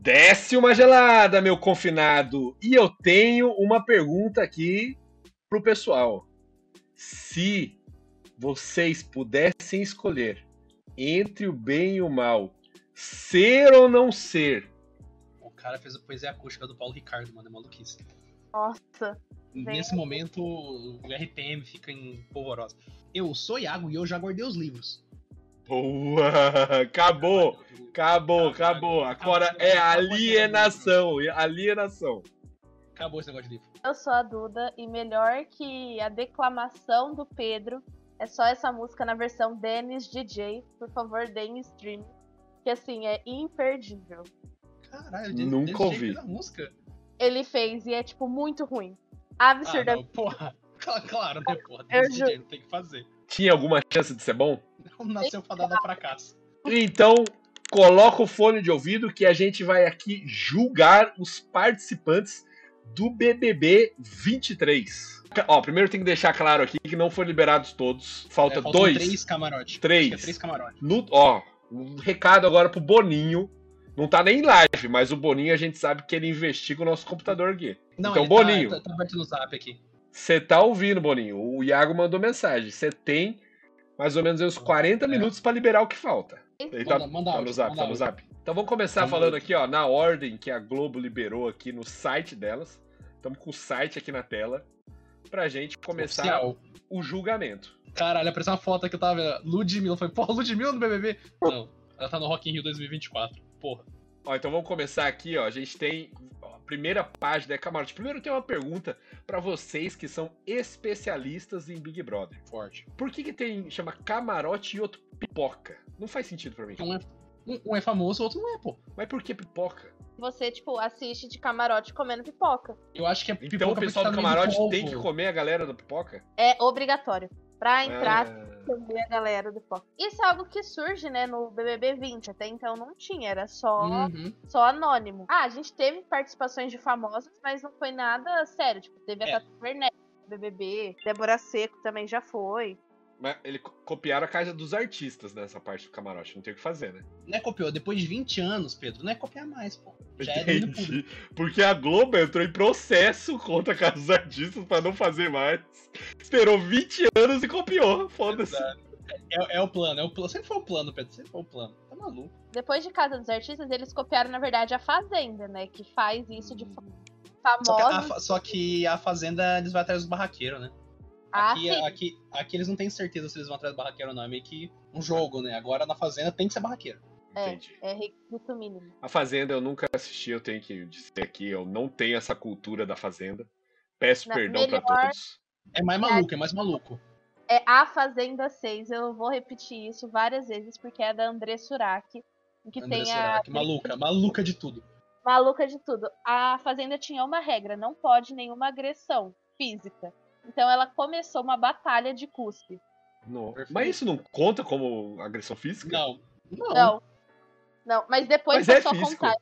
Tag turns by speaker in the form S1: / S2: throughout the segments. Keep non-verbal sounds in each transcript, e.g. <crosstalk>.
S1: Desce uma gelada, meu confinado. E eu tenho uma pergunta aqui pro pessoal. Se vocês pudessem escolher entre o bem e o mal, ser ou não ser,
S2: O cara fez a poesia acústica do Paulo Ricardo, mano, é maluquice.
S3: Nossa.
S2: Nesse momento, o RPM fica em polvorosa. Eu sou Iago e eu já guardei os livros.
S1: boa, acabou, acabou, acabou. Agora é alienação, alienação.
S2: Acabou esse negócio de livro.
S3: Eu sou a Duda e melhor que a declamação do Pedro é só essa música na versão Dennis DJ. Por favor, deem stream. Que assim, é imperdível.
S2: Caralho, de-
S1: Nunca
S2: desse
S1: ouvi.
S2: jeito da música.
S3: Ele fez e é, tipo, muito ruim.
S2: Ah,
S3: Absurdamente.
S2: não, porra. <laughs> Cla- Claro, né, porra?
S3: Eu
S2: Desse
S3: juro.
S2: jeito, não tem o que fazer.
S1: Tinha alguma chance de ser bom?
S2: Não nasceu fadado ao fracasso.
S1: Então, coloca o fone de ouvido que a gente vai aqui julgar os participantes do BBB 23. Ó, primeiro tem que deixar claro aqui que não foram liberados todos. Falta
S2: É, faltam
S1: dois.
S2: Três camarotes.
S1: Três.
S2: Acho que é três camarotes.
S1: No- ó, um recado agora pro Boninho. Não tá nem em live, mas o Boninho a gente sabe que ele investiga o nosso computador aqui. Então,
S2: ele
S1: Boninho.
S2: Tá, tá, tá aberto no zap aqui.
S1: Você tá ouvindo, Boninho? O Iago mandou mensagem. Você tem mais ou menos uns 40
S2: É.
S1: minutos pra liberar o que falta. Ele tá,
S2: Manda- manda
S1: tá
S2: áudio,
S1: no zap,
S2: manda
S1: tá no
S2: áudio.
S1: zap. Então vamos começar
S2: Manda
S1: falando
S2: áudio.
S1: aqui, ó, na ordem que a Globo liberou aqui no site delas. Estamos com o site aqui na tela pra gente começar
S2: Oficial.
S1: o julgamento.
S2: Caralho, apareceu uma foto que eu tava vendo. Ludmilla. Foi, porra, Ludmilla no BBB? Não, ela tá no Rock in Rio 2024. Porra.
S1: Ó, então vamos começar aqui, ó. A gente tem ó, a primeira página é camarote. Primeiro tem uma pergunta pra vocês que são especialistas em Big Brother.
S2: Forte.
S1: Por que que tem chama camarote e outro pipoca? Não faz sentido pra mim.
S2: Um é, um, um é famoso, o outro não é, pô.
S1: Mas por que pipoca?
S3: Você, tipo, assiste de camarote comendo pipoca.
S2: Eu acho que é
S1: Então o
S2: porque
S1: pessoal
S2: tá
S1: do
S2: no meio
S1: camarote
S2: povo.
S1: tem que comer a galera da pipoca?
S3: É obrigatório. Pra
S2: É.
S3: entrar,
S1: Ah,
S3: também a galera do pop. Isso é algo que surge, né, no BBB 20. Até então não tinha, era só,
S2: Uhum.
S3: só anônimo. Ah, a gente teve participações de famosos, mas não foi nada sério. Tipo, teve a
S2: É.
S3: Tata Werneck, do BBB, Débora Seco também já foi.
S1: mas ele co- copiaram a casa dos artistas nessa parte do camarote. Não tem o que fazer, né?
S2: Não é copiou. Depois de 20 anos, Pedro, não é copiar mais, pô. Já é domínio público.
S1: Porque a Globo entrou em processo contra a casa dos artistas pra não fazer mais. Esperou 20 anos e copiou. Foda-se.
S2: É, é o plano, é o plano. Sempre foi o plano, Pedro. Sempre foi o plano. Tá maluco.
S3: Depois de Casa dos Artistas, eles copiaram, na verdade, a Fazenda, né? Que faz isso de fa-
S2: Só que, a,
S3: famosos.
S2: fa- só que a fazenda, eles vão atrás dos barraqueiros, né?
S3: Ah,
S2: Aqui,
S3: sim.
S2: aqui, aqui eles não têm certeza se eles vão atrás do barraqueiro ou não. É meio que um jogo, né? Agora na fazenda tem que ser barraqueiro.
S3: É.
S1: Entendi.
S3: É requisito mínimo.
S1: A Fazenda eu nunca assisti, eu tenho que dizer aqui, eu não tenho essa cultura da Fazenda. Peço
S3: Na-
S1: perdão pra
S3: melhor-
S1: todos.
S2: É mais maluco, é mais maluco.
S3: É a Fazenda 6. Eu vou repetir isso várias vezes, porque é da André Surak. em Que
S2: André
S3: tem a
S2: Surak, maluca, maluca de tudo.
S3: maluca de tudo. A Fazenda tinha uma regra: não pode nenhuma agressão física. Então ela começou uma batalha de cuspe.
S1: Não.
S2: Perfeito.
S1: Mas isso não conta como agressão física?
S2: Não, não,
S3: Não. Não, mas depois
S1: Mas é
S3: passou a
S1: físico.
S3: contar.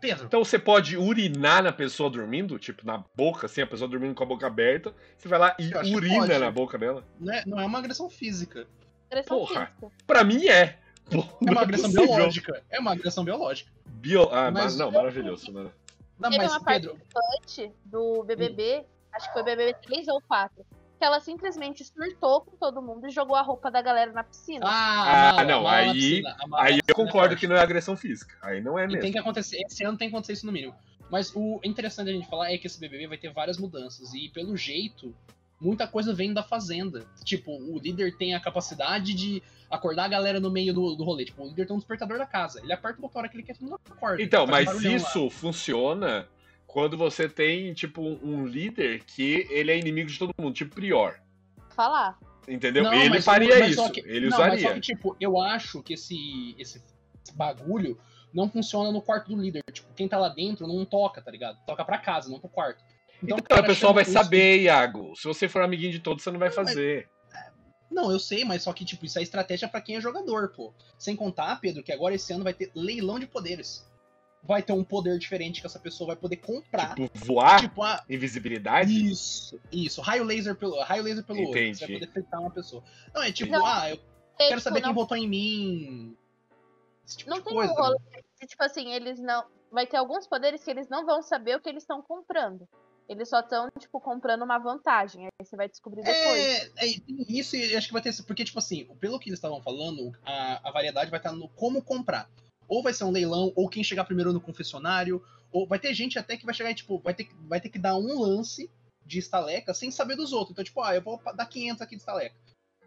S2: Pedro.
S1: Então você pode urinar na pessoa dormindo, tipo na boca, assim, a pessoa dormindo com a boca aberta. Você vai lá e
S2: Eu acho que
S1: urina
S2: pode.
S1: na boca dela.
S2: Não é, não é uma agressão física.
S3: Agressão
S1: Porra.
S3: física.
S1: Pra mim é.
S2: É
S1: Não
S2: uma agressão
S1: possível.
S2: biológica. É uma agressão biológica.
S1: Bio... Ah, mas,
S2: Mas- é um
S1: não, maravilhoso, né?
S2: Não,
S3: Teve
S2: mas,
S3: uma parte-
S2: Pedro,
S3: participante do BBB, acho que foi BBB 3 ou 4, que ela simplesmente surtou com todo mundo e jogou a roupa da galera na piscina.
S2: Ah,
S1: Ah, não, aí- Aí eu concordo que não é agressão física. Aí não é
S2: um E tem
S1: mesmo.
S2: que acontecer, esse ano tem que acontecer isso no mínimo. Mas o interessante a gente falar é que esse BBB vai ter várias mudanças e pelo jeito muita coisa vem da fazenda. Tipo, o líder tem a capacidade de acordar a galera no meio do, do rolê. Tipo, o líder tem um despertador da casa. Ele aperta o botão a hora que ele quer, todo mundo acorda.
S1: Então,
S2: Faz um
S1: mas
S2: barulhão lá.
S1: isso funciona quando você tem, tipo, um líder que ele é inimigo de todo mundo, tipo Prior.
S3: Falar.
S1: Entendeu?
S2: Não,
S1: ele
S2: mas-
S1: faria
S2: mas só
S1: isso.
S2: que-
S1: ele
S2: não, Mas
S1: usaria.
S2: só que, tipo, eu acho que esse, esse bagulho não funciona no quarto do líder. Tipo, quem tá lá dentro não toca, tá ligado? Toca pra casa, não pro quarto.
S1: Então,
S2: o cara
S1: o pessoal vai
S2: chama os-
S1: saber, Iago. Se você for amiguinho de todos, você não vai
S2: mas-
S1: fazer.
S2: Não, eu sei, mas só que, tipo, isso é estratégia pra quem é jogador, pô. Sem contar, Pedro, que agora esse ano vai ter leilão de poderes. Vai ter um poder diferente que essa pessoa vai poder comprar.
S1: Tipo, voar,
S2: Tipo, ah,
S1: invisibilidade.
S2: isso, isso. Raio laser pelo, raio laser pelo olho. Você vai
S1: Entendi.
S2: poder fritar uma pessoa. Não, é tipo,
S3: Não,
S2: ah, eu
S3: Tem,
S2: quero
S3: tipo,
S2: saber quem
S3: não,
S2: votou em mim. Esse tipo
S3: não
S2: de
S3: tem
S2: coisa.
S3: um rolê de, tipo assim, eles não. vai ter alguns poderes que eles não vão saber o que eles estão comprando. Eles só estão, tipo, comprando uma vantagem. Aí você vai descobrir depois.
S2: É, é, tem isso e acho que vai ter. Porque, tipo assim, pelo que eles estavam falando, a, a variedade vai estar no como comprar. Ou vai ser um leilão, ou quem chegar primeiro no confessionário, ou vai ter gente até que vai chegar e, tipo, vai ter, vai ter que dar um lance de estaleca sem saber dos outros. Então, tipo, ah, eu vou dar 500 aqui de estaleca.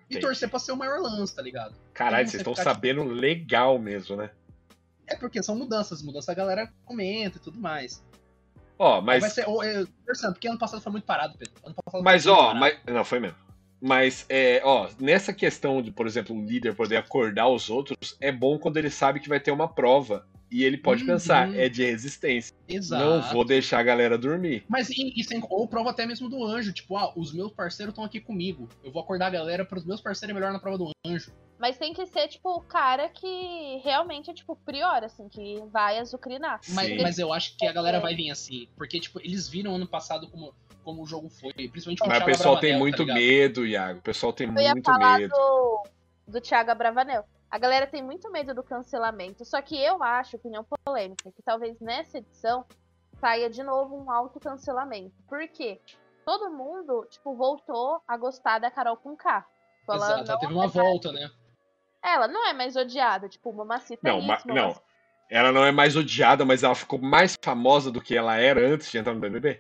S2: E
S1: Entendi.
S2: torcer pra ser o maior lance, tá ligado?
S1: Caralho,
S2: Todo
S1: vocês
S2: mundo
S1: estão
S2: vai ficar, tipo,
S1: sabendo legal mesmo, né?
S2: É porque são mudanças, mudança a galera comenta e tudo mais.
S1: Ó,
S2: Aí
S1: mas.
S2: Vai ser, ou, é, conversando, porque ano passado foi muito parado, Pedro. Ano passado foi
S1: Mas,
S2: muito
S1: ó,
S2: parado.
S1: mas, não, foi mesmo. Mas, é, ó, nessa questão de, por exemplo, um líder poder acordar os outros, é bom quando ele sabe que vai ter uma prova. E ele pode
S2: Uhum.
S1: pensar, é de resistência.
S2: Exato.
S1: Não vou deixar a galera dormir.
S2: Mas e- isso é, ou prova até mesmo do anjo, tipo, ah, os meus parceiros estão aqui comigo. Eu vou acordar a galera para os meus parceiros é melhor na prova do anjo.
S3: Mas tem que ser, tipo, o cara que realmente é, tipo, prior, assim, que vai azucrinar.
S2: Mas,
S1: Sim.
S2: mas eu acho que a
S3: É.
S2: galera vai vir assim, porque tipo, eles viram ano passado como como o jogo foi, principalmente com
S1: Mas o
S2: Thiago
S1: pessoal tem
S2: Abravanel, tá
S1: muito
S2: ligado?
S1: medo, Iago. O pessoal tem
S3: Eu ia
S1: muito
S3: falar
S1: medo.
S3: do, do Thiago Abravanel. A galera tem muito medo do cancelamento, só que eu acho, opinião polêmica, que talvez nessa edição saia de novo um autocancelamento. Por quê? Todo mundo, tipo, voltou a gostar da Carol Conká. Tipo, ela
S2: Exato,
S3: não-
S2: ela teve uma volta, né?
S3: Ela não é mais odiada, tipo, mamacita
S1: Não,
S3: é
S1: ma-
S3: isso,
S1: não.
S3: mamacita-
S1: Ela não é mais odiada, mas ela ficou mais famosa do que ela era antes de entrar no BBB.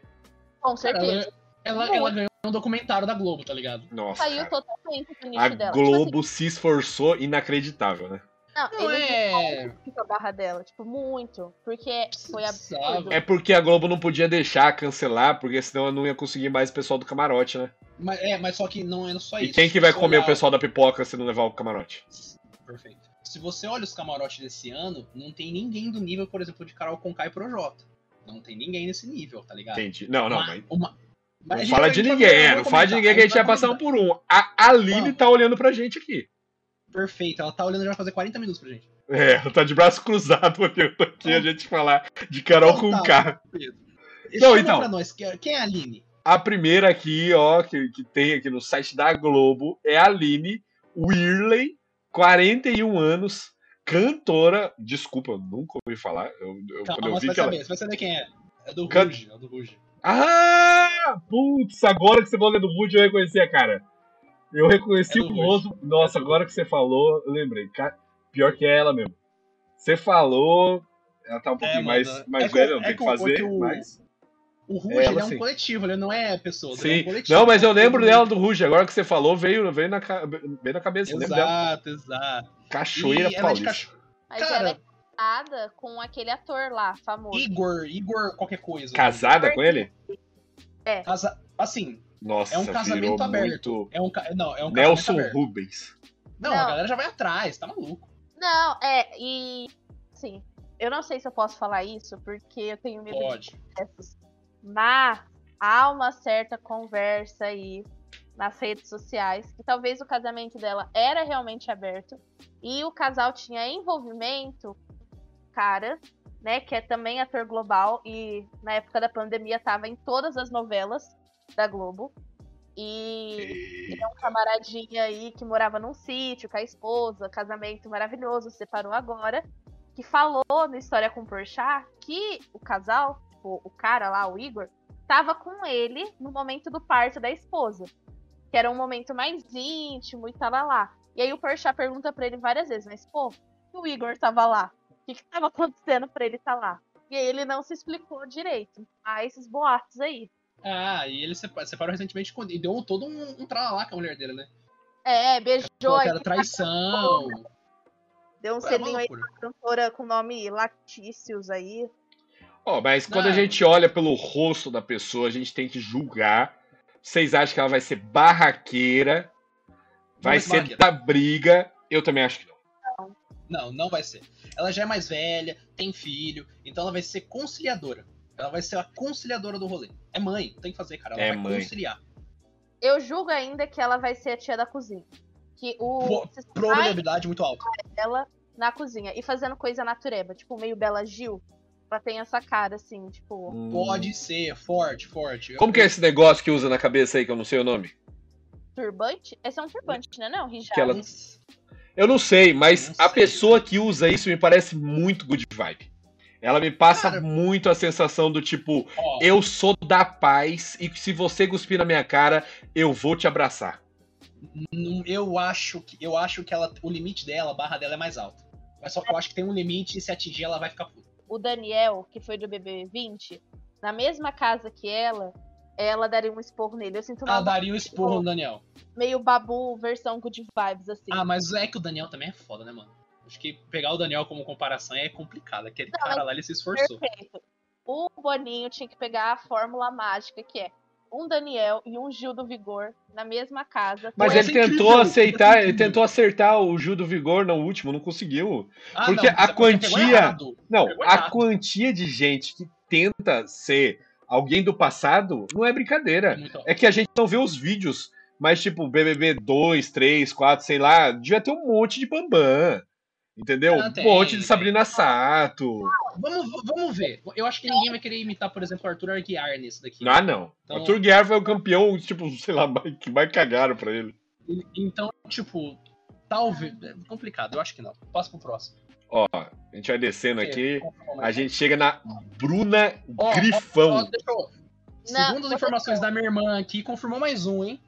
S3: Com
S2: Cara,
S3: certeza.
S2: ela, ela, ela ganhou um documentário da Globo, tá ligado?
S1: Nossa.
S3: Saiu
S1: cara.
S3: totalmente do nicho
S1: A
S3: dela.
S1: Globo se esforçou, inacreditável, né?
S3: Tipo assim,
S2: Não
S3: não, eles
S2: é.
S3: muito a barra dela, tipo, muito. Porque foi absurdo.
S2: Precisava.
S1: É porque a Globo não podia deixar cancelar, porque senão ela não ia conseguir mais o pessoal do camarote, né?
S2: Mas, é, mas só que não é só
S1: E
S2: isso.
S1: quem que vai
S2: Se
S1: comer o
S2: olhar-
S1: pessoal da pipoca se não levar o camarote?
S2: Perfeito. Se você olha os camarotes desse ano, não tem ninguém do nível, por exemplo, de Carol Conká e Projota. Não tem ninguém nesse nível, tá ligado?
S1: Entendi. Não, não, mas.
S2: Uma- Mas a
S1: Não
S2: gente
S1: fala
S2: vai-
S1: de
S2: a gente vai
S1: ninguém,
S2: comentar,
S1: é, não fala de ninguém que a gente
S2: vai
S1: vai passar um
S2: comentar.
S1: por um. A Aline
S2: Vamos.
S1: tá olhando pra gente aqui.
S2: Perfeito, ela tá olhando já vai fazer 40 minutos pra gente.
S1: É, ela tá de braço cruzado <laughs> olhando aqui a gente falar de Carol com
S2: Então tá.
S1: K.
S2: Pedro. Explica
S1: então.
S2: pra nós, que- quem é a Aline?
S1: A primeira aqui, ó, que, que tem aqui no site da Globo é a Aline Whirley, 41 anos, cantora. Desculpa, eu nunca ouvi falar. Eu, eu- quando
S2: Calma,
S1: eu
S2: você
S1: vi
S2: vai
S1: que ela.
S2: saber, você vai saber quem é. É do
S1: Can-
S2: Ruge, é do Ruge.
S1: Ah! Putz, agora que você falou que é do Rude, eu reconhecia, cara. Eu reconheci
S2: É do
S1: o
S2: Rude.
S1: rosto. Nossa, agora que você falou, eu lembrei. Ca- Pior que é ela mesmo. Você falou. Ela tá um pouquinho
S2: mano,
S1: mais, mais
S2: é com-
S1: velha, não
S2: é
S1: tem que
S2: com-
S1: fazer.
S2: porque o-
S1: mas-
S2: O Ruge,
S1: É, ela
S2: ele é um
S1: sim.
S2: coletivo, ele não é pessoa, ele é
S1: Sim.
S2: um coletivo.
S1: Não, mas eu lembro
S2: Todo
S1: dela
S2: mundo.
S1: do Ruge. Agora que você falou, veio, veio na, ca- veio na cabeça. eu lembro dela.
S2: Exato, exato.
S1: Cachoeira
S2: E ela é de
S1: Paulista.
S2: cacho-
S3: Mas
S2: Cara.
S3: ela é casada com aquele ator lá, famoso.
S2: Igor, Igor qualquer coisa.
S1: Casada com ele?
S2: Casa- Assim,
S1: Nossa,
S2: É um casamento
S1: virou
S2: aberto.
S1: muito.
S2: é um... ca- Não, é um casamento
S1: Nelson
S2: aberto.
S1: Rubens.
S2: Não,
S3: Não.
S2: a galera já vai atrás, tá maluco.
S3: Não, é, e. Sim, eu não sei se eu posso falar isso, porque eu tenho medo
S2: Pode.
S3: de processos. Mas há uma certa conversa aí nas redes sociais que talvez o casamento dela era realmente aberto e o casal tinha envolvimento com o cara, né, que é também ator global e na época da pandemia tava em todas as novelas da Globo. E
S1: E-
S3: um camaradinha aí que morava num sítio com a esposa, casamento maravilhoso, se separou agora, que falou no História com Porchat que o casal, tipo, o cara lá, o Igor, tava com ele no momento do parto da esposa, que era um momento mais íntimo e tava lá. E aí o Porchat pergunta pra ele várias vezes, mas pô, e o Igor tava lá? O que que tava acontecendo pra ele estar tá lá? E aí ele não se explicou direito. Há esses boatos aí.
S2: Ah, e ele sepa- separou recentemente com- e deu todo um, um tralalá com a mulher dele, né?
S3: É, beijou,
S2: Falou
S3: aí,
S2: que era traição.
S3: deu um
S2: É uma
S3: selinho aí
S2: loucura.
S3: cantora com nome Lactícios aí.
S1: Ó, mas quando a
S2: Não.
S1: gente olha pelo rosto da pessoa, a gente tem que julgar. Vocês acham que ela vai ser barraqueira? Vai
S2: Vamos
S1: ser
S2: barraqueira.
S1: da briga? Eu também acho que não.
S2: Não, não vai ser. Ela já é mais velha, tem filho, então ela vai ser conciliadora. Ela vai ser a conciliadora do rolê. É mãe, tem que fazer, cara. Ela
S1: É
S2: vai
S1: mãe.
S2: conciliar.
S3: Eu julgo ainda que ela vai ser a tia da cozinha. Que o
S2: Pro- Probabilidade muito alta.
S3: dela na cozinha e fazendo coisa natureba, tipo meio Bela Gil. Ela tem essa cara assim, tipo.
S2: Pode ser, forte, forte.
S1: Hum. Como que é esse negócio que usa na cabeça aí, que eu não sei o nome?
S3: Turbante? Esse é um turbante, né? Não, Rijado.
S1: Que ela- Eu não sei, mas
S2: Não
S1: a
S2: sei.
S1: pessoa que usa isso me parece muito good vibe. Ela me passa
S2: Cara.
S1: muito a sensação do tipo,
S2: Ó,
S1: eu sou da paz e se você cuspir na minha cara, eu vou te abraçar.
S2: Não- Eu acho que, eu acho que ela, o limite dela, a barra dela é mais alta. Mas só que eu acho que tem um limite e se atingir ela vai ficar puta.
S3: o Daniel, que foi do BBB 20, na mesma casa que ela, ela daria um esporro nele. Eu sinto uma
S2: Ela daria um esporro no Daniel.
S3: meio babu versão good vibes, assim.
S2: Ah, mas é que o Daniel também é foda, né, mano? Acho que pegar o Daniel como comparação é complicado. Aquele cara lá, ele se esforçou.
S3: Perfeito. O Boninho tinha que pegar a fórmula mágica que é um Daniel e um Gil do Vigor na mesma casa.
S1: Mas
S2: Pô,
S3: com
S2: essa
S1: ele
S2: é
S1: tentou
S2: incrível, essa
S1: aceitar,
S2: é
S1: ele
S2: incrível.
S1: tentou acertar o Ju do Vigor no último, não conseguiu.
S2: Ah,
S1: Porque
S2: não,
S1: a
S2: você pegou
S1: quantia-
S2: errado.
S1: Não,
S2: Pegou
S1: a
S2: errado.
S1: quantia de gente que tenta ser alguém do passado não é brincadeira.
S2: É muito-
S1: É que a gente não vê os vídeos, mas tipo, BBB 2, 3, 4, sei lá, devia ter um monte de Bambam. Entendeu?
S2: Ah,
S1: um
S2: tem,
S1: monte de
S2: tem.
S1: Sabrina Sato.
S2: Vamos, vamos ver. Eu acho que ninguém vai querer imitar, por exemplo, o Arthur Aguiar nesse daqui.
S1: Ah, não.
S2: Então-
S1: O Turguiar foi o campeão, tipo, sei lá, <laughs> mais- que mais cagaram pra ele.
S2: Então, tipo, talvez. é complicado, eu acho que não. Passa pro próximo.
S1: Ó, a gente vai descendo aqui.
S2: Confirma aí.
S1: A gente chega na Bruna
S2: um. Ó, Ó,
S1: Grifão.
S2: deixa eu-
S3: Não,
S2: Segundo as informações da minha irmã aqui, confirmou mais um, hein?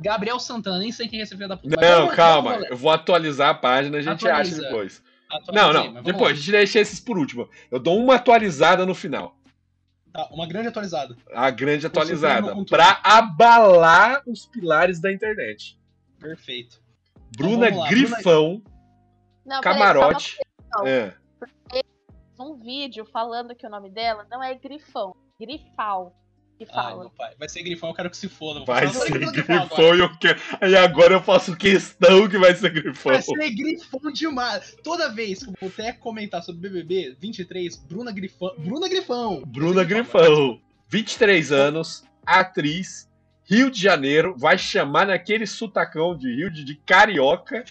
S2: Gabriel Santana, nem sei quem recebeu da puta. mas
S1: Não,
S2: vamos-
S1: calma.
S2: vamos-
S1: Eu vou atualizar a página, a gente
S2: Atualiza.
S1: acha depois.
S2: atualiza
S1: Não,
S2: aí,
S1: não.
S2: Ah, mas vamos
S1: Depois, a gente deixa esses por último. Eu dou uma atualizada no final.
S2: lá. Tá, uma grande atualizada.
S1: A grande
S2: Supremo
S1: atualizada.
S2: controle.
S1: Pra abalar os pilares da internet.
S2: Perfeito.
S1: Bruna
S2: Então vamos lá,
S1: Grifão,
S3: Não, peraí,
S1: camarote.
S3: só uma
S1: É.
S3: só um vídeo falando que o nome dela não é Grifão, Grifal. Que
S2: Ai,
S3: fala.
S2: meu pai. Vai ser grifão, eu quero que se foda. Vou
S1: vai
S2: falar,
S1: ser
S2: "Olha que
S1: grifão.
S2: agora."
S1: eu quero- E agora eu faço questão que vai ser grifão.
S2: Vai ser grifão demais. Toda vez que o Boteco comentar sobre BBB 23, Bruna Grifão. Bruna Grifão.
S1: Bruna
S2: Vai ser
S1: Grifão, 23 anos, atriz, Rio de Janeiro, vai chamar naquele sotacão de Rio de, de carioca.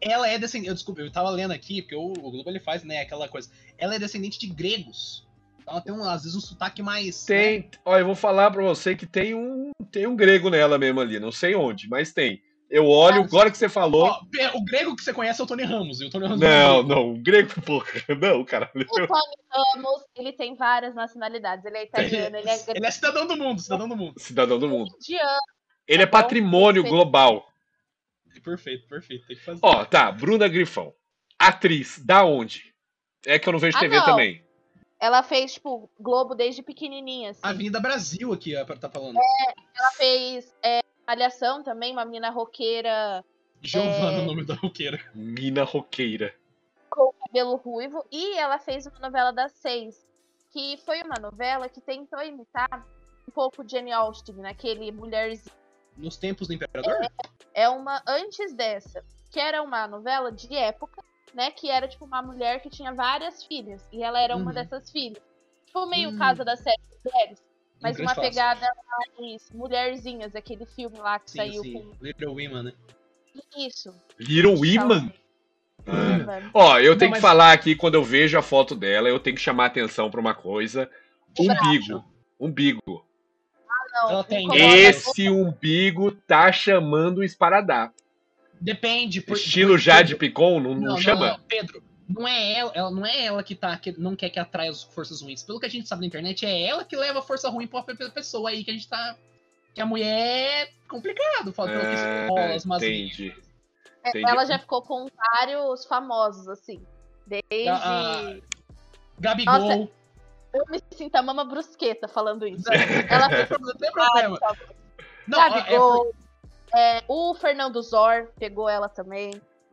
S2: Ela é descendente. Eu desculpa, eu tava lendo aqui, porque o, o Globo ele faz, né, aquela coisa. Ela é descendente de gregos. Então ela tem, um, às vezes, um sotaque mais. né,
S1: Tem, ó, eu vou falar pra você que tem um, tem um grego nela mesmo ali, não sei onde, mas tem. Eu olho,
S2: Cara,
S1: agora que você falou,
S2: Ó, pe- o grego que você conhece é o Tony Ramos, e o Tony Ramos
S1: Não,
S2: é
S1: não, um grego, <laughs> porra. Não, caralho.
S3: O Tony Ramos, ele tem várias nacionalidades. Ele é italiano,
S2: <laughs>
S3: ele é
S2: grego. Ele é cidadão do mundo, cidadão do mundo.
S1: Cidadão do mundo.
S3: indiano.
S1: Ele é patrimônio global.
S2: Perfeito, perfeito, tem que fazer.
S1: Ó, tá, Bruna Grifão. Atriz, da onde? É que eu não vejo
S3: Ah,
S1: TV
S3: não.
S1: também.
S3: Ela fez, tipo, Globo desde pequenininha, assim.
S2: Avenida Brasil aqui, ó, tá falando.
S3: Ela fez é, Malhação também, uma menina roqueira
S2: Giovana,
S3: é.
S2: o nome da roqueira.
S1: Mina Roqueira.
S3: com cabelo ruivo e ela fez uma novela das seis, que foi uma novela que tentou imitar um pouco Jane Austen, naquele Mulherzinha.
S2: Nos tempos do Imperador?
S3: É uma antes dessa, que era uma novela de época, né, que era tipo uma mulher que tinha várias filhas e ela era uma
S2: Uhum.
S3: dessas filhas. Tipo meio
S2: Hum.
S3: Casa das Sete Mulheres, mas
S2: Um grande
S3: uma
S2: clássico.
S3: pegada mais Mulherzinhas, aquele filme lá que
S2: Sim,
S3: saiu
S2: sim. Little Women, né?
S3: com isso.
S1: Little Women?
S2: Women.
S3: Women.
S1: Ó, eu tenho
S2: Não, mas-
S1: que falar aqui, quando eu vejo a foto dela, eu tenho que chamar a atenção pra uma coisa. Umbigo. Umbigo.
S3: Não,
S2: Ela
S3: um
S2: tem
S3: coloca-
S1: Esse umbigo tá chamando o esparadrapo.
S2: Depende. por-
S1: Estilo
S2: por-
S1: Jade Picon, não, não chama?
S2: não, Pedro, não é ela, ela- não é ela que tá que não quer que atraia as forças ruins. Pelo que a gente sabe na internet, é ela que leva a força ruim pra pra pessoa aí que a gente tá que a mulher é complicado, fala pelo que se
S1: É,
S2: rola, as más
S1: entendi.
S2: línguas.
S3: É,
S1: Entendi.
S3: Ela já ficou com vários famosos, assim. Desde.
S2: Ah, Gabigol,
S3: Nossa,
S2: <laughs>
S3: Eu me sinto a mama brusqueta falando isso.
S2: ela tem problema, não tem É problema. Não, ó, é por-
S3: Gabigol. é, o Fernando Zor pegou ela também.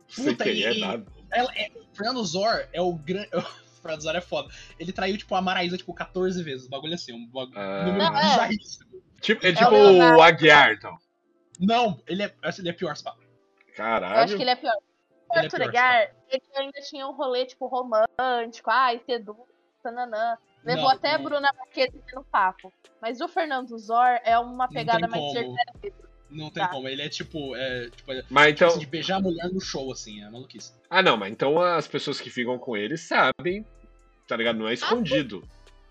S1: Sem
S2: puta,
S1: querer,
S2: e-
S1: nada.
S2: ela é- o Fernando Zor é o grande <laughs> Fernando Zor é foda. Ele traiu, tipo, a Maraísa, tipo, 14 vezes. O bagulho é assim, um bagulho
S1: Ah.
S2: número
S3: Não, é.
S2: bizarríssimo.
S1: Tipo, é
S2: o
S1: tipo
S3: Leonardo.
S1: o Aguiar, então.
S2: Não, ele é, ele é pior, Spa.
S3: Eu acho
S1: Caralho.
S3: que ele é pior. O
S2: Ele é
S3: Arthur
S2: pior,
S3: Aguiar, ele ainda tinha um rolê, tipo, romântico. Ai, seduz, tananã. Levou
S2: Não,
S3: até a
S2: não.
S3: Bruna Marquezine no papo. Mas o Fernando Zor é uma pegada mais certa.
S2: Não tem
S3: Tá.
S2: como. Ele é tipo. É, tipo é,
S1: Mas então.
S3: assim,
S2: de beijar a mulher no show, assim, é maluquice.
S3: tipo-
S1: Ah, não, mas então as pessoas que ficam com ele sabem, tá ligado? Não é escondido.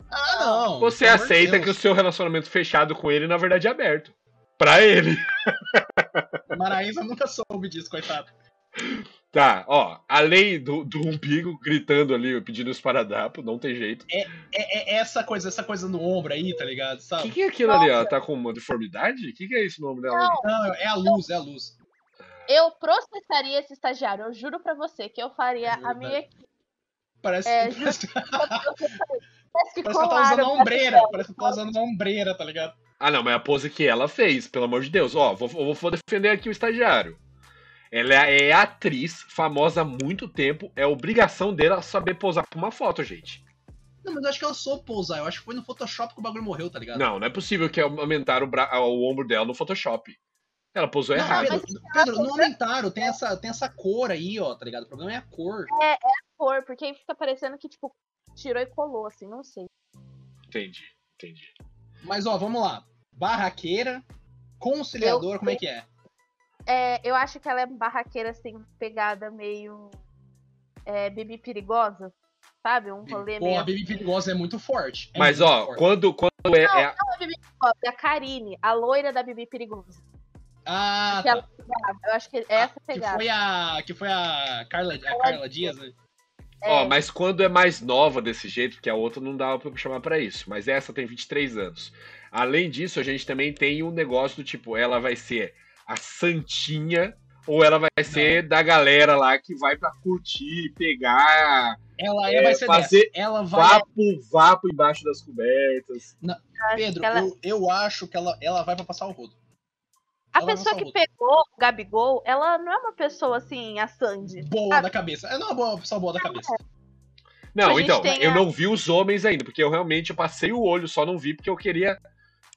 S2: Ah, não.
S1: Você
S2: pelo amor de
S1: aceita
S2: Deus.
S1: que o seu relacionamento fechado com ele, na verdade, é aberto. Pra ele.
S2: Maraísa nunca soube disso, coitado.
S1: Tá, ó, além do, do umbigo gritando ali, pedindo os paradapos, não tem jeito.
S2: É, é essa coisa, essa coisa no ombro aí, tá
S1: O
S2: ligado?
S1: que,
S2: Sabe?
S1: que é aquilo ali? Ela tá com uma deformidade? O que, que é esse nome dela?
S3: Não,
S2: Não, é a luz, é a luz.
S3: eu processaria esse estagiário, eu juro pra você que eu faria a
S2: É Verdade.
S3: minha
S2: Parece,
S3: É,
S2: <laughs> parece,
S3: Parece que
S2: parece que ela tá usando
S3: colaram
S2: uma
S3: pra
S2: ombreira. Parece que ela tá usando uma ombreira, tá ligado?
S1: Ah, não, mas a pose que ela fez, pelo amor de Deus. Ó, vou, vou vou defender aqui o estagiário. Ela é atriz, famosa há muito tempo. É obrigação dela saber posar pra uma foto, gente.
S2: Não, mas eu acho que ela soube pousar. Eu acho que foi no Photoshop que o bagulho morreu, tá ligado?
S1: Não, não é possível que aumentaram o, bra- o ombro dela no Photoshop. Ela posou
S2: Não,
S1: errado.
S2: Pedro,
S3: é,
S2: Pedro, não aumentaram, tem essa, tem essa cor aí, ó, tá ligado? O problema é a cor.
S3: cor, porque aí fica parecendo que, tipo, tirou e colou, assim, não sei.
S1: Entendi, entendi.
S2: Mas, ó, vamos lá. Barraqueira, conciliadora, como é que é?
S3: É, eu acho que ela é barraqueira, assim, pegada meio. É, Bibi perigosa, sabe? Um rolê
S2: Pô, a
S3: meio.
S2: Bibi Perigosa é muito forte. é
S1: Mas,
S2: muito
S1: ó,
S2: forte.
S1: quando, quando é, é a-
S3: É a Karine, a loira da Bibi perigosa.
S2: Ah,
S3: que
S2: tá. Ah,
S3: ela- Eu acho que é essa
S2: que
S3: pegada.
S2: foi a que foi a Carla, a Carla Dias, né?
S1: Ó,
S3: É.
S1: mas quando é mais nova desse jeito, porque a outra não dá pra chamar pra isso, mas essa tem 23 anos. Além disso, a gente também tem um negócio do tipo, ela vai ser a santinha ou ela vai
S3: É.
S1: ser da galera lá que vai pra curtir, pegar,
S2: Ela é,
S1: É,
S2: vai ser
S1: fazer-
S2: dessa. Ela vai
S1: vapo, vapo embaixo das cobertas.
S3: Eu acho
S2: Pedro,
S3: que ela-
S2: eu, eu acho que ela, ela vai pra passar o rodo.
S3: a
S2: ela não
S3: pessoa que
S2: salvou.
S3: pegou o Gabigol, ela não é uma pessoa assim, a Sandy.
S2: Boa
S3: Ah.
S2: da cabeça. Ela não é uma boa, pessoa boa da
S3: É.
S2: cabeça.
S1: Não,
S3: A gente
S1: então,
S3: tem
S1: eu
S3: a-
S1: não vi os homens ainda, porque eu realmente passei o olho, só não vi porque eu queria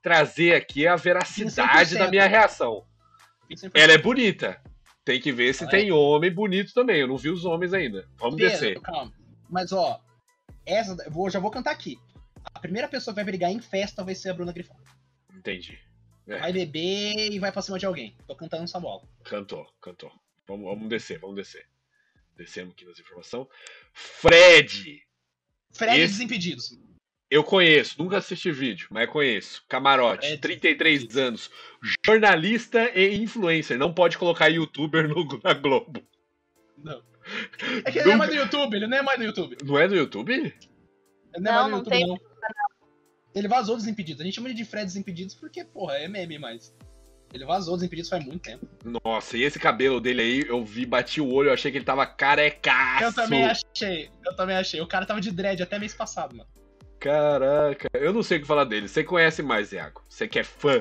S1: trazer aqui a veracidade da
S2: 100%.
S1: minha reação. Ela é bonita. Tem que ver se
S2: Ela é.
S1: tem homem bonito também. Eu não vi os homens ainda. Vamos
S2: Pedro,
S1: descer.
S2: então, calma. Mas ó, essa eu vou, já vou cantar aqui. A primeira pessoa que vai brigar em festa vai ser a Bruna Grifal.
S1: Entendi.
S2: Vai beber e vai pra cima de alguém. Tô cantando essa bola.
S1: Cantou, cantou. Vamos, vamos descer, vamos descer. Descemos aqui nas informações. Fred!
S2: Fred
S1: Esse-
S2: Desimpedidos.
S1: Eu conheço, nunca assisti vídeo, mas conheço. Camarote,
S2: Fred.
S1: 33 anos, jornalista e influencer. Não pode colocar youtuber no, na Globo.
S2: Não. É que ele não é
S1: Nunca-
S2: mais do YouTube, ele não é mais do YouTube.
S1: Não é no YouTube?
S2: Ele não, é
S3: Não,
S2: mais do
S3: não
S2: YouTube,
S3: tem
S2: não. Ele vazou Desimpedidos. A gente chama ele de Fred Desimpedidos porque, porra, é meme, mas. Ele vazou Desimpedidos faz muito tempo.
S1: Nossa, e esse cabelo dele aí, eu vi, bati o olho, eu achei que ele tava carecaço.
S2: Eu também achei, eu também achei. O cara tava de dread até mês passado, mano.
S1: Caraca, eu não sei o que falar dele. Você conhece mais, Iago. Você que é fã.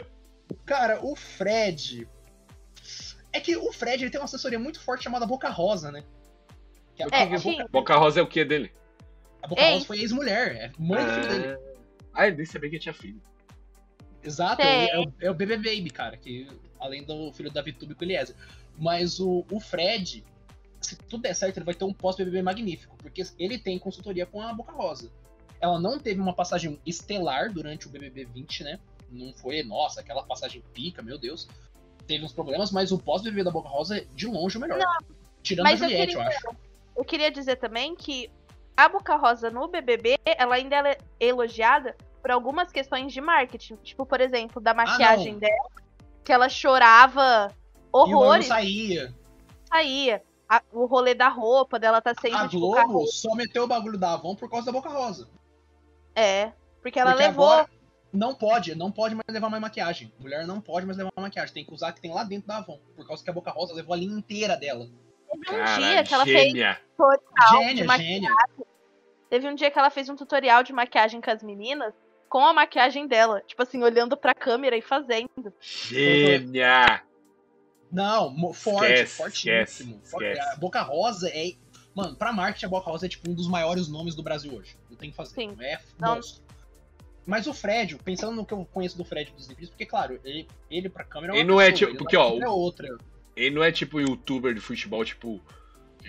S2: Cara, o Fred. É que o Fred ele tem uma assessoria muito forte chamada Boca Rosa, né? Que a,
S3: É,
S2: a
S3: tinha.
S2: Boca,
S1: Boca Rosa é o que dele?
S2: a Boca
S3: É
S2: Rosa
S3: isso.
S2: foi ex-mulher, é mãe do filho dele.
S1: Ah, eu nem sabia que tinha filho.
S2: Exato,
S3: Tem.
S2: é, o- é o BB Baby, cara, que além do filho da VTube com o Eliezer. Mas o, o Fred, se tudo der certo, ele vai ter um pós-BBB magnífico, porque ele tem consultoria com a Boca Rosa. Ela não teve uma passagem estelar durante o BBB 20, né? Não foi, nossa, aquela passagem pica, meu Deus. Teve uns problemas, mas o pós-BBB da Boca Rosa é de longe o melhor. Tirando
S3: Mas
S2: a
S3: eu
S2: Juliette, Então, eu,
S3: queria-
S2: acho.
S3: Eu queria dizer também que a Boca Rosa no BBB, ela ainda é elogiada por algumas questões de marketing. Tipo, por exemplo, da maquiagem
S2: Ah, não.
S3: dela, que ela chorava
S2: E o ano
S3: horrores,
S2: saía.
S3: saía. A- o rolê da roupa dela tá sendo,
S2: A
S3: tipo, carro-
S2: Globo só meteu o bagulho da Avon por causa da Boca Rosa.
S3: É, porque ela
S2: Porque
S3: levou...
S2: agora não pode, não pode mais levar mais maquiagem. Mulher não pode mais levar mais maquiagem. Tem que usar a que tem lá dentro da Avon. Por causa que a Boca Rosa levou a linha inteira dela.
S3: Teve um dia que ela fez...
S1: gênia.
S2: gênia,
S3: Ah, de
S2: gênia.
S3: Teve um dia que ela fez um tutorial de maquiagem com as meninas, com a maquiagem dela. Tipo assim, olhando pra câmera e fazendo.
S1: Gênia!
S2: Não, mo- forte,
S1: Esquece,
S2: fortíssimo.
S1: esquece,
S2: Forte.
S1: esquece.
S2: A Boca Rosa é. Mano, pra marketing, a Boca Rosa é tipo um dos maiores nomes do Brasil hoje. Não tem o que fazer.
S3: Sim.
S2: É
S3: Não.
S2: monstro. Mas o Fred, pensando no que eu conheço do Fred dos livros, porque, claro, ele, ele pra câmera é uma
S1: Ele não é
S2: pessoa,
S1: tipo-
S2: ele
S1: porque,
S2: pra
S1: ó,
S2: câmera é outra.
S1: Ele não é tipo youtuber de futebol, tipo,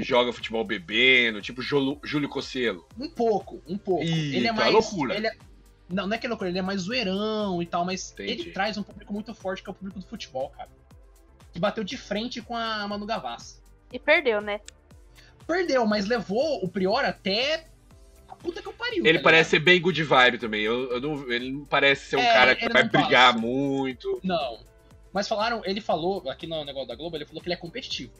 S1: joga futebol bebendo, tipo Jolo- Júlio Cosselo.
S2: Um pouco, um pouco.
S1: Ih,
S2: ele é
S1: então é
S2: mais.
S1: loucura.
S2: ele é- Não, não é que é loucura, ele é mais zoeirão e tal, mas
S1: Entendi.
S2: ele traz um público muito forte, que é o público do futebol, cara. Que bateu de frente com a Manu Gavassi.
S3: E perdeu, né?
S2: Perdeu, mas levou o Prior até. A puta que eu pariu.
S1: Ele
S2: tá
S1: parece ser bem good vibe também. Eu, eu não, ele não parece ser um
S2: É,
S1: cara que
S2: ele
S1: vai
S2: não
S1: brigar
S2: passa.
S1: muito.
S2: ligado? Não. Mas falaram, ele falou, aqui no negócio da Globo, ele falou que ele é competitivo.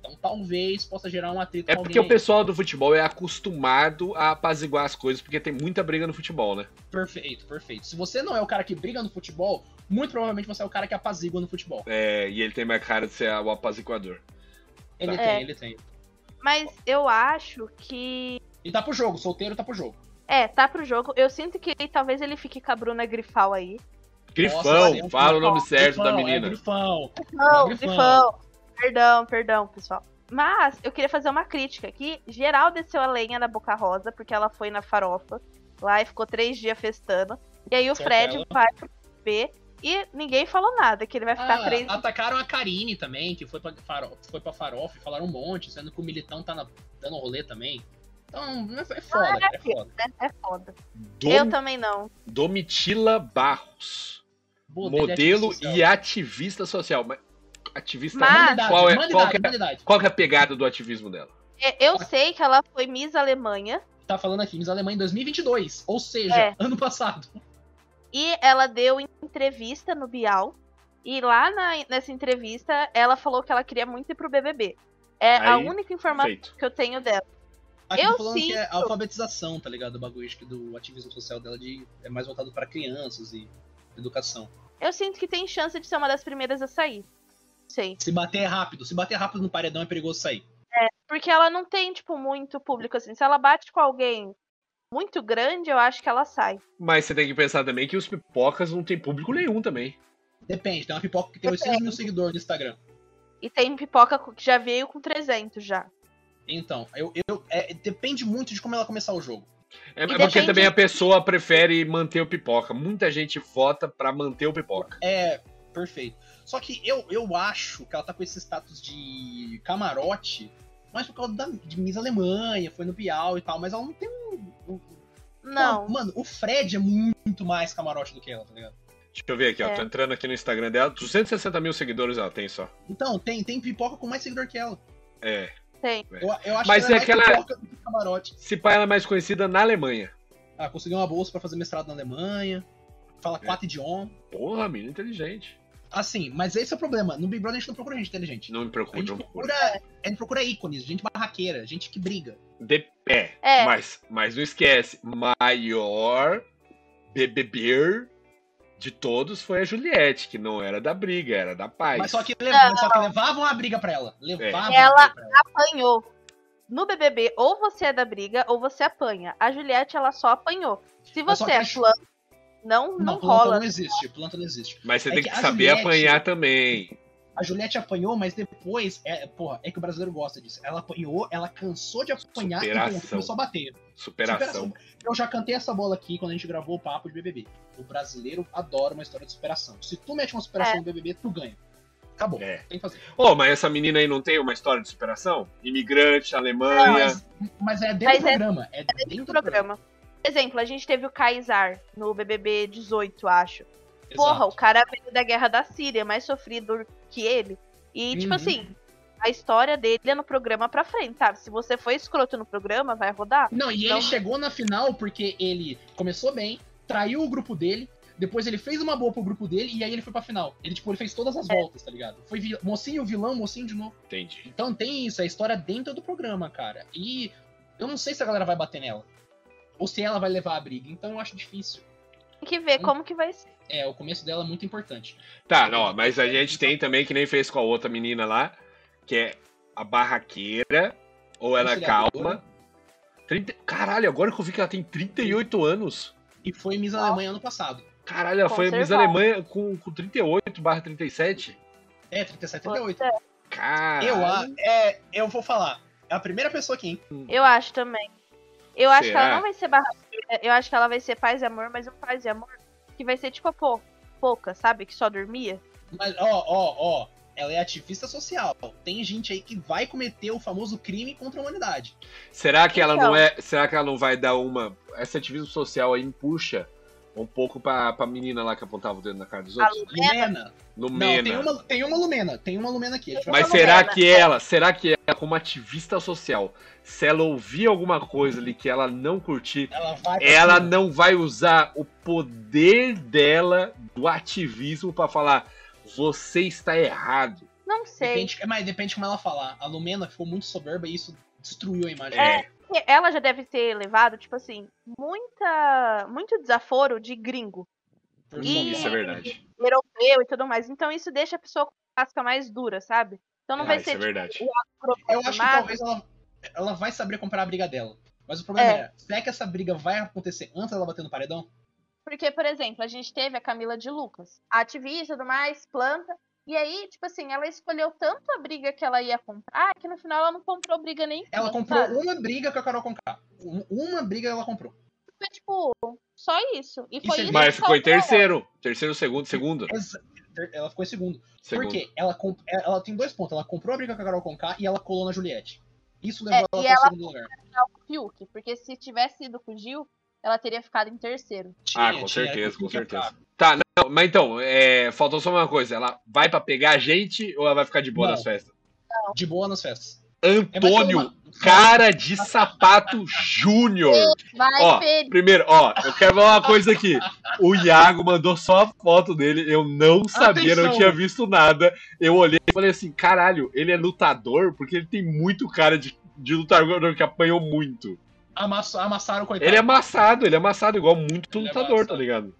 S2: Então talvez possa gerar um atrito
S1: É
S2: com
S1: porque o
S2: alguém. aí.
S1: pessoal do futebol é acostumado a apaziguar as coisas, porque tem muita briga no futebol, né?
S2: Perfeito, perfeito. Se você não é o cara que briga no futebol, muito provavelmente você é o cara que apazigua no futebol.
S1: É, e ele tem mais cara de ser o apaziguador.
S2: Ele
S3: É.
S2: tem, ele tem.
S3: Mas eu acho que
S2: E tá pro jogo, solteiro tá pro jogo.
S3: É, tá pro jogo. Eu sinto que talvez ele fique com a Bruna Grifal aí.
S1: Grifão,
S2: sempre
S1: fala o nome
S3: Grifão,
S1: certo da
S2: Grifão, É
S1: menina.
S2: grifão.
S3: Não,
S2: Grifão.
S3: Grifão. Perdão, perdão, pessoal. Mas eu queria fazer uma crítica aqui. Geral desceu a lenha na Boca Rosa, porque ela foi na farofa lá e ficou três dias festando. E aí o
S2: Certo,
S3: Fred
S2: ela.
S3: vai pro B e ninguém falou nada, que ele vai ficar
S2: Ah,
S3: três
S2: Atacaram a Karine também, que foi pra, faro... foi pra farofa e falaram um monte, sendo que o Militão tá na- dando rolê também. Então, é foda, cara, é foda.
S3: né? É foda.
S1: Dom-
S3: Eu também não.
S1: Domitila Barros.
S2: de
S1: modelo
S2: ativista é social.
S1: e ativista social. Mas, ativista
S3: Mas-
S2: Humanidade,
S1: qual é-
S2: humanidade,
S1: qual que é-
S2: humanidade.
S1: Qual que é a pegada do ativismo dela?
S3: E- É, Eu sei que ela foi Miss Alemanha
S2: Tá falando aqui, Miss Alemanha em 2022, ou seja,
S3: É.
S2: ano passado.
S3: e ela deu entrevista no Bial. E lá na- nessa entrevista, ela falou que ela queria muito ir pro BBB. É a
S1: Aí,
S3: única informação
S1: Feito.
S3: que eu tenho dela.
S2: Aqui
S3: Eu
S2: tá falando que é
S3: sinto-
S2: alfabetização, tá ligado? O bagulho acho que do ativismo social dela de, é mais voltado pra crianças e educação.
S3: Eu sinto que tem chance de ser uma das primeiras a sair. Sei.
S2: Se bater é rápido, se bater rápido no paredão é perigoso sair.
S3: Porque ela não tem, tipo, muito público assim. Se ela bate com alguém muito grande, eu acho que ela sai.
S1: Mas você tem que pensar também que os pipocas não tem público nenhum também.
S2: Depende, tem uma pipoca que tem 800 mil seguidores no Instagram.
S3: E tem pipoca co- que já veio com 300 já.
S2: Então, eu, eu- é, depende muito de como ela começar o jogo.
S1: É, é porque
S3: depende-
S1: também a pessoa prefere manter o pipoca. Muita gente vota pra manter o pipoca.
S2: É, perfeito. Só que eu, eu acho que ela tá com esse status de camarote, mas por causa da, de Miss Alemanha, foi no Bial e tal, mas ela não tem um. um-
S3: Não.
S2: Mano, o Fred é muito mais camarote do que ela, tá ligado?
S1: Deixa eu ver aqui, ó.
S3: É.
S1: Tô entrando aqui no Instagram dela. 260 mil seguidores ela tem só.
S2: Então, tem, tem pipoca com mais seguidor que ela.
S1: É.
S2: Eu, eu acho
S1: Mas
S2: que ela
S1: é aquela-
S2: mais pipoca do que camarote.
S1: Se pá, ela é mais conhecida na Alemanha.
S2: Ah, conseguiu uma bolsa pra fazer mestrado na Alemanha, fala
S1: É.
S2: quatro idiomas.
S1: Porra, menina inteligente.
S2: Assim, mas esse é o problema. No Big Brother a gente não procura gente inteligente.
S1: Não me
S2: A
S1: preocupe,
S2: gente
S1: não me preocupe.
S2: procura, a gente procura ícones, gente barraqueira, gente que briga.
S1: De pé.
S3: É.
S1: Mas, mas não esquece, maior BBB de todos foi a Juliette, que não era da briga, era da paz.
S2: Mas só que, lev- mas só que levavam a briga pra ela. Levavam
S3: Ela-
S2: a briga pra ela.
S3: Apanhou. No BBB, ou você é da briga, ou você apanha. A Juliette, ela só apanhou. Se
S2: Mas só
S3: você
S2: que
S3: é
S2: a Ju-
S3: plano, não, não,
S2: planta
S3: rola.
S2: não existe, planta não existe.
S1: Mas você
S2: É
S1: tem
S2: que
S1: que,
S2: a
S1: saber
S2: Juliette-
S1: apanhar também.
S2: A Juliette apanhou, mas depois, é, porra, é que o brasileiro gosta disso. Ela apanhou, ela cansou de apanhar
S1: Superação.
S2: e começou a bater.
S1: Superação.
S2: Eu já cantei essa bola aqui quando a gente gravou o papo de BBB. O brasileiro adora uma história de superação. Se tu mete uma superação
S3: É.
S2: no BBB, tu ganha. Acabou.
S1: É.
S2: Tem que fazer.
S1: Oh, mas essa menina aí não tem uma história de superação? Imigrante, Alemanha.
S2: Mas, mas é dentro
S3: Mas
S2: do
S3: é-
S2: programa. É, dentro
S3: do
S2: do programa.
S3: programa. Por exemplo, a gente teve o Kaysar no BBB 18, acho.
S2: Exato.
S3: Porra, o cara veio da guerra da Síria, mais sofrido que ele. E, tipo
S2: Uhum.
S3: assim, a história dele é no programa pra frente, sabe? Se você for escroto no programa, vai rodar.
S2: Não, e
S3: Não.
S2: ele chegou na final porque ele começou bem, traiu o grupo dele, depois ele fez uma boa pro grupo dele e aí ele foi pra final. Ele, tipo, ele fez todas as voltas, tá ligado? Foi vi- mocinho, vilão, mocinho de novo.
S1: Entendi.
S2: Então tem isso, é a história dentro do programa, cara. E eu não sei se a galera vai bater nela. Ou se ela vai levar a briga. Então eu acho difícil.
S3: Tem que ver
S2: Hum.
S3: como que vai ser.
S2: É, o começo dela é muito importante.
S1: Tá, não, mas a gente tem também, que nem fez com a outra menina lá, que é a barraqueira, ou ela é calma.
S2: Conciliadora.
S1: 30... Caralho, agora que eu vi que ela tem 38 anos.
S2: E foi Miss Alemanha ano passado.
S1: Caralho, ela foi Miss
S3: Conservada.
S1: Alemanha com, com 38 barra 37.
S2: É, 37, 38.
S1: Caralho.
S2: Eu, a- é, eu vou falar. É a primeira pessoa que
S3: Eu acho também. Eu acho que ela
S1: Será?
S3: não vai ser barraqueira, eu acho que ela vai ser paz e amor, mas um paz e amor que vai ser tipo a pou- pouca, sabe? Que só dormia.
S2: Mas, ó, ó, ó, ela é ativista social. Tem gente aí que vai cometer o famoso crime contra a humanidade.
S1: Será que ela
S3: Então.
S1: não é. Será que ela não vai dar uma. Esse ativismo social aí puxa um pouco pra, pra menina lá que apontava o dedo na cara dos
S3: A
S1: outros?
S2: Lumena.
S1: No
S2: Não, tem
S1: Mena.
S2: uma, tem uma Lumena. Tem uma Lumena aqui. a gente vai
S1: Mas
S3: Uma
S2: falar.
S1: será
S3: Lumena.
S1: que ela, será que ela, como ativista social, se ela ouvir alguma coisa ali que ela não curtir,
S2: Ela vai. pra
S1: ela
S2: cima.
S1: não vai usar o poder dela do ativismo pra falar você está errado.
S3: Não sei.
S2: Depende, é, mas depende como ela falar. A Lumena ficou muito soberba e isso destruiu a imagem
S1: É.
S2: dela.
S3: Ela já deve ter levado, tipo assim, muita, muito desaforo de gringo,
S2: Principalmente.
S1: Isso é verdade.
S3: europeu e tudo mais. Então isso deixa a pessoa com a casca mais dura, sabe? Então não
S1: Ah,
S3: vai
S1: isso
S3: ser
S1: é
S2: tipo,
S1: verdade.
S2: Eu acho que
S3: Mas-
S2: talvez ela, ela vai saber comprar a briga dela. Mas o problema
S3: É.
S2: é. será que essa briga vai acontecer antes dela bater no paredão?
S3: Porque, por exemplo, a gente teve a Camila de Lucas, a ativista e tudo mais, planta. E aí, tipo assim, ela escolheu tanto a briga que ela ia comprar que no final ela não comprou briga nenhuma.
S2: Ela comprou
S3: sabe?
S2: uma briga com a Carol Conká. Um- Uma briga ela comprou.
S3: Foi, tipo, só isso. E foi
S2: é
S3: isso. que
S1: Mas ficou em
S3: salvou ela.
S1: terceiro. Terceiro, segundo, segundo.
S2: Mas Ela ficou em segundo.
S1: segundo.
S2: Por quê? Ela, comp- é, ela tem dois pontos. Ela comprou a briga com a Carol Conká e ela colou na Juliette. Isso levou
S3: É,
S2: ela
S3: e
S2: para o
S3: ela-
S2: segundo lugar.
S3: final com o Fiuk, porque se tivesse ido com o Gil, ela teria ficado em terceiro.
S2: Tinha,
S1: Ah, com
S2: tinha,
S1: certeza,
S2: era
S1: com
S2: que eu
S1: certeza.
S2: tava.
S1: Tá, não, mas então, é, faltou só uma coisa. Ela vai pra pegar a gente ou ela vai ficar de boa
S2: Não.
S1: nas festas?
S2: De boa nas festas. É, mas
S1: Antônio,
S2: foi uma-
S1: cara de sapato Júnior.
S3: Vai,
S1: Ó,
S3: Felipe!
S1: Primeiro, ó, eu quero falar uma coisa aqui. O Iago mandou só a foto dele, eu não sabia, não
S2: Atenção.
S1: tinha visto nada. Eu olhei e falei assim: caralho, ele é lutador porque ele tem muito cara de, de lutador que apanhou muito.
S2: Amass- amassaram o coitado.
S1: Ele é amassado, ele é amassado, igual muito
S2: Ele é
S1: lutador, tá
S2: amassado.
S1: ligado?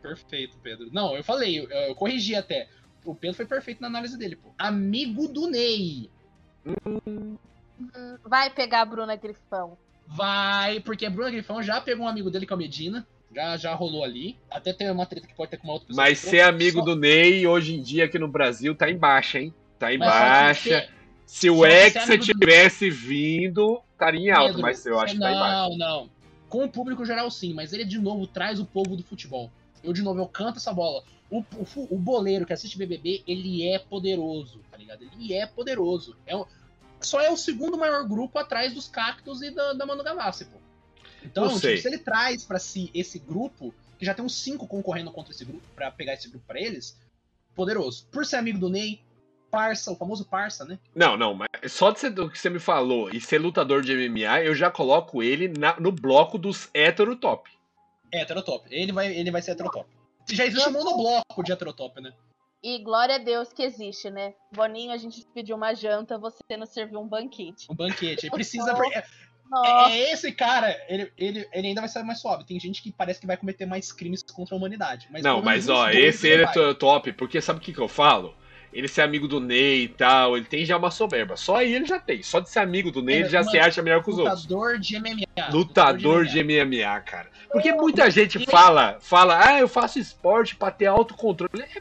S2: Perfeito, Pedro. Não, eu falei, eu, eu corrigi até. O Pedro foi perfeito na análise dele, pô. Amigo do Ney.
S3: Vai pegar a Bruna Grifão.
S2: Vai, porque Bruno Grifão já pegou um amigo dele com a Medina. Já, já rolou ali. Até tem uma treta que pode ter com uma outra pessoa.
S1: Mas ser amigo do Ney hoje em dia aqui no Brasil tá em baixa, hein? Tá em
S2: Mas só que
S1: baixa.
S2: ser-
S1: Se o
S2: só que ser
S1: Hexa
S2: amigo do-
S1: tivesse vindo, estaria em alta,
S2: Pedro,
S1: mas eu acho que tá em baixa.
S2: Não, não. Com o público geral, sim, mas ele de novo traz o povo do futebol. Eu, de novo, eu canto essa bola. O, o, fu- o boleiro que assiste BBB, ele é poderoso, tá ligado? Ele é poderoso. É o- só é o segundo maior grupo atrás dos Cactos e da, da Manu Gavassi, pô. Então,
S1: Não sei.
S2: tipo, se ele traz pra si esse grupo, que já tem uns cinco concorrendo contra esse grupo, pra pegar esse grupo pra eles, poderoso. Por ser amigo do Ney, parça, o famoso parça, né?
S1: Não, não, mas só de ser, do que você me falou e ser lutador de MMA, eu já coloco ele na- no bloco dos hétero top.
S2: É, heterotop. Ele vai, ele vai ser heterotop. Já existe um monobloco de heterotop, né?
S3: E glória a Deus que existe, né? Boninho, a gente pediu uma janta, você nos serviu um banquete.
S2: Um banquete. Ele precisa. É,
S3: Nossa,
S2: é esse cara, ele, ele, ele ainda vai ser mais suave. Tem gente que parece que vai cometer mais crimes contra a humanidade. Mas
S1: não,
S2: pelo
S1: mas
S2: menos
S1: ó,
S2: os dois
S1: esse ele
S2: ele
S1: é
S2: vai.
S1: to- top, porque sabe o que, que eu falo? Ele ser amigo do Ney e tal, ele tem já uma soberba. Só aí ele já tem. Só de ser amigo do Ney,
S2: É,
S1: ele já
S2: mano,
S1: se acha melhor que os outros.
S2: Lutador de MMA.
S1: Lutador de MMA, cara. Porque muita gente fala, fala, ah, eu faço esporte pra ter autocontrole. É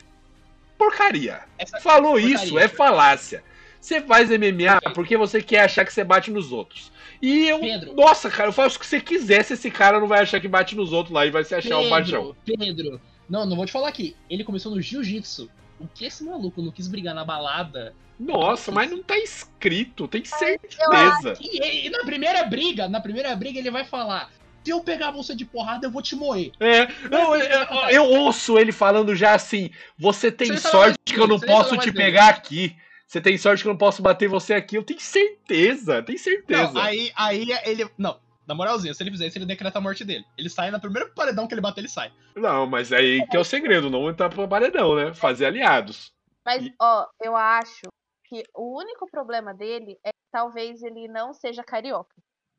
S1: porcaria.
S2: Essa-
S1: Falou
S2: porcaria.
S1: isso, é falácia. Você faz MMA
S2: Perfeito.
S1: porque você quer achar que você bate nos outros. E eu.
S2: Pedro.
S1: Nossa, cara, eu faço o que você quiser se esse cara não vai achar que bate nos outros lá e vai se achar um baixão.
S2: Pedro, Pedro. Não, não vou te falar aqui. Ele começou no jiu-jitsu. O que esse maluco não quis brigar na balada?
S1: Nossa, mas não tá escrito, tem
S3: eu acho
S1: certeza.
S2: E, ele- e na primeira briga, na primeira briga ele vai falar: se eu pegar você de porrada, eu vou te moer.
S1: É, não, eu, eu- eu ouço ele falando já assim: você tem
S2: Você tá
S1: sorte
S2: mais-
S1: que eu não
S2: você tá
S1: posso
S2: mais
S1: te
S2: dele."
S1: pegar aqui. Você tem sorte que eu não posso bater você aqui. Eu tenho certeza, tenho certeza.
S2: Não, aí, aí ele. Não, na moralzinha, se ele fizer isso, ele decreta a morte dele. Ele sai na primeira paredão que ele bater, ele sai.
S1: Não, mas aí que é o segredo, não entrar pro paredão, né? Fazer aliados.
S3: mas
S1: e-
S3: ó, eu acho que o único problema dele é que talvez ele não seja carioca.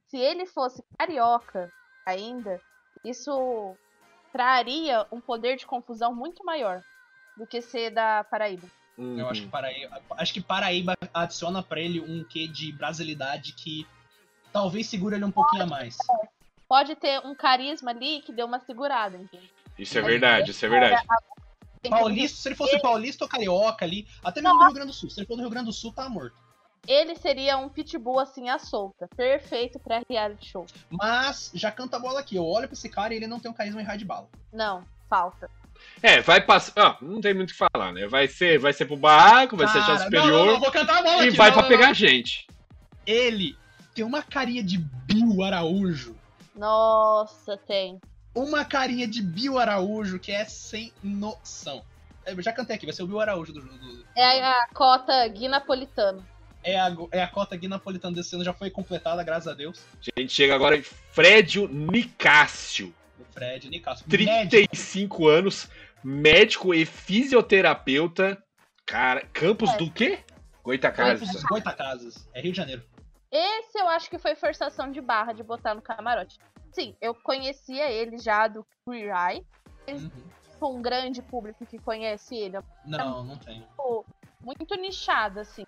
S3: Se ele fosse carioca ainda, isso traria um poder de confusão muito maior do que ser da Paraíba.
S1: Uhum.
S2: Eu acho que Paraíba. Acho que Paraíba adiciona pra ele um quê de brasilidade que talvez segura ele um pouquinho a mais.
S3: Pode ter um carisma ali que deu uma segurada, entende?
S1: Isso é verdade, isso é verdade.
S3: Tem que-
S2: Paulista, se ele fosse paulista ou carioca ali, até mesmo do Rio Grande do Sul. Se ele for do Rio Grande do Sul, tá morto.
S3: Ele seria um pitbull assim à solta, perfeito pra reality show.
S2: Mas já canta a bola aqui. Eu olho pra esse cara e ele não tem um carisma em raio de bala.
S3: Não, falta.
S1: É, vai passar. Ah, não tem muito o que falar, né? Vai ser, vai ser pro barraco, vai ser achar
S2: Cara,
S1: superior
S2: Não, não, não, vou cantar a bola
S1: e
S2: aqui.
S1: vai
S2: não,
S1: pra
S2: não,
S1: pegar a gente.
S2: não. Ele tem uma carinha de Bill Araújo.
S3: Nossa, tem.
S2: uma carinha de Bill Araújo que é sem noção. É, Eu já cantei aqui, vai ser o Bill Araújo do jogo.
S3: É a, a cota Gui Napolitano.
S2: É a, é a cota Gui Napolitano desse ano, já foi completada, graças a Deus.
S1: A gente chega agora em Frédio Nicásio,
S2: O Fred, Nicasso. Médico.
S1: 35 anos, médico e fisioterapeuta, Cara, Campos
S3: É.
S1: do quê? Goitacazes.
S2: Casas. Goitacazes. É Rio de Janeiro.
S3: Esse eu acho que foi forçação de barra de botar no camarote. Sim, eu conhecia ele já do Queer Eye.
S2: Uhum.
S3: Foi um grande público que conhece ele. É um
S2: Não, não tenho.
S3: pouco- muito nichado, assim.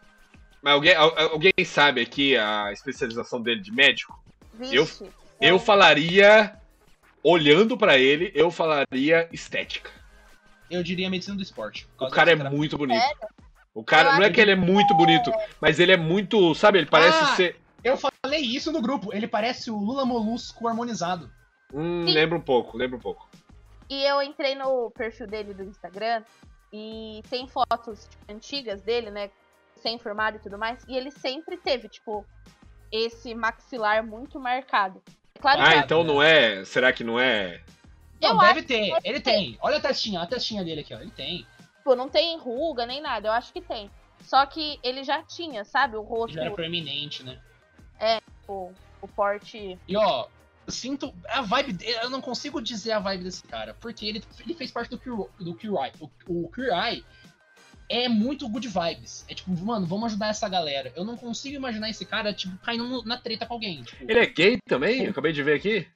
S1: Mas alguém, al- alguém sabe aqui a especialização dele de médico? Eu-
S3: Vixe, é
S1: Eu
S3: um-
S1: falaria, olhando pra ele, eu falaria estética.
S2: Eu diria medicina do esporte. por
S1: O
S2: causa
S1: cara é
S2: desse
S1: muito bonito.
S3: Sério?
S1: O cara, não é que ele é muito bonito, mas ele é muito, sabe, ele parece
S2: Ah!
S1: ser...
S2: Eu falei isso no grupo. Ele parece o Lula Molusco harmonizado.
S1: Hum,
S3: Sim.
S1: lembra um pouco, lembra um pouco.
S3: E eu entrei no perfil dele do Instagram e tem fotos tipo, antigas dele, né? Sem formado e tudo mais. E ele sempre teve, tipo, esse maxilar muito marcado. É Claro
S1: Ah,
S3: que
S1: então não é... Será que não é...
S3: eu
S2: Não,
S3: acho
S2: deve ter. Ele tem. Olha a testinha, a testinha dele aqui, ó. Ele tem.
S3: tipo, não tem ruga nem nada. Eu acho que tem. Só que ele já tinha, sabe? O rosto,
S2: Ele já era proeminente, né?
S3: o, tipo, o porte.
S2: E ó, eu sinto. A vibe. de- Eu não consigo dizer a vibe desse cara. Porque ele, ele fez parte do Cure, do Cure Eye. O, o Cure Eye é muito good vibes. É tipo, mano, vamos ajudar essa galera. Eu não consigo imaginar esse cara, tipo, caindo no- na treta com alguém. Tipo,
S1: Ele é gay também? Eu acabei de ver aqui.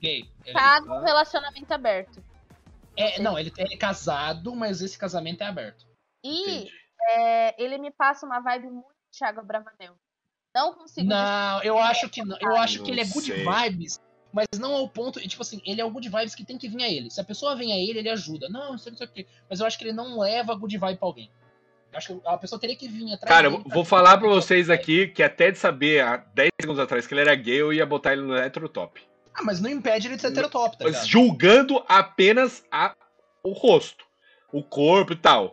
S2: gay. Ele-
S3: Tá no relacionamento aberto.
S2: é, não, ele, ele é casado, mas esse casamento é aberto.
S3: E
S1: Entendi.
S3: é, ele me passa uma vibe muito Thiago Bravanel. Não consigo.
S2: Não, eu acho que não. Eu acho
S1: Não
S2: que ele é good
S1: sei.
S2: vibes, mas não ao ponto. Tipo assim, ele é o good vibes que tem que vir a ele. Se a pessoa vem a ele, ele ajuda. Não, não sei, não sei o quê. Mas eu acho que ele não leva good vibe pra alguém. Eu acho que a pessoa teria que vir atrás.
S1: Cara, eu
S2: dele
S1: vou- vou falar pra vocês aqui que até de saber há 10 segundos atrás que ele era gay, eu ia botar ele no hétero top.
S2: Ah, mas não impede ele de ser heterotop, tá
S1: Mas
S2: ligado?
S1: julgando apenas a- o rosto, o corpo e tal.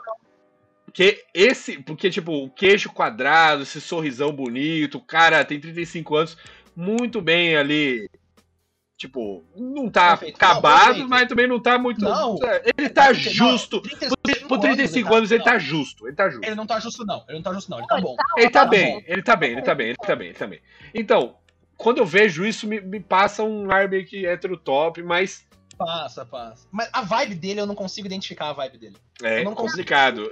S1: Porque esse, porque tipo, o queixo quadrado, esse sorrisão bonito, o cara tem 35 anos, muito bem ali. Tipo, não tá
S2: Perfeito. Não,
S1: acabado,
S2: perfeito.
S1: mas também não tá muito.
S2: Não.
S1: Ele tá
S2: Não,
S1: justo.
S2: 35
S1: Por 35 anos ele tá justo, ele tá justo.
S2: Ele não tá justo, não. Ele não tá justo, não. Ele tá
S3: Não,
S2: bom.
S1: Ele tá
S2: Tá
S1: bem,
S2: bom.
S1: ele tá bem, ele tá bem, ele tá bem, ele tá bem. Então, quando eu vejo isso, me, me passa um ar meio que hétero top, mas
S2: Passa, passa. Mas a vibe dele, eu não consigo identificar a vibe dele.
S1: é
S2: Eu não consigo.
S1: complicado.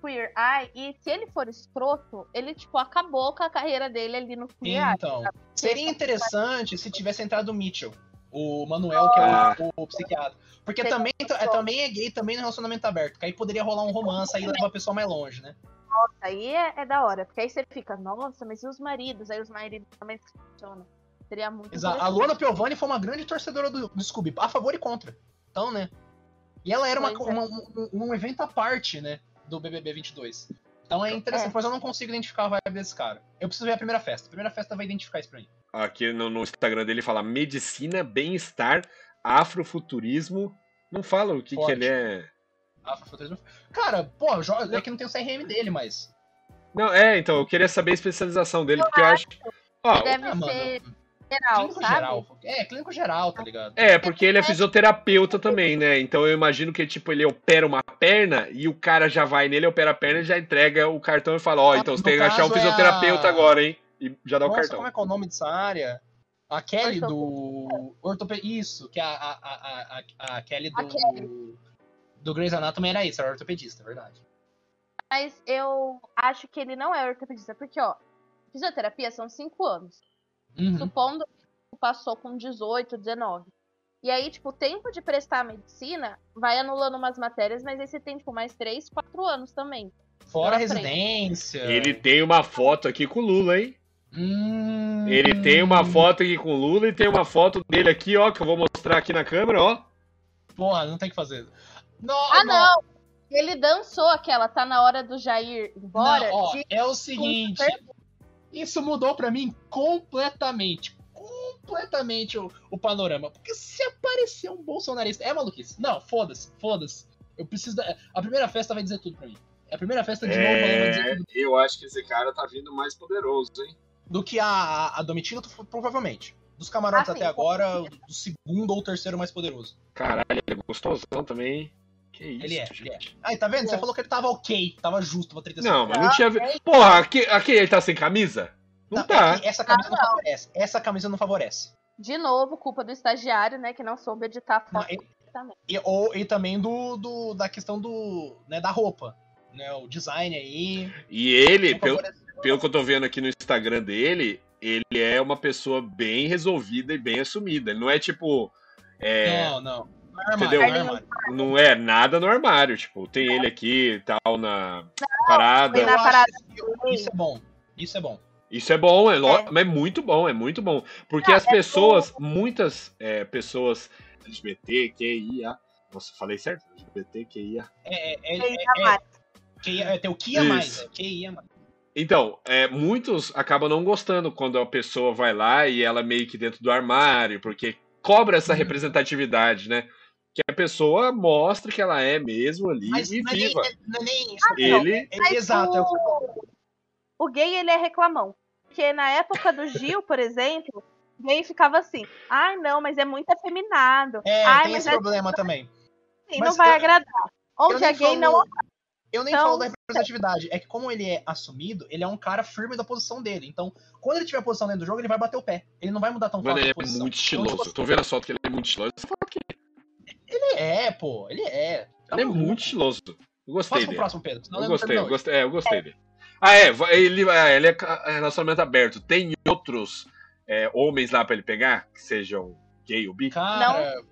S3: Queer Eye, e se ele for escroto, ele, tipo, acabou com a carreira dele ali no Queer Eye.
S2: Então, seria interessante se tivesse entrado o Mitchell, o Manuel, que é
S1: Ah.
S2: o, o psiquiatra. Porque também, é, também é gay, também no relacionamento aberto. Que aí poderia rolar um romance aí leva a pessoa mais longe, né?
S3: Nossa, aí é, é da hora, porque aí você fica, nossa, mas e os maridos? Aí os maridos também se funcionam. Seria muito
S2: Exato. A
S3: interessante.
S2: Luana Piovani foi uma grande torcedora do, do Scooby, a favor e contra. Então, né? E ela era uma,
S3: Pois é.
S2: uma- um, um evento à parte, né? Do BBB 22. Então é interessante,
S3: É.
S2: mas eu não consigo identificar a vibe desse cara. Eu preciso ver a primeira festa. A primeira festa vai identificar isso pra mim.
S1: Aqui no, no Instagram dele fala medicina, bem-estar, afrofuturismo. Não fala o que, que
S2: Forte.
S1: ele é.
S2: Ah, foi- foi- foi- Cara, pô, jo- é que não tem o CRM dele, mas.
S1: Não, é, então, eu queria saber a especialização dele, porque eu acho. Ó,
S3: Deve
S2: Ah, mano.
S3: ser geral,
S2: clínico
S3: sabe?
S2: geral. É, clínico geral, tá ligado?
S1: é, porque ele é fisioterapeuta também, né? Então eu imagino que, tipo, ele opera uma perna e o cara já vai nele, opera a perna e já entrega o cartão e fala: Ó, então
S2: No
S1: você tem que achar um
S2: caso, é a-
S1: fisioterapeuta agora, hein? E já dá o
S2: Nossa,
S1: cartão.
S2: como é que é o nome dessa área? A Kelly do. Ortope... Isso, que a, a, a, a, a Kelly do.
S3: A Kelly.
S2: Do Grey's Anatomy era isso, era ortopedista, é verdade.
S3: Mas eu acho que ele não é ortopedista, porque, ó, fisioterapia são cinco anos.
S2: Uhum.
S3: Supondo que tu passou com 18, 19. E aí, tipo, o tempo de prestar a medicina vai anulando umas matérias, mas aí você tem, tipo, mais três, quatro anos também.
S2: Fora a
S3: Pra frente.
S2: residência.
S1: Ele tem uma foto aqui com o Lula, hein?
S2: Hum.
S1: Ele tem uma foto aqui com o Lula e tem uma foto dele aqui, ó, que eu vou mostrar aqui na câmera, ó.
S2: Porra, não tem o que fazer. Não,
S3: Ah, não! Ele dançou aquela, tá na hora do Jair ir
S2: Não,
S3: embora.
S2: ó,
S3: de-
S2: é o seguinte. Isso mudou pra mim completamente. Completamente o, o panorama. Porque se aparecer um bolsonarista. É maluquice. Não, foda-se, foda-se. Eu preciso da. A primeira festa vai dizer tudo pra mim. É A primeira festa de novo ela vai dizer tudo.
S1: É, eu acho que esse cara tá vindo mais poderoso, hein?
S2: Do que a, a Domitila, tu- provavelmente. Dos camarotes
S3: Ah, sim,
S2: até
S3: com
S2: agora, o o segundo ou o terceiro mais poderoso.
S1: Caralho, ele é gostosão também, hein? Que isso,
S2: Ele é, ele é.
S1: gente.
S2: Aí, tá vendo? Você
S3: É.
S2: falou que ele tava ok, tava justo pra 35.
S1: Não, mas não tinha... vi- Porra, aqui, aqui ele tá sem camisa? Não, tá.
S2: é que Essa camisa não favorece. Essa camisa não favorece.
S3: De novo, culpa do estagiário, né? Que não soube editar a
S2: Não,
S3: foto.
S2: e, e- ou, e também do, do- da questão do, né, da roupa. né, o design aí.
S1: E ele,
S2: Não
S1: pelo,
S2: favorece-
S1: pelo que eu tô vendo aqui no Instagram dele, ele é uma pessoa bem resolvida e bem assumida. Ele não é tipo. é,
S2: Não, não. Não é armário,
S1: Entendeu?
S2: não é armário.
S3: tá
S1: não é nada no armário. Tipo, tem ele aqui e tal, na parada.
S3: Foi
S2: Eu
S3: na
S2: acho
S3: parada
S2: que Isso é bom. Isso é bom.
S1: Isso é bom, é, lo-
S3: É.
S1: mas é muito bom, é muito bom. Porque as
S3: é
S1: pessoas, muitas é, pessoas LGBT, QIA. Nossa, falei certo? LGBT, QIA.
S2: É, é, é,
S3: Quem
S2: é,
S3: ia mais?
S2: quem é, tem o que a mais.
S1: Isso.
S2: É, quem ia mais.
S1: Então, é, muitos acabam não gostando quando a pessoa vai lá e ela é meio que dentro do armário, porque cobra essa
S2: Uhum.
S1: representatividade, né? Que a pessoa mostra que ela é mesmo ali
S2: Mas
S1: e
S2: não é, nem,
S1: viva. Ah,
S2: não é nem isso.
S1: Ele.
S2: É-
S3: Mas
S2: exato. é o que eu falo.
S3: o... o gay, ele é reclamão. Porque na época do Gil, por exemplo, gay ficava assim, ai não, mas é muito afeminado.
S2: É,
S3: Ai,
S2: tem
S3: mas
S2: esse
S3: é
S2: problema também.
S3: assim,
S2: mas
S3: não vai
S2: eu-
S3: agradar.
S2: Eu
S3: Onde
S2: nem
S3: é gay,
S2: falo-
S3: não
S2: Eu nem
S3: Então,
S2: falo da representatividade. É que como ele é assumido, ele é um cara firme da posição dele. Então, quando ele tiver a posição dentro do jogo, ele vai bater o pé. Ele não vai mudar tão
S1: Mano,
S2: fácil
S1: ele
S2: de
S1: é
S2: posição.
S1: muito
S2: Então, tipo
S1: estiloso.
S2: assim,
S1: Tô vendo as fotos que ele é muito estiloso.
S2: Tá
S1: Você fala que
S2: Ele é, pô. Ele é. Tá
S1: Ele é
S2: maluco.
S1: muito estiloso. Eu gostei
S2: Passa pro
S1: dele.
S2: próximo, Pedro. senão
S1: Eu
S2: não é
S1: gostei, eu
S2: Pedro, não.
S1: gostei, é, eu gostei dele. Ah, é, va- ele é, ele é ca- é relacionamento aberto. Tem outros é, homens lá pra ele pegar que sejam gay ou bi?
S2: Cara,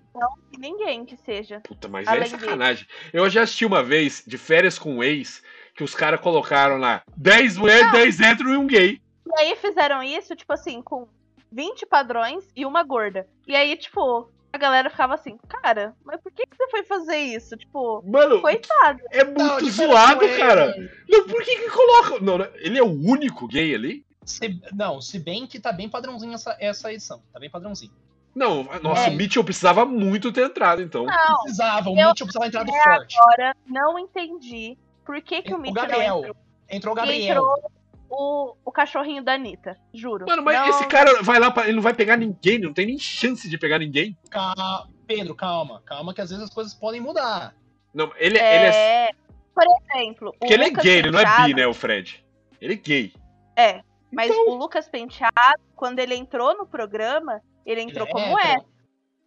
S3: que ninguém que seja.
S1: Puta, mas
S3: Além
S1: é
S3: de-
S1: sacanagem. Eu já assisti uma vez, de férias com um ex, que os caras colocaram lá 10 mulheres, 10 héteros e um gay.
S3: E aí fizeram isso, tipo assim, com 20 padrões e uma gorda. E aí, tipo, a galera ficava assim, cara, mas por que, que você foi fazer isso? Tipo,
S1: Mano,
S3: coitado.
S1: é muito
S2: Não, de férias
S1: zoado,
S2: com ele,
S1: cara.
S2: velho.
S1: Não, por que que colocam? Não, não, ele é o único gay ali?
S2: Se- não, se bem que tá bem padrãozinho essa, essa edição. Tá bem padrãozinho.
S1: Não, nossa,
S2: É.
S1: o Mitchell precisava muito ter entrado, então.
S2: Precisava, o
S3: eu-
S2: Mitchell precisava entrar do
S3: é
S2: forte.
S3: Agora, não entendi por que, que o,
S2: O
S3: Mitchell não
S2: Gabriel.
S3: entrou.
S2: Entrou o
S3: E
S2: Gabriel.
S3: entrou o, o cachorrinho da Anitta, juro.
S1: Mano, mas
S3: Não-
S1: esse cara vai lá, pra, ele não vai pegar ninguém, não tem nem chance de pegar ninguém.
S2: Ca- Pedro, calma. Calma que às vezes as coisas podem mudar.
S1: Não, ele é. Ele é...
S3: É... Por exemplo,
S1: Porque ele é
S3: Lucas
S1: gay, ele não é bi,
S3: Penteado-
S1: né, o Fred? Ele é gay.
S3: É, Mas
S1: Então,
S3: o Lucas Penteado, quando ele entrou no programa, ele entrou
S2: Ele é
S3: como é.
S2: hétero.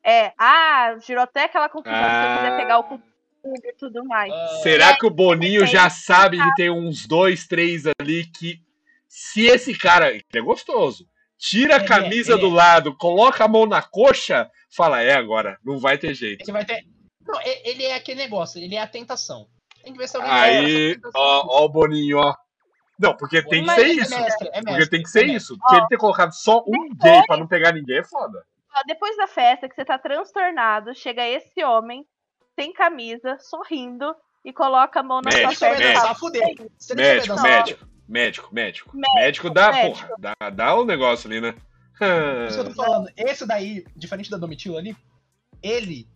S3: É, ah, giroteca ela confusão se
S1: Ah.
S3: eu quiser pegar o cupido e tudo mais.
S2: Ah,
S1: será que o Boninho
S3: tem-
S1: já sabe
S2: tá
S1: que tem uns dois, três ali que. Se esse cara. Ele é gostoso. Tira a
S2: Ele é,
S1: camisa
S2: ele
S1: do
S2: é.
S1: lado, coloca a mão na coxa, fala, é agora, não vai ter jeito.
S2: Você vai ter. Não, e- ele é aquele negócio, ele é a tentação. Tem que ver se alguém
S1: Aí, ó, ó o Boninho, ó. Não, porque tem que
S3: Mas
S1: ser
S2: é
S1: isso.
S2: Mestre, é
S1: Porque
S2: mestre.
S1: tem que ser
S2: é.
S1: isso. Porque ele ter colocado só um gay pra não pegar ninguém é foda.
S3: Ó, Depois da festa, que você tá transtornado, chega esse homem, sem camisa, sorrindo, e coloca a mão na
S2: Se
S1: Médico,
S2: ele
S3: sua perna
S2: souber
S3: e
S1: médico.
S2: dançar,
S3: fala,
S2: fudeu. Se ele é souber
S1: Médico,
S2: dançar,
S1: médico, médico, médico. Médico dá,
S3: médico.
S1: porra, dá, dá um negócio ali, né?
S2: Por isso
S1: É.
S2: é que eu tô falando. Esse daí, diferente da Domitila ali, ele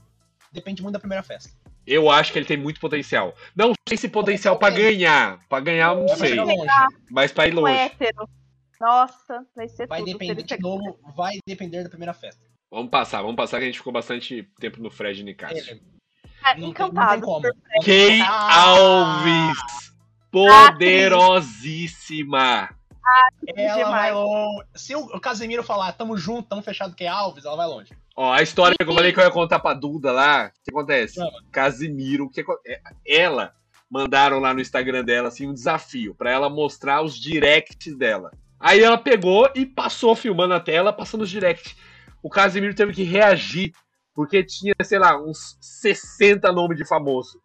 S2: depende muito da primeira festa.
S1: Eu acho que ele tem muito potencial. Não sei se potencial pra
S2: Potencial
S1: ganhar. Pra ganhar, eu não é.
S2: Vai
S1: sei.
S2: chegar longe.
S1: Mas pra ir
S3: um
S1: longe.
S3: hétero. Nossa, vai ser
S2: Vai
S3: tudo. se
S2: depender
S3: ele
S2: de
S3: chegar-
S2: novo, vai depender da primeira festa.
S1: Vamos passar, vamos passar, que a gente ficou bastante tempo no Fred e Nicásio.
S2: Ele,
S3: Ah,
S2: não, tem, não tem
S3: encantado.
S2: como.
S1: Kay
S2: Ah!
S1: Alves. Poderosíssima.
S2: Ela
S3: Demais.
S2: vai longe. Se o Casemiro falar, tamo junto, tamo fechado que é Alves, ela vai longe.
S1: Ó, a história que eu falei que eu ia contar pra Duda lá, o que acontece?
S2: Chama.
S1: Casimiro, o que aco- é, ela mandaram lá no Instagram dela assim um desafio pra ela mostrar os directs dela. Aí ela pegou e passou filmando a tela, passando os directs. O Casimiro teve que reagir porque tinha, sei lá, uns 60 nomes de famoso,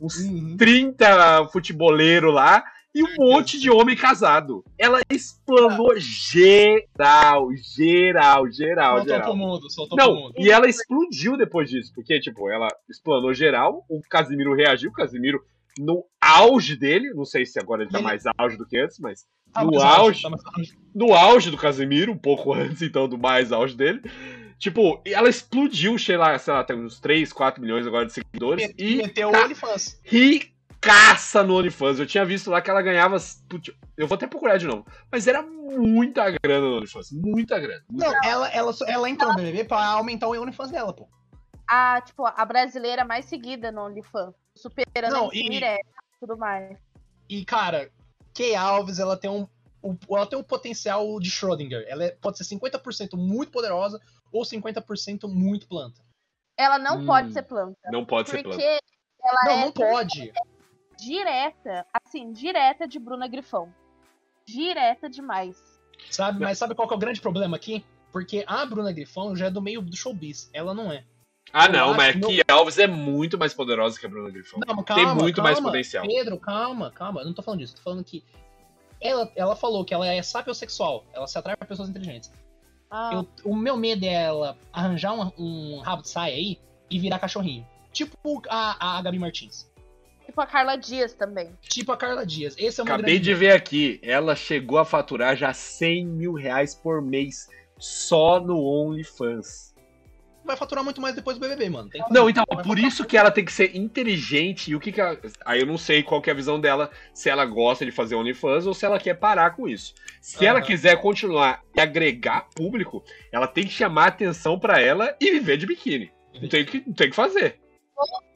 S1: uns
S2: Uhum.
S1: 30 futeboleiro lá e um monte de homem casado. Ela explanou geral, geral, geral,
S2: Soltou
S1: geral.
S2: pro mundo, soltou pro
S1: é Não,
S2: mundo.
S1: e ela explodiu depois disso, porque, tipo, ela explanou geral, o Casimiro reagiu, o Casimiro no auge dele, não sei se agora ele tá
S2: Ele-
S1: mais auge do que antes, mas
S2: Tá
S1: no
S2: mais
S1: auge.
S2: tá mais longe.
S1: no auge do Casimiro, um pouco <laughs> antes, então, do mais auge dele, tipo, ela explodiu, sei lá, sei lá, tem uns 3, 4 milhões agora de seguidores, e
S2: Meteu o
S1: tá-
S2: OnlyFans.
S1: ricaça no OnlyFans. Eu tinha visto lá que ela ganhava, putz, eu vou até procurar de novo, mas era muita grana no OnlyFans, muita grana.
S2: Não, ela, ela, só- ela entrou no BBB pra aumentar o OnlyFans dela, pô.
S3: A, tipo, a brasileira mais seguida no OnlyFans. Superando
S2: Não,
S3: a
S2: e-
S3: Mirella e tudo mais.
S2: E, cara, Kay Alves, ela tem um, um- ela tem um potencial de Schrödinger. Ela é- pode ser 50% muito poderosa ou 50% muito planta.
S3: Ela não
S1: Hum,
S3: pode ser planta.
S1: Não pode ser plano.
S3: Porque ela
S2: não,
S3: é
S2: não pode.
S3: direta, assim, direta de Bruna Grifão. Direta demais.
S2: Sabe, mas sabe qual que é o grande problema aqui? Porque a Bruna Grifão já é do meio do showbiz, ela não é.
S1: Ah, não,
S2: Eu
S1: mas
S2: acho
S1: a Kia Alves é muito mais poderosa que a Bruna Grifão.
S2: Não, mas
S1: Tem
S2: calma,
S1: muito mais
S2: calma.
S1: potencial.
S2: Pedro, calma, calma. Eu não tô falando disso. Tô falando que ela, ela falou que ela é sapiosexual. Ela se atrai pra pessoas inteligentes.
S3: Ah,
S2: Eu- o meu medo é ela arranjar um, um rabo de saia aí e virar cachorrinho. Tipo a, a Gabi Martins.
S3: Tipo a Carla Dias também.
S2: Tipo a Carla Dias. Esse é o meu
S1: Acabei
S2: grande
S1: de ver aqui, ela chegou a faturar já 100 mil reais por mês só no OnlyFans.
S2: medo. Vai faturar muito mais depois do BBB, mano. Tem que
S1: Não,
S2: fazer.
S1: então,
S2: Vai
S1: por
S2: faturar
S1: isso que ela tem que ser inteligente. E o que que ela. Aí eu não sei qual que é a visão dela, se ela gosta de fazer OnlyFans ou se ela quer parar com isso. Se ela
S2: Aham.
S1: quiser continuar e agregar público, ela tem que chamar atenção pra ela e viver de biquíni. Não tem o que, não tem o que fazer.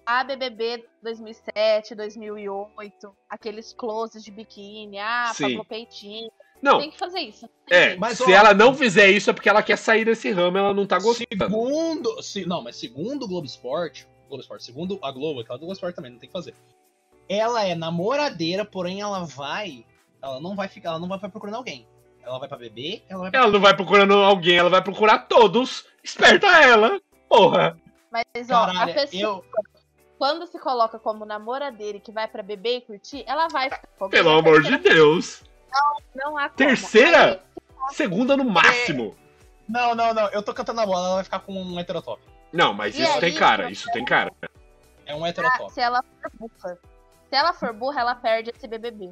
S3: A BBB 2007, 2008, aqueles closes de biquíni, ah,
S1: Sim.
S3: Pablo Peitinho.
S1: Não,
S3: Tem que fazer isso. Tem
S1: é.
S3: jeito.
S2: Mas,
S1: se
S2: ó-
S1: ela não fizer isso é porque ela quer sair desse ramo, ela não tá gostando.
S2: Segundo. se- não, mas segundo o Globo Esporte. Globo Esporte, segundo a Globo, aquela do Globo Esporte também, não tem o que fazer. Ela é namoradeira, porém ela vai. Ela não vai ficar, ela não vai pra procurar alguém. Ela vai pra beber, ela vai pra.
S1: Ela não vai procurando alguém, ela vai procurar todos. Esperta ela. Porra.
S3: Mas, ó,
S2: Caralho,
S3: a pessoa,
S2: eu,
S3: quando se coloca como namoradeira e que vai pra beber e curtir, ela vai ficar com alguém.
S1: Pelo amor de Deus.
S3: Não há como.
S1: Terceira? Segunda no máximo.
S2: É. Não, não, não. Eu tô cantando a bola, ela vai ficar com um heterotop.
S1: Não, mas
S3: E
S1: isso
S3: aí,
S1: tem cara,
S3: meu
S1: isso tem cara.
S2: É um
S3: Aí, ah,
S2: heterotop.
S3: se ela for burra. Se ela for burra, ela perde esse BBB.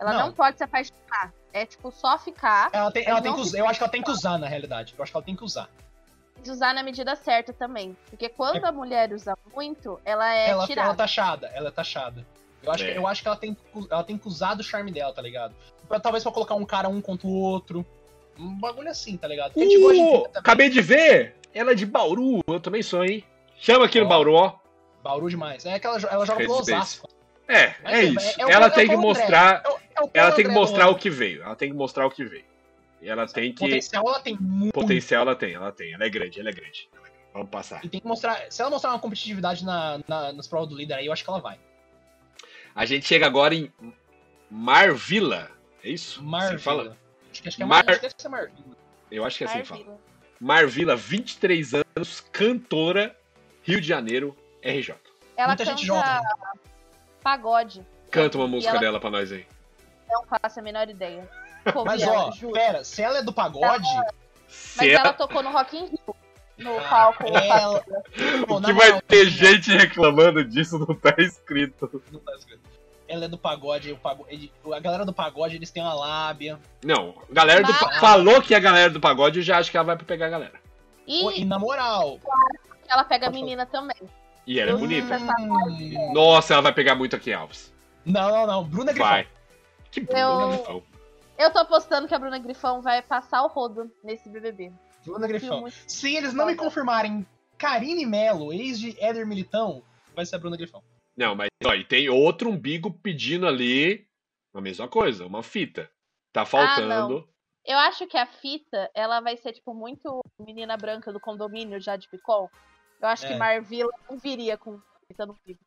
S3: Ela
S2: Não. É.
S3: não, pode se apaixonar. É, tipo, só ficar
S2: Ela tem, ela
S3: Mas
S2: tem
S3: É não
S2: que
S3: se
S2: usar, eu acho que ela tem que usar, na realidade. Eu acho que ela tem que usar.
S3: e usar na medida certa também. Porque quando a mulher usa muito, ela é
S2: É. ela, ela
S3: tirada.
S2: é taxada, ela é taxada. Eu acho,
S1: É.
S2: que, eu acho que ela tem, que cu- ela tem que usar do charme dela, tá ligado? Pra- talvez pra colocar um cara um contra o outro. Um bagulho assim, tá ligado? Porque a gente gosta de
S1: Uh,
S2: ficar também.
S1: acabei de ver. Ela é de Bauru. Eu também sou, hein? Chama aqui no
S2: Ó.
S1: Bauru, ó.
S2: Bauru demais. É que ela, jo- ela joga pro
S1: Respeito.
S2: Osasco.
S1: É,
S2: Mas
S1: é
S2: é,
S1: isso.
S2: é o-
S1: Ela
S2: é o
S1: tem que
S2: Paulo
S1: mostrar.
S2: É o- é o
S1: Ela
S2: Paulo
S1: tem que
S2: André
S1: mostrar
S2: do-
S1: o que veio. Ela tem que mostrar o que veio. E ela tem que.
S2: potencial, ela tem muito.
S1: Potencial ela tem, ela tem. Ela é grande, ela é grande. Ela é grande. Vamos passar.
S2: E tem que mostrar. Se ela mostrar uma competitividade na, na, nas provas do líder aí, eu acho que ela vai.
S1: A gente chega agora em Marvila. É isso?
S2: Marvila.
S1: Assim fala?
S2: Acho que, acho que é
S1: Mar-
S2: Mar... acho que deve ser Marvila.
S1: Eu acho que é assim que fala.
S3: Maravilha.
S1: Marvila, 23 anos, cantora, Rio de Janeiro, RJ.
S3: Ela
S2: Muita
S3: canta
S2: gente jovem.
S3: pagode.
S1: Canta uma música
S3: ela-
S1: dela pra nós aí.
S3: Não faço a menor
S2: <laughs>
S3: ideia. Como
S2: Mas
S3: ela,
S2: ó,
S3: juro.
S2: pera, se ela é
S3: Tá
S2: do pagode,
S1: Se é-
S3: Mas
S1: ela- <laughs>
S3: ela tocou no Rock in Rio. No
S2: Ah,
S3: palco.
S2: ela. <laughs> Pô,
S1: O
S2: na
S1: que vai
S2: moral,
S1: ter
S2: na
S1: gente reclamando disso não tá escrito.
S2: moral, não tá escrito. Ela é do pagode, o pago- ele- a galera do pagode, eles têm uma lábia.
S1: Não, a galera do. pa-
S2: Mas-
S1: Falou que é a galera do pagode, eu já acho que ela vai pra pegar a galera.
S2: Pô, E
S3: E
S2: na moral,
S3: ela pega a
S2: Pode falar.
S3: menina também.
S1: E ela é
S3: Eu-
S1: bonita.
S2: hum,
S1: Nossa, ela vai pegar muito aqui, Alves.
S2: Não, não, não. Bruna é Grifão.
S1: Vai. Que né, Bruna
S3: Eu-
S1: Grifão.
S3: Eu tô apostando que a Bruna Grifão vai passar o rodo nesse BBB.
S2: Bruna é
S3: Viu
S2: Grifão.
S3: muito?
S2: Se eles não me confirmarem Karine Melo, ex de Éder Militão, vai ser a Bruna Grifão.
S1: Não, mas ó, e tem outro umbigo pedindo ali a mesma coisa, uma fita.
S2: Ah,
S1: Tá faltando.
S3: Eu acho que a fita, ela vai ser, tipo, muito menina branca do condomínio já de Picon. Eu acho que
S2: É.
S3: Marvila não viria com fita no pico.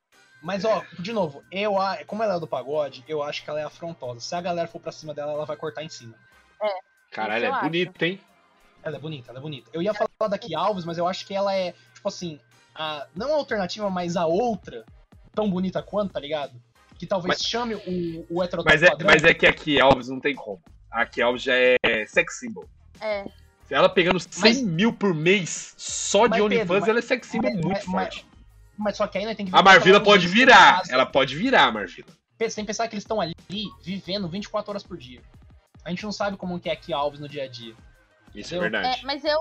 S2: Mas, ó, de novo, eu, a- como ela é do pagode, eu acho que ela é afrontosa. Se a galera for pra cima dela, ela vai cortar em cima.
S1: Caralho,
S3: eu
S1: é
S3: acho.
S1: bonita, hein?
S2: Ela é bonita, ela é bonita. Eu ia falar da Kia Alves, mas eu acho que ela é, tipo assim, a, não a alternativa, mas a outra, tão bonita quanto, tá ligado? Que talvez chame o, o heterotópico
S1: Mas é,
S2: padrão.
S1: mas é que aqui Alves não tem como. Aqui Alves já é sex symbol.
S3: É.
S1: Ela pegando 100
S2: Mas-
S1: mil por mês só de
S2: Mas, Pedro,
S1: OnlyFans,
S2: mas-
S1: ela é sex symbol
S2: mas-
S1: muito
S2: mas-
S1: forte.
S2: Mas só que aí, né, tem que
S1: a Marvila
S2: que
S1: pode
S2: eles
S1: virar.
S2: estão em
S1: Ela pode virar, Marvila.
S2: casa, Sem pensar que eles estão ali vivendo 24 horas por dia. A gente não sabe como que é a Kia Alves no dia a dia.
S1: Isso é
S2: Entendeu?
S1: verdade.
S3: É, mas eu,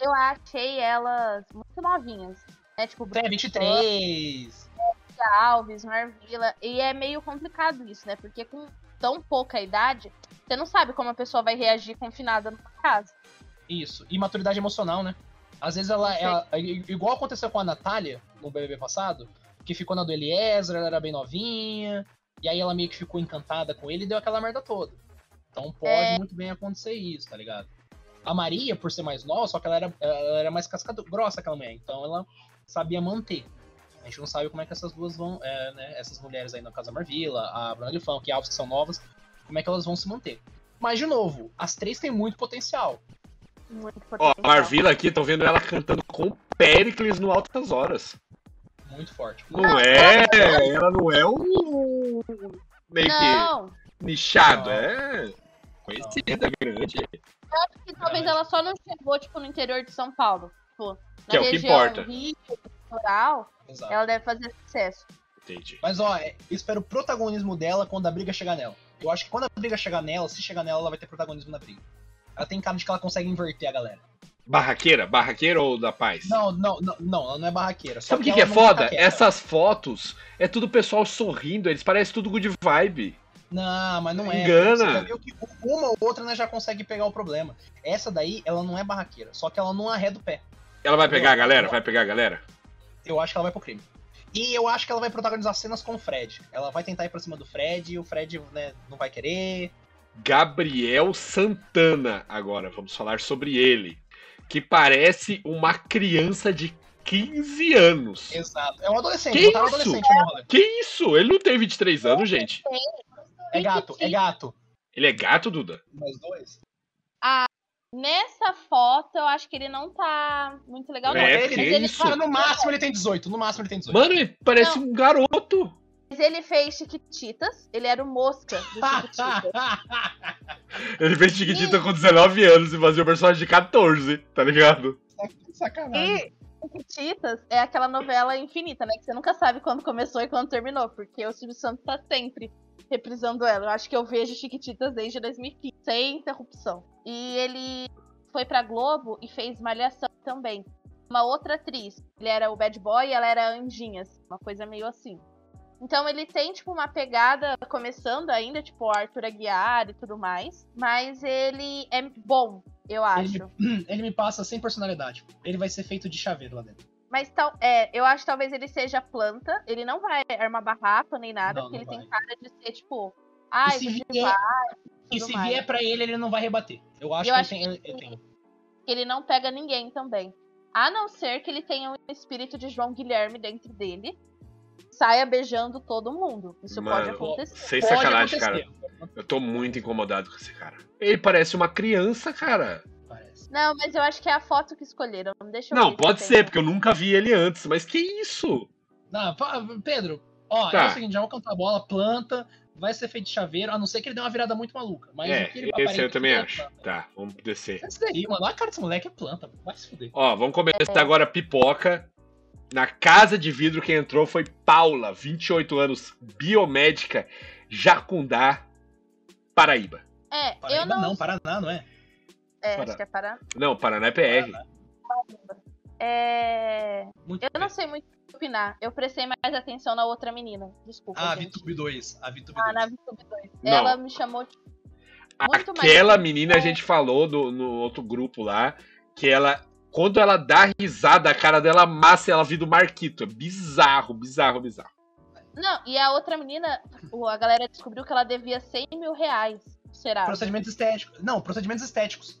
S3: eu achei elas muito novinhas. É, tipo,
S2: Até
S3: Bruna
S2: 23.
S3: Alves, Marvila. E é meio complicado isso, né? Porque com tão pouca idade, você não sabe como a pessoa vai reagir confinada numa casa.
S2: Isso. E maturidade emocional, né? Às vezes ela, ela- i- Igual aconteceu com a Natália no BBB passado, que ficou na do Eliezer, ela era bem novinha. E aí ela meio que ficou encantada com ele e deu aquela merda toda. Então pode
S3: É.
S2: muito bem acontecer isso, tá ligado? A Maria, por ser mais nova, só que ela era, ela era mais cascado, grossa aquela mulher. Então ela sabia manter. A gente não sabe como é que essas duas vão, é, né, essas mulheres aí na Casa Marvila, a Bruna de Funk e a Alves, que são novas, como é que elas vão se manter. Mas, de novo, as três têm muito potencial.
S3: Muito
S1: Ó,
S3: potencial.
S1: a Marvila aqui, tô vendo ela cantando com Pericles no Altas Horas.
S2: Muito forte.
S1: Não é, ela não é um meio que
S3: Não,
S1: nichado,
S2: Não.
S1: é conhecida, grande,
S3: acho que talvez ela só não chegou, tipo, no interior de São Paulo. Tipo, na
S1: Que é o que
S3: região
S1: importa.
S3: rica, rural,
S2: Exato.
S3: ela deve fazer sucesso.
S1: entendi.
S2: Mas ó, é- eu espero o protagonismo dela quando a briga chegar nela. Eu acho que quando a briga chegar nela, se chegar nela, ela vai ter protagonismo na briga. Ela tem cara de que ela consegue inverter a galera.
S1: Barraqueira? Barraqueira ou da paz?
S2: Não, não, não, não ela não é barraqueira. Só
S1: Sabe o que, que
S2: ela
S1: é
S2: não tá fica
S1: foda?
S2: quieta.
S1: Essas fotos é tudo pessoal sorrindo, eles parecem tudo good vibe.
S2: Não, mas não é.
S1: Engana.
S2: Você já viu que uma ou outra né, já consegue pegar o problema. Essa daí, ela não é barraqueira. Só que ela não arreda o pé.
S1: Ela vai pegar a galera?
S2: Não.
S1: Vai pegar a galera?
S2: Eu acho que ela vai pro crime. E eu acho que ela vai protagonizar cenas com o Fred. Ela vai tentar ir pra cima do Fred, o Fred né, não vai querer.
S1: Gabriel Santana, agora, vamos falar sobre ele. Que parece uma criança de 15 anos.
S2: Exato. É um adolescente.
S1: Que
S2: botaram um
S1: isso?
S2: adolescente no rolê.
S1: Que isso? Ele não tem 23 anos, gente.
S2: É gato, é gato.
S1: Ele é gato, Duda?
S2: Nós dois.
S3: Nessa foto, eu acho que ele não tá muito legal, não.
S1: É,
S3: Mas
S1: porque
S3: ele,
S1: isso-
S2: Cara, no máximo ele tem 18. No máximo ele tem
S3: <laughs>
S2: 18.
S1: Mano, ele parece um garoto.
S3: mas ele fez Chiquititas, ele era o Mosca do <laughs> Chiquititas.
S1: Ele fez Chiquitita com 19 anos e fazia o personagem de 14, tá ligado?
S2: Sacanagem.
S3: e Chiquititas é aquela novela infinita, né? Que você nunca sabe quando começou e quando terminou, porque o Silvio Santos tá sempre reprisando ela. Eu acho que eu vejo Chiquititas desde 2015, sem interrupção. E ele foi pra Globo e fez Malhação também. Uma outra atriz, ele era o bad boy e ela era a Anjinha, assim, uma coisa meio assim. Então ele tem, tipo, uma pegada começando ainda, tipo, Arthur Aguiar e tudo mais. Mas ele é bom, eu acho.
S2: Hum, Ele me passa sem personalidade. Ele vai ser feito de chaveiro lá dentro.
S3: Mas tal, é, eu acho que talvez ele seja planta. Ele não vai armar barraco nem nada,
S2: Não,
S3: porque
S2: não
S3: ele tem
S2: vai.
S3: cara de ser, tipo,
S2: E
S3: ai,
S2: se
S3: vou te
S2: vier-
S3: levar",
S2: E
S3: tudo
S2: se
S3: mais.
S2: vier pra ele, ele não vai rebater. Eu acho
S3: Eu
S2: que
S3: acho
S2: ele tem. ele- ele tem.
S3: ele não pega ninguém também. A não ser que ele tenha um espírito de João Guilherme dentro dele. Saia beijando todo mundo. Isso pode
S1: Mano.
S3: acontecer.
S1: Sem
S2: Pode
S1: sacanagem, cara.
S2: acontecer,
S1: Eu tô muito incomodado com esse cara. Ele parece uma criança, cara.
S2: parece.
S3: Não, mas eu acho que é a foto que escolheram. Deixa eu ver
S1: Não,
S3: se
S1: pode
S3: tem.
S2: é.
S1: ser, porque eu nunca vi ele antes, mas que isso?
S2: Não, pa- Pedro, ó,
S1: Tá.
S2: é o seguinte, já vou cantar a bola, planta, vai ser feito de chaveiro, a não ser que ele dê uma virada muito maluca. Mas
S1: é,
S2: o que ele
S1: esse
S2: aparenta
S1: eu também
S2: é
S1: acho.
S2: planta.
S1: Tá, vamos descer.
S2: É Isso daí, mano. Olha a cara desse moleque é planta, mano, vai se fuder.
S1: Ó, vamos começar
S2: É.
S1: agora a pipoca. Na casa de vidro quem entrou foi Paula, 28 anos, biomédica, Jacundá, Paraíba.
S3: É, eu
S2: Paraíba
S3: não.
S2: não... Paraná, não é?
S3: É,
S1: Paraná.
S3: acho que é Paraná.
S1: Não, Paraná é PR.
S2: Paraná.
S3: É,
S2: Muito
S3: Eu não
S2: bem.
S3: sei muito o que opinar. Eu prestei mais atenção na outra menina. Desculpa.
S2: Ah, a
S3: gente.
S2: Vitube 2. A Vitube
S3: Ah,
S2: 2.
S3: na VTube 2.
S1: Não.
S3: Ela me chamou de. Muito mais
S1: Aquela
S3: bonita.
S1: menina a gente falou no, no outro grupo lá, que ela, quando ela dá risada, a cara dela massa e ela vira o Marquito. É bizarro, bizarro, bizarro.
S3: Não, e a outra menina, o- a galera descobriu que ela devia 100 mil reais. Será?
S2: Procedimentos estéticos. Não, procedimentos estéticos.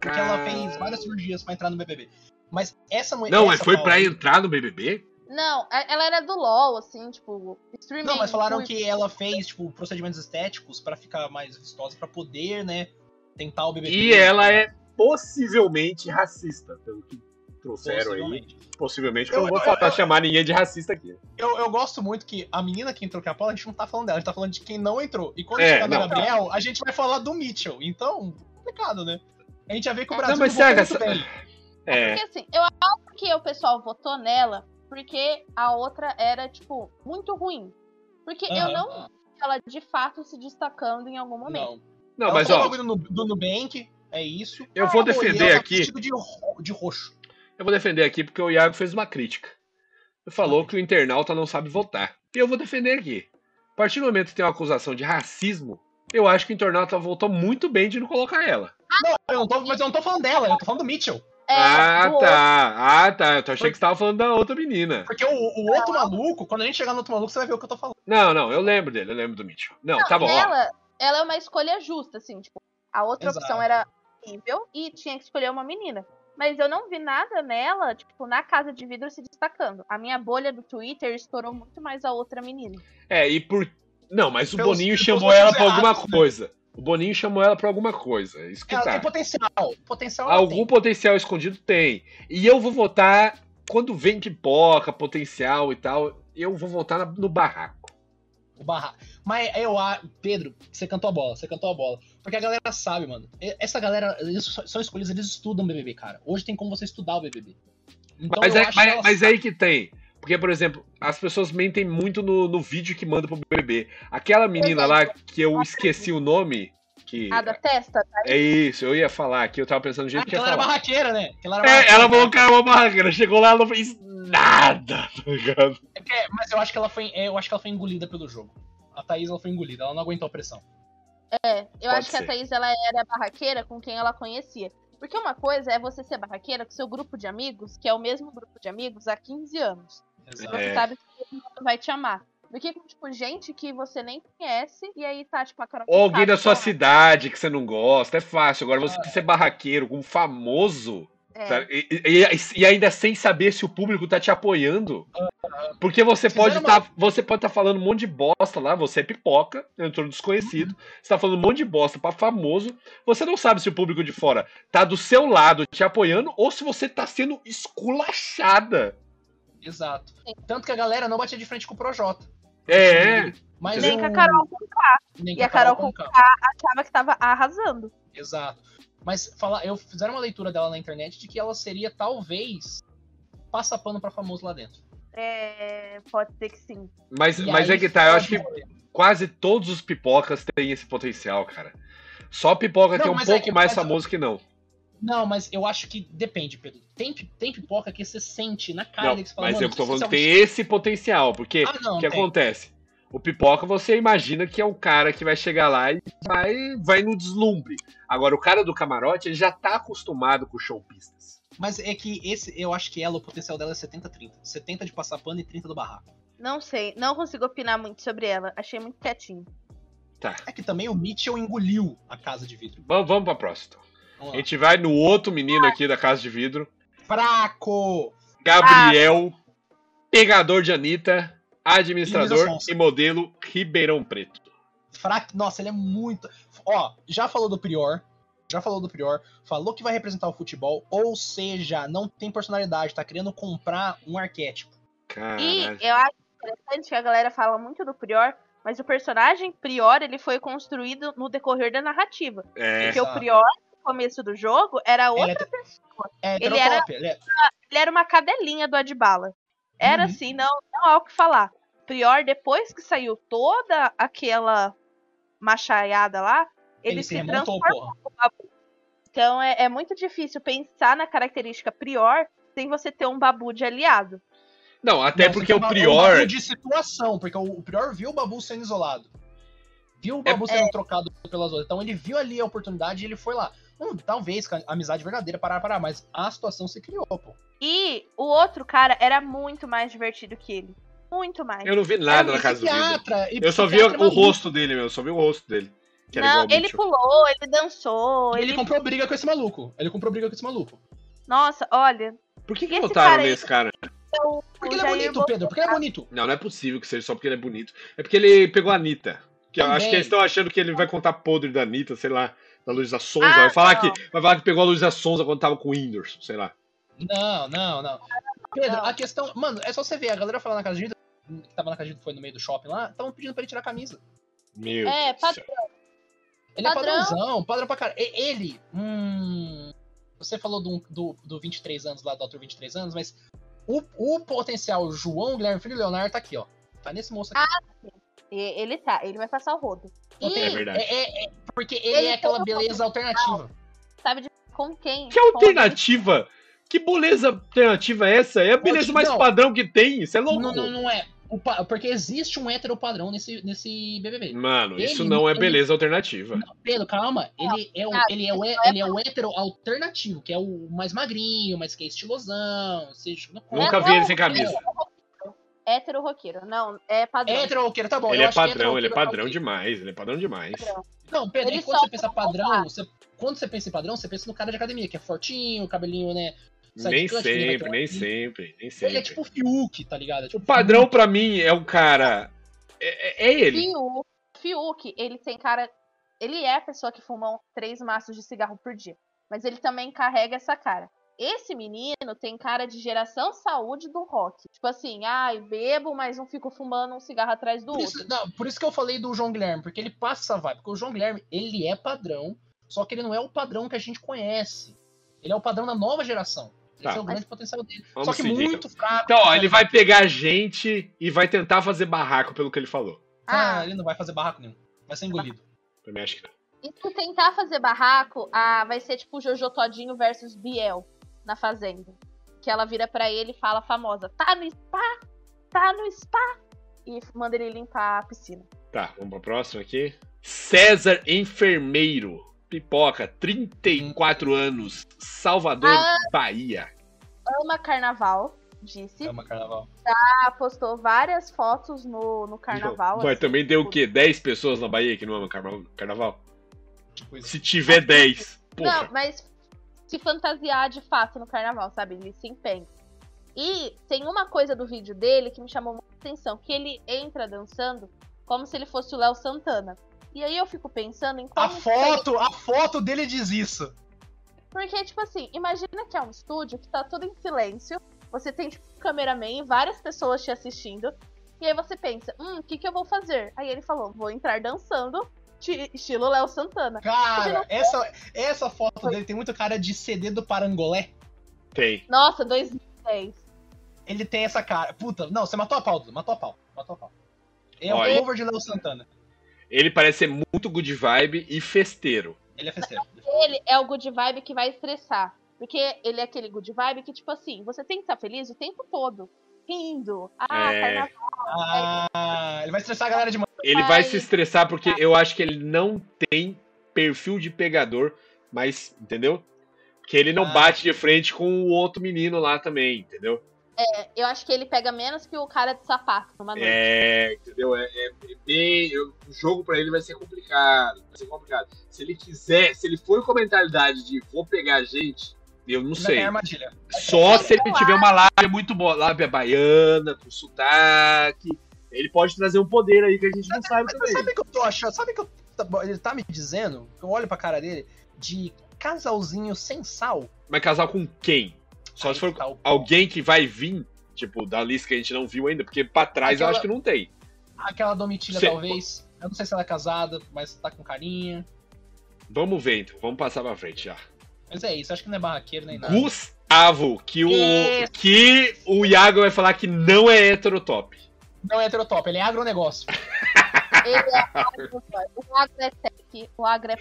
S2: Porque ela fez várias cirurgias pra entrar no BBB. Mas essa mulher.
S1: Não,
S2: essa
S1: mas foi
S2: Paula-
S1: pra entrar no BBB?
S3: Não, a- ela era do LOL, assim, tipo, streaming.
S2: Não, mas falaram
S3: fui-
S2: que ela fez, tipo, procedimentos estéticos pra ficar mais vistosa, pra poder, né, tentar o BBB.
S1: E ela é possivelmente racista, pelo que trouxeram aí.
S2: Possivelmente.
S1: Possivelmente, porque eu
S2: Eu-
S1: não vou
S2: eu-
S1: faltar
S2: eu-
S1: chamar ninguém de racista aqui.
S2: Eu, eu gosto muito que a menina que entrou, que é a Paula, a gente não tá falando dela, a gente tá falando de quem não entrou. E quando
S1: É,
S2: chegar no
S1: não.
S2: Gabriel, a gente vai falar do Mitchell. Então, complicado, né? A gente já vê que o
S3: É.
S2: Brasil
S1: Não, mas
S2: voltou
S1: Saga,
S2: muito bem.
S1: É,
S3: Porque assim, eu acho que o pessoal votou nela porque a outra era, tipo, muito ruim. Porque eu
S2: Aham.
S3: não vi ela de fato se destacando em algum momento.
S2: Não.
S1: não,
S2: Ela
S1: mas
S2: falou
S1: ó,
S2: do Nu- do Nubank, é isso.
S1: Eu vou
S2: Ah, e
S1: defender
S2: ela tá
S1: aqui-
S2: vestida De, ro- de roxo.
S1: eu vou defender aqui porque o Iago fez uma crítica. Ele
S2: Tá
S1: Falou que o internauta não sabe votar. E eu vou defender aqui. A partir do momento que tem uma acusação de racismo, eu acho que o internauta votou muito bem de não colocar ela.
S2: Não, eu não tô, mas eu não tô falando dela, eu tô falando do Mitchell.
S3: É,
S1: ah,
S3: do outro.
S1: tá. Ah, tá. Eu achei que você tava falando da outra menina.
S2: Porque o, o outro maluco, quando a gente chegar no outro maluco, você vai ver o que eu tô falando.
S1: Não, não, eu lembro dele, eu lembro do Mitchell. Não, tá bom. ó.
S3: Ela, ela é uma escolha justa, assim, tipo, a outra
S2: Exato.
S3: opção era horrível e tinha que escolher uma menina. Mas eu não vi nada nela, tipo, na casa de vidro se destacando. A minha bolha do Twitter estourou muito mais a outra menina.
S1: É, e por. Não, mas o
S2: Pelos-
S1: Boninho
S2: pelos
S1: chamou ela
S2: motivos
S1: pra alguma
S2: errados, né?
S1: coisa. O Boninho chamou ela pra alguma coisa. Isso que
S2: Ela
S1: tá.
S2: tem potencial. Potencial ela
S1: Algum
S2: tem.
S1: potencial escondido tem. E eu vou votar. Quando vem pipoca, potencial e tal, eu vou votar na- no barraco.
S2: O barra. Mas eu acho. Pedro, você cantou a bola, você cantou a bola. Porque a galera sabe, mano. E- Essa galera, eles só- são escolhidos, eles estudam o BBB, cara. Hoje tem como você estudar o BBB. Então,
S1: mas,
S2: eu
S1: é,
S2: acho
S1: mas-
S2: que elas-
S1: mas é aí que tem. Porque, por exemplo, as pessoas mentem muito no, no vídeo que manda pro bebê. Aquela menina lá que eu esqueci o nome. Que
S3: A da testa?
S1: é isso, eu ia falar aqui, eu tava pensando no
S2: Ah,
S1: jeito que ia
S2: aquela era
S1: falar.
S2: barraqueira, né? Aquela era
S1: É,
S2: barraqueira.
S1: ela falou que era uma barraqueira, chegou lá, ela não fez nada, tá ligado?
S2: É, mas eu acho que ela foi, é, eu acho que ela foi engolida pelo jogo. A Thaís ela foi engolida, ela não aguentou a pressão.
S3: É, eu
S1: Pode
S3: acho que
S1: ser.
S3: a Thaís ela era barraqueira com quem ela conhecia. Porque uma coisa é você ser barraqueira com seu grupo de amigos, que é o mesmo grupo de amigos há 15 anos.
S2: Exato.
S1: É.
S3: Você sabe que todo mundo vai te amar. Do que com, tipo, gente que você nem conhece e aí tá, tipo, a Carol.
S1: Ou alguém
S3: Conká,
S1: da
S2: é?
S1: sua
S3: tá lá.
S1: cidade que você não gosta, é fácil. Agora
S2: Ah.
S1: você ser barraqueiro com um famoso,
S3: É.
S1: sabe? Tá, E, e- e- e ainda sem saber se o público tá te apoiando. Porque você pode
S2: Fizeram
S1: estar. Você pode estar falando um monte de bosta lá, você é pipoca, entrou no
S2: Uhum.
S1: desconhecido, você tá falando um monte de bosta pra famoso. Você não sabe se o público de fora tá do seu lado te apoiando ou se você tá sendo esculachada.
S2: Exato. Tanto que a galera não batia de frente com o Projota. Uhum.
S1: É.
S2: Mas
S3: Nem
S2: o-
S3: com a Carol
S2: nem
S3: E a Carol
S2: Conká.
S3: achava que tava arrasando.
S2: Exato. Mas fala, eu fizeram uma leitura dela na internet de que ela seria talvez passa pano pra famoso lá dentro.
S3: É, pode ser que sim.
S1: Mas,
S2: E
S1: mas
S2: aí
S1: é que tá, eu acho que
S2: pode morrer.
S1: quase todos os pipocas têm esse potencial, cara. Só pipoca
S2: Não,
S1: que é um
S2: mas é
S1: pouco
S2: que-
S1: mais
S2: mas-
S1: famoso que não.
S2: Não, mas eu acho que depende, Pedro. Tem, pi- tem pipoca que você sente na cara
S1: Não,
S2: que você fala,
S1: mas
S2: mano,
S1: eu tô
S2: isso
S1: falando
S2: é
S1: que
S2: um-
S1: tem esse potencial, porque
S2: Ah, não,
S1: o que
S2: tem.
S1: acontece? O pipoca você imagina que é um cara que vai chegar lá e vai, vai no deslumbre. Agora, o cara do camarote ele já tá acostumado com showpistas.
S2: Mas é que esse, eu acho que ela, o potencial dela é 70-30. 70 de passar pano e 30 do barraco.
S3: Não sei, não consigo opinar muito sobre ela. Achei muito quietinho.
S2: É que também o Mitchell engoliu a casa de vidro.
S1: Vamos, vamos pra próxima. então.
S2: Vamos
S1: A
S2: lá.
S1: gente vai no outro menino aqui da Casa de Vidro.
S2: Fraco!
S1: Gabriel, pegador de Anitta, administrador
S2: Menino sonso.
S1: e modelo Ribeirão Preto.
S2: Fraco. Nossa, ele é muito. Ó, já falou do Prior. Já falou do Prior. Falou que vai representar o futebol. Ou seja, não tem personalidade. Tá querendo comprar um arquétipo. Ah,
S3: E
S2: né?
S1: Caralho.
S3: eu acho interessante que a galera fala muito do Prior, mas o personagem Prior ele foi construído no decorrer da narrativa.
S1: É.
S3: Porque o
S2: Exato.
S3: Prior, no começo do jogo, era outra
S2: Ele é, é
S3: Ele
S2: heterotop, ele é-
S3: ele era uma cadelinha do Adbala. Era
S2: Uhum.
S3: assim, não, não há o que falar. Prior, depois que saiu toda aquela machaiada lá, ele,
S2: ele
S3: se,
S2: se remontou, um
S3: transformou.
S2: porra.
S3: Então é, é muito difícil pensar na característica Prior sem você ter um babu de aliado.
S1: Não, até
S2: Não,
S1: porque
S2: você
S1: o
S2: tem uma- Um
S1: Prior.
S2: babu de situação, porque o, o Prior viu o Babu sendo isolado. Viu
S1: É,
S2: o Babu
S3: é.
S2: sendo trocado pelas outras. Então ele viu ali a oportunidade e ele foi lá. Hum, talvez com a amizade verdadeira parar, parar, mas a situação se criou, pô.
S3: E o outro cara era muito mais divertido que ele. Muito mais.
S1: Eu não vi
S2: Era
S1: nada
S2: um
S1: na casa do Vidro.
S2: psiquiatra, e
S1: Eu só vi
S2: psiquiatra
S1: o
S2: maluco.
S1: rosto dele, meu. Só vi o rosto dele. Que era
S3: não,
S1: igual ao
S3: ele
S1: Mitchell.
S3: pulou, ele dançou,
S2: Ele
S3: ele.
S2: comprou briga com esse maluco. Ele comprou briga com esse maluco.
S3: Nossa, olha.
S1: Por que, que
S3: Esse
S1: votaram
S3: cara aí-
S1: nesse cara?
S3: o-
S2: Porque
S3: o
S2: ele é
S3: Jair
S2: bonito,
S3: Bolsonaro-
S2: Pedro. Porque ele é bonito.
S1: Não, não é possível que seja só porque ele é bonito. É porque ele pegou a Anitta. Que eu acho
S2: Também.
S1: que eles estão achando que ele vai contar podre da Anitta, sei lá, da Luísa Sonza.
S3: Ah,
S1: vai, falar que,
S3: não.
S1: vai falar que pegou a Luísa Sonza quando tava com o Whindersson, sei lá.
S2: Não, não, não. Pedro, a questão. Mano, é só você ver. A galera falando na casa de vidro, que tava na casa de vidro, foi no meio do shopping lá, estavam pedindo pra ele tirar a camisa.
S1: Meu
S3: É,
S1: Deus do
S3: pa-
S1: céu.
S2: Ele é
S3: Padrão.
S2: padrãozão, padrão pra caralho. E- Ele. Hum. Você falou do, do, do 23 anos lá, do ator 23 anos, mas o, o potencial João Guilherme Filho Leonardo tá aqui, ó. Tá nesse moço aqui.
S3: E- Ele tá, ele vai passar o rodo.
S2: Não tem-
S1: É verdade.
S2: É, é- é- porque ele,
S3: Ele
S2: é aquela
S3: todo-
S2: beleza alternativa.
S3: Sabe de com quem?
S1: Que é
S3: Com quem
S1: alternativa? Que beleza alternativa é essa? É a beleza mais
S2: né? Não.
S1: padrão que tem. Isso é louco.
S2: Não, não, não é. O pa- porque existe um hétero padrão nesse, nesse BBB.
S1: Mano, isso
S2: Ele-
S1: não é
S2: ele-
S1: beleza alternativa.
S2: Pedro, calma. Ele é, o,
S3: cara,
S2: ele, é o, hé- ele é o hétero alternativo, que é o mais magrinho, mas que é estilosão. Seja,
S1: Nunca
S3: É, não,
S1: vi ele sem
S3: não,
S1: camisa.
S3: é Hétero roqueiro. Não, é padrão.
S2: Hétero ou queira, tá bom.
S1: Ele
S2: eu
S1: é
S2: acho que hétero
S1: padrão,
S2: ou
S1: ele é
S2: queira tá
S1: padrão
S2: ok.
S1: demais, ele é padrão demais.
S3: Padrão.
S2: Não, Pedro,
S3: Ele
S2: e quando você
S3: solta
S2: pensa
S3: no
S2: padrão,
S3: contato.
S2: você, quando você pensa em padrão, você pensa no cara de academia, que é fortinho, cabelinho, né?
S1: Nem
S2: sidecut, que ninguém vai ter
S1: sempre,
S2: um
S1: nem
S2: apelido.
S1: sempre, nem
S2: Ele
S1: sempre.
S2: é tipo o Fiuk, tá ligado? É
S1: O
S2: tipo
S1: padrão pra mim é um cara. É, é- é ele.
S3: Fiuk, Fiuk, ele tem cara. Ele é a pessoa que fuma três maços de cigarro por dia. Mas ele também carrega essa cara. Esse menino tem cara de geração saúde do rock. Tipo assim, ai, bebo, mas não fico fumando um cigarro atrás do
S2: Por
S3: outro.
S2: isso, não, por isso que eu falei do João Guilherme, porque ele passa essa vibe. Porque o João Guilherme, ele é padrão, só que ele não é o padrão que a gente conhece. Ele é o padrão da nova geração. Esse
S1: Tá.
S2: é o grande potencial dele.
S1: Vamos
S2: só que
S1: seguir.
S2: muito fraco.
S1: Então, ó, ele vai pegar gente e vai tentar fazer barraco pelo que ele falou.
S2: Ah,
S3: Ah,
S2: ele não vai fazer barraco nenhum. Vai ser engolido.
S1: Pra mim, acho que não.
S3: e se tentar fazer barraco, ah, vai ser tipo Jojo Todinho versus Biel na Fazenda. Que ela vira pra ele e fala a famosa: tá no spa, tá no spa. E manda ele limpar a piscina.
S1: Tá, vamos pra próxima aqui. César Enfermeiro. Pipoca, 34 anos. Salvador,
S3: Ah.
S1: Bahia.
S3: Ama carnaval, disse.
S2: Calma, É carnaval.
S3: Ah, postou várias fotos no, no carnaval.
S1: Mas
S3: assim,
S1: também deu o
S3: tipo,
S1: quê? 10 pessoas na Bahia que não amam carna- carnaval?
S2: Tipo isso.
S1: Se tiver 10, porra.
S3: Não, mas se fantasiar de fato no carnaval, sabe? Ele se empenha. E tem uma coisa do vídeo dele que me chamou muita atenção, que ele entra dançando como se ele fosse o Léo Santana. E aí eu fico pensando em como...
S2: A foto, a foto dele diz isso.
S3: Porque, tipo assim, imagina que é um estúdio que tá tudo em silêncio. Você tem, tipo, um cameraman e várias pessoas te assistindo. E aí você pensa, hum, o que que eu vou fazer? Aí ele falou, vou entrar dançando, ti- estilo Léo Santana.
S2: Cara, essa, essa foto dele tem muito cara de CD do Parangolé.
S1: Tem.
S3: Nossa, 2010.
S2: Ele tem essa cara. Puta, não, você matou a pau, Dudu. Matou a pau. Matou a pau. É o
S1: Olha.
S2: cover de Léo Santana.
S1: Ele parece ser muito good vibe e festeiro.
S2: Ele é festeiro.
S3: Ele é o good vibe que vai estressar. Porque ele é aquele good vibe que, tipo assim, você tem que estar feliz o tempo todo. Rindo. Ah,
S1: É.
S3: carnaval.
S2: Ah, ele vai estressar a galera de manhã.
S1: Ele
S3: Ai.
S1: vai se estressar porque eu acho que ele não tem perfil de pegador, mas, entendeu? Que ele não
S2: Ah.
S1: bate de frente com o outro menino lá também, entendeu?
S3: Eu acho que ele pega menos que o cara de sapato numa noite.
S1: É, entendeu? É, é- é bem. eu- o jogo pra ele vai ser complicado. Vai ser complicado. Se ele quiser, se ele for com a mentalidade de vou pegar gente, eu não
S2: Ele vai
S1: sei.
S2: ganhar armadilha.
S1: Só se ele tiver uma lábia muito boa, lábia baiana, com sotaque. Ele pode trazer um poder aí que a gente não sabe
S2: Mas
S1: também.
S2: sabe o que eu tô achando? Sabe o que eu- tá bom, ele tá me dizendo? Eu olho pra cara dele de casalzinho sem sal.
S1: Mas casar com quem? Só
S2: Aí
S1: se for
S2: tá o-
S1: alguém que vai vir, tipo, da lista que a gente não viu ainda, porque pra trás eu
S2: Aquela-
S1: acho que não tem.
S2: Aquela domitilha,
S1: Cê-
S2: talvez. Eu não sei se ela é casada, mas tá com carinha.
S1: Vamos ver, então. Vamos passar pra frente já.
S2: Mas é isso, acho que não é barraqueiro nem nada.
S1: Gustavo, que o,
S2: Isso.
S1: que o Iago vai falar que não é heterotop.
S2: Não é heterotop, ele é agronegócio.
S3: Ele é agro, o agro é tech, o agro é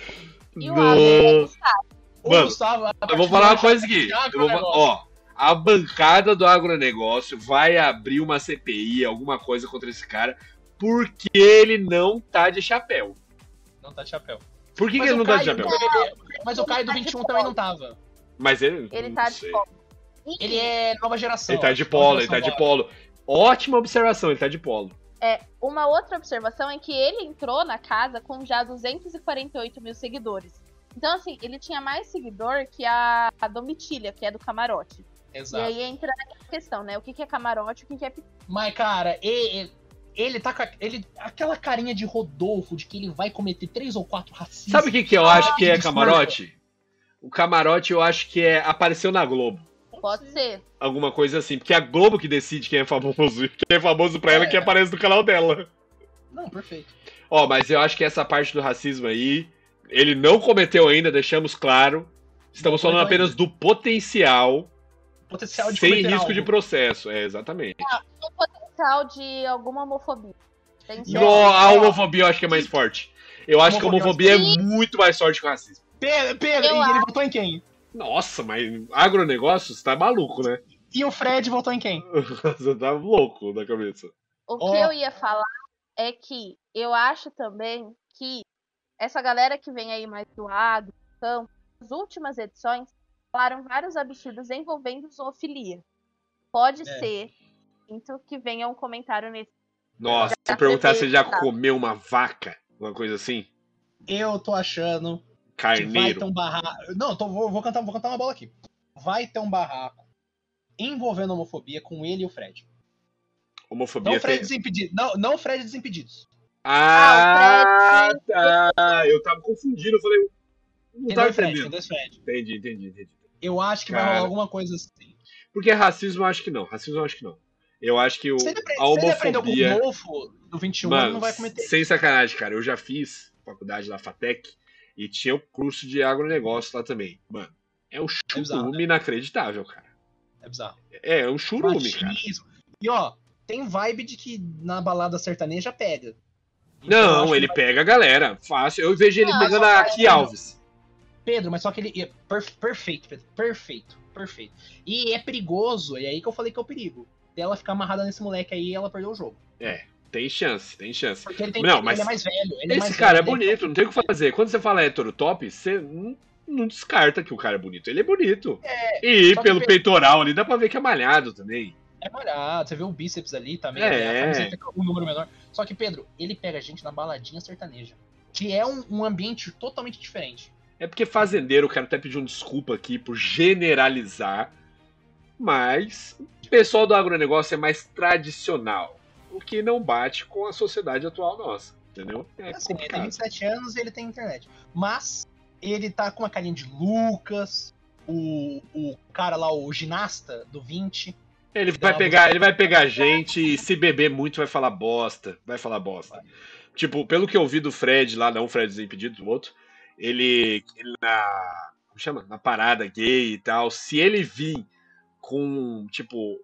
S3: E o
S1: Não.
S3: agro é Gustavo.
S2: O
S1: Mano,
S2: Gustavo, a
S1: Eu
S2: partir
S1: vou
S2: de
S1: falar uma
S2: hoje,
S1: coisa
S2: é
S1: aqui. Eu
S2: de
S1: vou fa-
S2: agronegócio.
S1: ó, a bancada do agronegócio vai abrir uma CPI, alguma coisa contra esse cara, porque ele não tá de chapéu.
S2: Não tá de chapéu.
S1: Por que, que
S2: Mas
S1: ele
S2: o
S1: não tá de
S2: Caio- é.
S1: chapéu?
S2: Mas o Caio do
S3: Ele tá de
S2: 21
S3: polo.
S2: também não tava.
S1: Mas ele.
S3: Ele
S1: não
S3: tá de
S1: sei.
S3: polo.
S2: Ele é nova geração.
S1: Ele tá de
S2: Nova
S1: polo, ele tá
S2: geração
S1: de
S2: agora.
S1: polo. Ótima observação, ele tá de polo.
S3: Uma outra observação é que ele entrou na casa com já 248 mil seguidores. Então, assim, ele tinha mais seguidor que a, a Domitilha, que é do camarote.
S2: Exato.
S3: E aí entra naquela questão, né? O que, que é camarote, o que, que é pipoca.
S2: Mas, cara, ele, ele tá com a- ele, aquela carinha de Rodolfo, de que ele vai cometer três ou quatro racistas.
S1: Sabe o que, que eu acho que é
S2: desculpa.
S1: camarote? O camarote eu acho que é. Apareceu na Globo.
S3: Pode ser.
S1: Alguma coisa assim. Porque é a Globo que decide quem é famoso. <laughs> e Quem é famoso pra ela é quem
S2: É.
S1: aparece no canal dela.
S2: Não, perfeito.
S1: Ó, mas eu acho que essa parte do racismo aí, ele não cometeu ainda, deixamos claro. Estamos falando
S2: Não,
S1: apenas do potencial,
S2: Potencial de
S1: sem
S2: cometer
S1: risco
S2: algo.
S1: é de processo. É, exatamente.
S3: Tem potencial Um de alguma homofobia. Tem
S1: No,
S2: Não,
S1: a
S2: não.
S1: homofobia eu acho que é mais forte. Eu acho que a homofobia é
S3: Sim.
S1: muito mais forte que o racismo.
S2: Pedro, Pedro,
S3: Eu
S2: e ele votou em quem?
S1: Nossa, mas agronegócio, você tá maluco, né? <laughs>
S2: E o Fred votou em quem?
S1: Você tá louco da cabeça.
S3: O
S2: Ó.
S3: que eu ia falar é que eu acho também que essa galera que vem aí mais do lado, do campo, nas últimas edições, falaram vários absurdos envolvendo zoofilia. Pode
S2: É.
S3: ser sinto que venha um comentário nesse.
S1: Nossa, se
S3: Já
S1: perguntar se
S3: teve,
S1: ele já
S3: tá.
S1: comeu uma vaca, uma coisa assim.
S2: Eu tô achando que vai ter
S1: Carneiro.
S2: um barraco. Não, tô- vou, vou cantar, vou cantar uma bola aqui. Vai ter um barraco envolvendo homofobia com ele e o Fred. Não
S1: Homofobia.
S2: o Fred
S1: tem-
S2: desimpedido. Não, não o Fred desimpedidos.
S1: Ah, tá. Eu tava confundindo. Eu falei. Não
S2: Tem
S1: tava
S2: dois Fred, tem
S1: entendendo.
S2: dois Fred.
S1: Entendi, entendi, entendi.
S2: Eu acho que vai
S1: Cara.
S2: rolar alguma coisa assim.
S1: Porque racismo eu acho que não. Racismo eu acho que não. Eu acho que o,
S2: Se ele, apre-
S1: a
S2: se ele aprendeu com
S1: homofobia.
S2: o Golfo no 21, ele
S1: Mano,
S2: não vai cometer.
S1: sem sacanagem, cara. Eu já fiz faculdade da FATEC e tinha o curso de agronegócio lá também. Mano, é um
S2: bizarro,
S1: churume inacreditável, cara.
S2: É bizarro.
S1: É, é um churume, cara.
S2: Machismo. E ó, tem vibe de que na balada sertaneja pega. Então, eu acho
S1: Não,
S2: que
S1: ele
S2: vai-
S1: pega a galera. Fácil. Eu vejo ele
S3: Não,
S1: pegando
S3: só
S1: a
S3: vai-
S1: Ki Alves.
S2: Pedro, mas só que ele. é per- Perfeito, Pedro. Perfeito, perfeito. E é perigoso, e é aí que eu falei que é o perigo. Se ela ficar amarrada nesse moleque aí, ela perdeu o jogo.
S1: Tem chance, tem chance.
S2: Porque ele tem
S1: Não,
S2: ele
S1: mas
S2: é mais velho. Ele é mais
S1: Esse cara é
S2: velho, ele-
S1: bonito, não tem o que fazer. Quando você fala hétero top, você não, não descarta que o cara é bonito. Ele é bonito. e
S2: só que
S1: pelo
S2: pe-
S1: peitoral ali dá pra ver que é malhado também.
S2: É malhado, você vê o bíceps ali também.
S1: É.
S2: né? A camiseta com um número menor. Só que, Pedro, ele pega a gente na baladinha sertaneja. Que é um, um ambiente totalmente diferente.
S1: É porque fazendeiro, eu quero até pedir uma desculpa aqui por generalizar, mas o pessoal do agronegócio é mais tradicional, o que não bate com a sociedade atual nossa, entendeu? É
S2: assim, ele tem
S1: complicado.
S2: 27 anos e ele tem internet. Mas ele tá com a carinha de Lucas, o, o cara lá, o ginasta do 20.
S1: Ele
S2: Dá
S1: vai
S2: uma
S1: pegar, ele vai pegar gente e se beber muito vai falar bosta, vai falar bosta. Tipo, pelo que eu ouvi do Fred lá, não o Fred Desimpedido, do outro, ele, ele na, como chama? Na parada gay e tal, se ele vir com, tipo,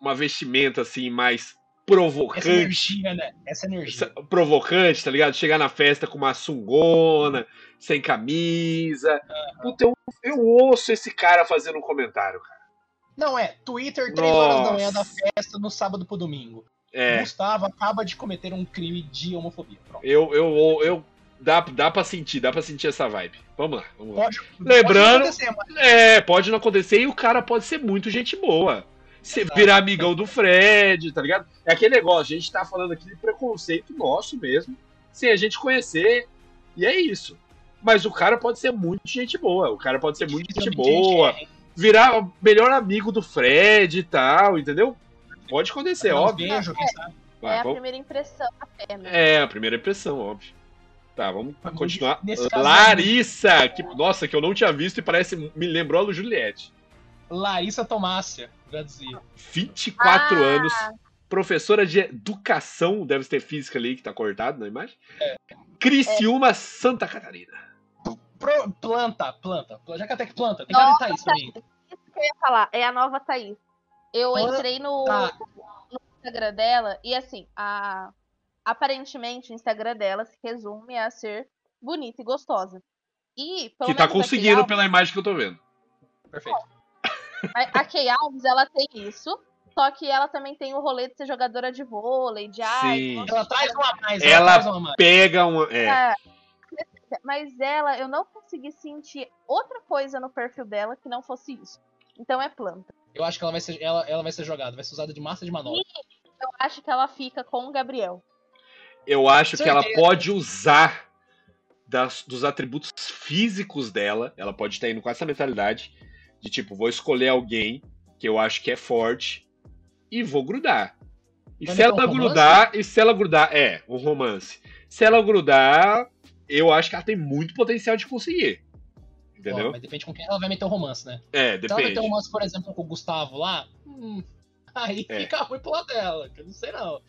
S1: uma vestimenta assim mais
S2: Essa
S1: provocante,
S2: energia, né? Essa energia.
S1: essa- provocante, tá ligado? Chegar na festa com uma sungona, sem camisa. Puta, eu, eu ouço esse cara fazendo um comentário, cara.
S2: Não é, Twitter, 3 horas da manhã da
S1: Nossa.
S2: festa, no sábado pro domingo.
S1: É.
S2: Gustavo acaba de cometer um crime de homofobia. Pronto.
S1: Eu, eu, eu dá, dá pra sentir, dá pra sentir essa vibe. Vamos lá, vamos lá.
S2: Pode,
S1: Lembrando-
S2: pode acontecer, mas
S1: É, pode não acontecer e o cara pode ser muito gente boa. Ser
S2: Exato.
S1: virar amigão do Fred, tá ligado? É aquele negócio, a gente tá falando aqui de preconceito nosso mesmo, sem a gente conhecer, e é isso. Mas o cara pode ser muito gente boa, o cara pode ser é muito gente
S2: dificilmente a gente é,
S1: boa,
S2: erra, hein?
S1: virar o melhor amigo do Fred e tal, entendeu? Pode acontecer,
S2: Dá um
S1: é óbvio.
S2: Beijo, quem sabe?
S1: Vai,
S3: é a
S1: vamos-
S3: primeira impressão da perna.
S1: É, a primeira impressão, óbvio. Tá, vamos
S2: Mas
S1: continuar.
S2: nesse caso-
S1: Larissa, que, nossa, que eu não tinha visto e parece me lembrou a Lu Juliette.
S2: Larissa Tomácia, Brasil.
S1: 24
S3: Ah!
S1: anos, professora de educação, deve ser física ali que tá cortado na imagem. Criciúma, Santa Catarina.
S2: Pro- planta, planta, planta. Já que até que planta, tem cara de Thaís pra mim.
S3: Isso que eu ia falar, é a nova Thaís. Eu
S2: Olha-
S3: entrei no,
S2: Tá.
S3: no Instagram dela e assim, a- aparentemente o Instagram dela se resume a ser bonita e gostosa. E, pelo
S1: que tá
S3: menos a Kay
S1: conseguindo
S3: Alves-
S1: pela imagem que eu tô vendo.
S2: Perfeito.
S3: a, a Kay Alves, ela tem isso, só que ela também tem o rolê de ser jogadora de vôlei, de ai,
S1: Sim.
S2: Ela traz uma a mais,
S1: Ela-
S2: ela traz uma a mais.
S1: Pega uma. É,
S3: É. Mas ela, eu não consegui sentir outra coisa no perfil dela que não fosse isso. Então é planta.
S2: Eu acho que ela vai ser, ela, ela vai ser jogada, vai ser usada de massa de manobra.
S3: Eu acho que ela fica com o Gabriel.
S1: eu acho que ela
S2: Certeza.
S1: pode usar das- dos atributos físicos dela. Ela pode estar indo com essa mentalidade de tipo, vou escolher alguém que eu acho que é forte e vou grudar. E
S2: Vai
S1: se
S2: meter um
S1: ela
S2: romance?
S1: grudar, e se ela grudar, é, um romance. Se ela grudar, eu acho que ela tem muito potencial de conseguir. Entendeu?
S2: Ó, mas depende com quem ela vai meter um romance, né?
S1: É,
S2: Se ela vai
S1: depende.
S2: meter um romance, por exemplo, com o Gustavo lá, hum, aí
S1: É.
S2: fica ruim pro lado dela, que eu não sei não.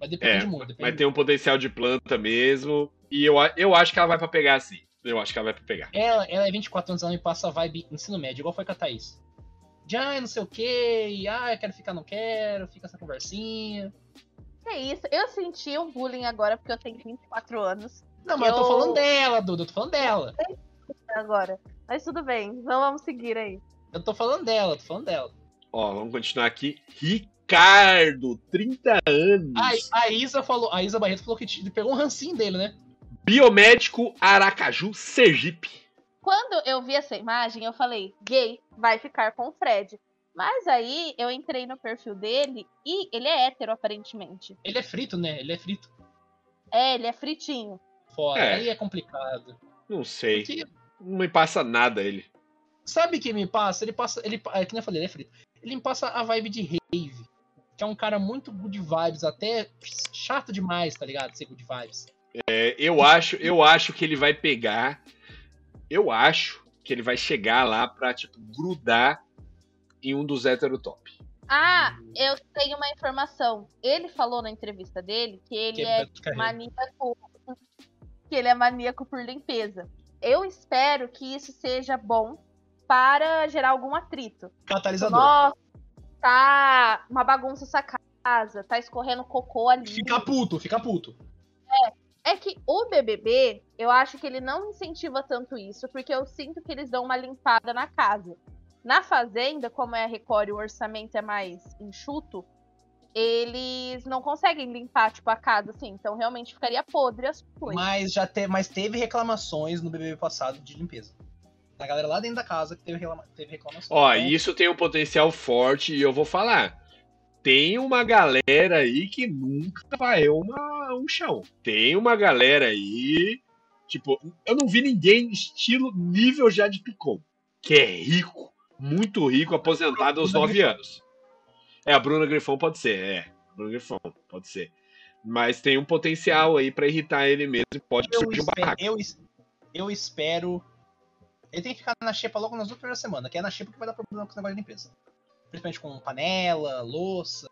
S2: Mas depende
S1: É,
S2: muito, depende
S1: Mas tem um potencial de planta mesmo. E eu, a- eu acho que ela vai pra pegar sim. Eu acho que ela vai pra pegar.
S2: Ela, ela é 24 anos, ela me passa a vibe ensino médio, igual foi com a Thaís. De ah, não sei o que, e ah, eu quero ficar, não quero, fica essa conversinha.
S3: É isso. Eu senti um bullying agora porque eu tenho 24 anos
S2: Não, mas eu, tô
S3: Eu-
S2: falando dela, Dudu, eu tô falando dela.
S3: agora. Mas tudo bem, então vamos seguir aí.
S2: Eu tô falando dela, eu tô falando dela.
S1: Ó, vamos continuar aqui. Ricardo, 30 anos.
S2: A, a Isa falou, a Isa Barreto falou que te- pegou um rancinho dele, né?
S1: Biomédico Aracaju, Sergipe.
S3: Quando eu vi essa imagem, eu falei, gay, vai ficar com o Fred. Mas aí eu entrei no perfil dele e ele é hétero, aparentemente.
S2: Ele é frito, né? Ele é frito.
S3: É, ele é fritinho.
S2: Fora,
S1: É.
S2: aí é complicado.
S1: Não sei.
S2: Porque
S1: Não me passa nada ele.
S2: Sabe quem me passa? Ele passa. Ele, é que nem eu falei, né, Felipe? Ele me passa a vibe de rave. Que é um cara muito good vibes, até chato demais, tá ligado? Ser good vibes.
S1: É, eu acho, eu acho que ele vai pegar. Eu acho que ele vai chegar lá pra, tipo, grudar em um dos hétero top.
S3: Ah, eu tenho uma informação. Ele falou na entrevista dele que ele
S2: Que ele
S3: é
S2: vai ficar rave.
S3: maníaco. Que ele é maníaco por limpeza. Eu espero que isso seja bom para gerar algum atrito.
S2: Catalisador.
S3: Nossa, tá uma bagunça essa casa, tá escorrendo cocô ali.
S2: Fica puto, fica puto.
S3: É que o BBB, eu acho que ele não incentiva tanto isso, porque eu sinto que eles dão uma limpada na casa. Na Fazenda, como é a Record e o orçamento é mais enxuto, eles não conseguem limpar, tipo, a casa, assim. Então, realmente, ficaria podre as coisas.
S2: Mas já te, mas teve reclamações no BBB passado de limpeza. A galera lá dentro da casa que teve, reclama, teve reclamações.
S1: Ó,
S2: Então,
S1: isso tem um potencial forte e eu vou falar. Tem uma galera aí que nunca vai uma, um chão. Tem uma galera aí. Tipo, eu não vi ninguém estilo nível já de Picon. Que é rico, muito rico, aposentado aos
S2: Bruna
S1: 9 anos. É, a Bruna Grifão pode ser, é. A Bruna Grifão, pode ser. Mas tem um potencial aí pra irritar ele mesmo e pode
S2: eu,
S1: surgir um
S2: espe-
S1: barraco.
S2: eu, es- eu espero. Ele tem que ficar na xepa logo nas duas primeiras semanas, que é na xepa que vai dar problema com esse negócio de limpeza. Principalmente com panela, louça.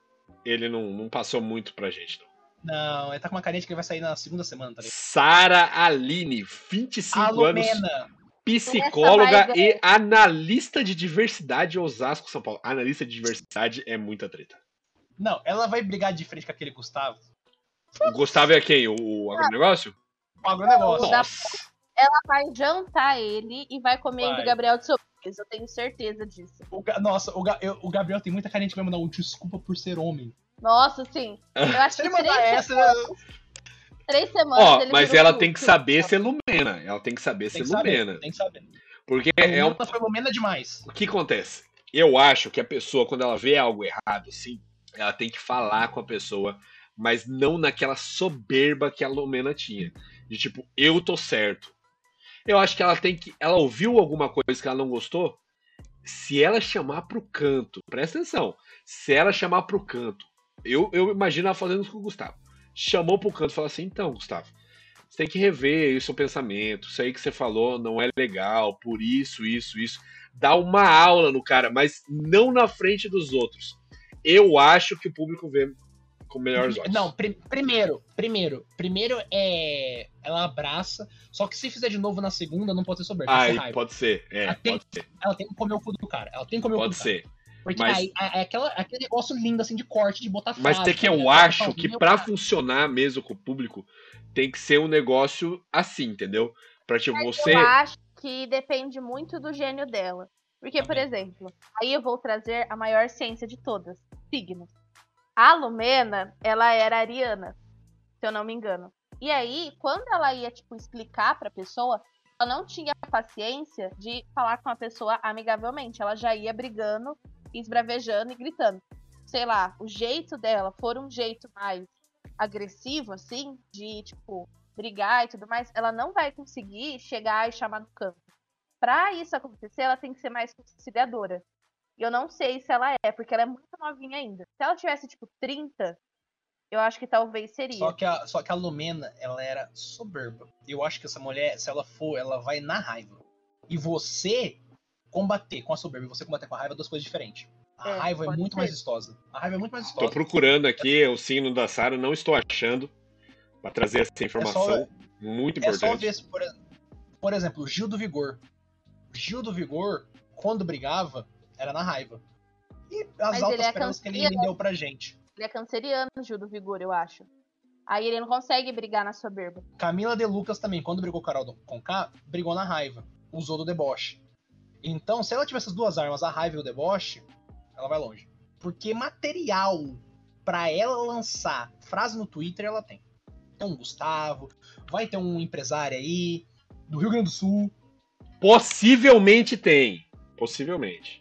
S1: Ele não, não passou muito pra gente, não.
S2: Não, ele tá com uma carinha de que ele vai sair na segunda semana, tá ligado?
S1: Sara Aline, 25 anos,
S2: Alumena!
S3: Essa
S1: psicóloga
S3: vai
S1: e analista de diversidade Osasco, São Paulo. Analista de diversidade é muita treta.
S2: Não, ela vai brigar de frente com aquele Gustavo.
S1: O Gustavo é quem? O, o agronegócio?
S2: Paga o é negócio.
S3: Não, Ela vai jantar ele e vai comendo
S2: Vai. Gabriel
S3: Gabriel de sobremesa. Eu tenho certeza disso.
S2: O Ga- nossa, o, Ga- eu- o Gabriel tem muita carinha de que vai mandar um desculpa por ser homem.
S3: Nossa, sim. Eu acho
S2: Se
S3: que
S2: ele mandar
S3: três,
S2: essa, eu-
S3: três semanas
S1: Ó,
S3: ele
S1: mas
S3: vira o
S1: ela tem que
S3: Fiuk.
S1: saber ser Lumena. Ela tem que saber
S2: tem
S1: ser
S2: que saber.
S1: Lumena.
S2: Tem que saber.
S1: Porque
S2: É,
S1: é um-
S2: Foi Lumena demais.
S1: o que acontece? Eu acho que a pessoa, quando ela vê algo errado, assim, ela tem que falar com a pessoa, mas não naquela soberba que a Lumena tinha. De tipo, eu tô certo. Eu acho que ela tem que. Ela ouviu alguma coisa que ela não gostou? Se ela chamar pro canto, presta atenção. Se ela chamar pro canto, eu, eu imagino ela fazendo isso com o Gustavo. Chamou pro canto e falou assim: então, Gustavo, você tem que rever o seu pensamento. Isso aí que você falou não é legal, por isso, isso, isso dá uma aula no cara, mas não na frente dos outros. Eu acho que o público vê com melhores olhos.
S2: Não, pri- primeiro, primeiro, primeiro é. Ela abraça, só que se fizer de novo na segunda, não pode ser soberba. tem que ser
S1: Ai,
S2: raiva.
S1: pode ser. É,
S2: Ah, tem-
S1: pode ser.
S2: Ela tem que comer o cu do cara. Ela tem que comer o cu
S1: Pode
S2: do cara.
S1: ser.
S2: Porque
S1: mas-
S2: aí, é, é aquela, aquele negócio lindo assim de corte, de botar
S1: Mas
S3: Ah,
S2: frase,
S1: tem que
S2: tá
S1: eu
S2: ligado? Botar
S1: acho que
S2: palminha,
S1: pra
S2: cara.
S1: funcionar mesmo com o público, tem que ser um negócio assim, entendeu? Pra tipo,
S3: Mas
S1: você.
S3: Eu acho que depende muito do gênio dela. Porque, por
S2: Também.
S3: exemplo, aí eu vou trazer a maior ciência de todas, signos. A Lumena, ela era ariana, se eu não me engano. E aí, quando ela ia, tipo, explicar pra pessoa, ela não tinha paciência de falar com a pessoa amigavelmente. Ela já ia brigando, esbravejando e gritando. Sei lá, o jeito dela for um jeito mais agressivo, assim, de, tipo, brigar e tudo mais, ela não vai conseguir chegar e chamar no canto. Pra isso acontecer, ela tem que ser mais conciliadora. E eu não sei se ela é, porque ela é muito novinha ainda. Se ela tivesse, tipo, 30, eu acho que talvez seria.
S2: Só que, a, só que a Lumena, ela era soberba. Eu acho que essa mulher, se ela for, ela vai na raiva. E você combater com a soberba e você combater com a raiva é duas coisas diferentes. A
S3: É,
S2: raiva é
S3: pode
S2: muito
S3: ser.
S2: mais vistosa. A raiva é muito mais
S1: Tô
S2: vistosa.
S1: procurando aqui o sino da Sara, não estou achando. Pra trazer essa informação. muito
S2: É só
S1: importante.
S2: ver, se, por, por exemplo, o Gil do Vigor. O Gil do Vigor, quando brigava, era na raiva. E as
S3: Mas ele
S2: altas
S3: é
S2: pérolas que ele
S3: canceriano.
S2: deu pra gente.
S3: Ele é canceriano, Gil do Vigor, eu acho. Aí ele não consegue brigar na soberba.
S2: Camila De Lucas também, quando brigou com a Carol Conká, brigou na raiva. Usou do deboche. Então, se ela tivesse as duas armas, a raiva e o deboche, ela vai longe. Porque material pra ela lançar frase no Twitter, ela tem. Tem um Gustavo, vai ter um empresário aí, do Rio Grande do Sul.
S1: Possivelmente tem. Possivelmente.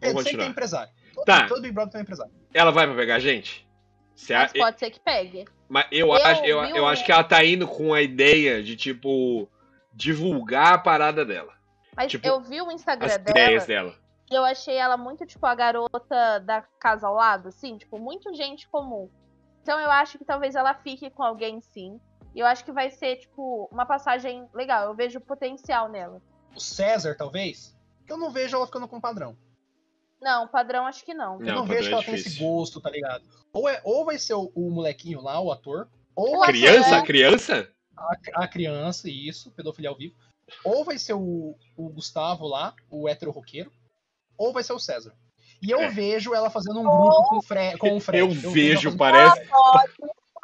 S2: Eu
S1: Vamos
S2: sei que tem
S1: continuar.
S2: empresário. Todo,
S1: Tá.
S2: todo Big Brother tem um empresário.
S1: Ela vai pra pegar a gente? Você a-
S3: Mas pode ser que pegue.
S1: Mas eu,
S3: Eu
S1: acho, eu,
S3: vi
S1: eu
S3: um-
S1: acho que ela tá indo com a ideia de tipo divulgar a parada dela.
S3: Mas
S1: Tipo,
S3: eu vi o Instagram
S1: As né?
S3: dela
S1: ideias dela.
S3: e eu achei ela muito, tipo, a garota da casa ao lado, assim, tipo, muito gente comum. Então eu acho que talvez ela fique com alguém sim. E eu acho que vai ser, tipo, uma passagem legal. Eu vejo potencial nela.
S2: O César, talvez. Eu não vejo ela ficando com o padrão.
S3: Não, padrão acho que não.
S2: Eu
S1: Não,
S2: não,
S1: padrão
S2: vejo
S1: é
S2: que ela tem esse
S1: difícil.
S2: gosto, tá ligado? Ou, é, ou vai ser o, o molequinho lá, o ator, ou
S3: Eu acho
S1: Criança?
S3: que é.
S1: Criança?
S2: a, a criança, isso, pedofilia ao vivo, ou vai ser o, o Gustavo lá, o hétero roqueiro, ou vai ser o César. E eu
S1: É.
S2: vejo ela fazendo um grupo com, o Fre com o Fred. um
S1: Eu
S2: ela
S1: vejo,
S2: fazendo-
S1: parece.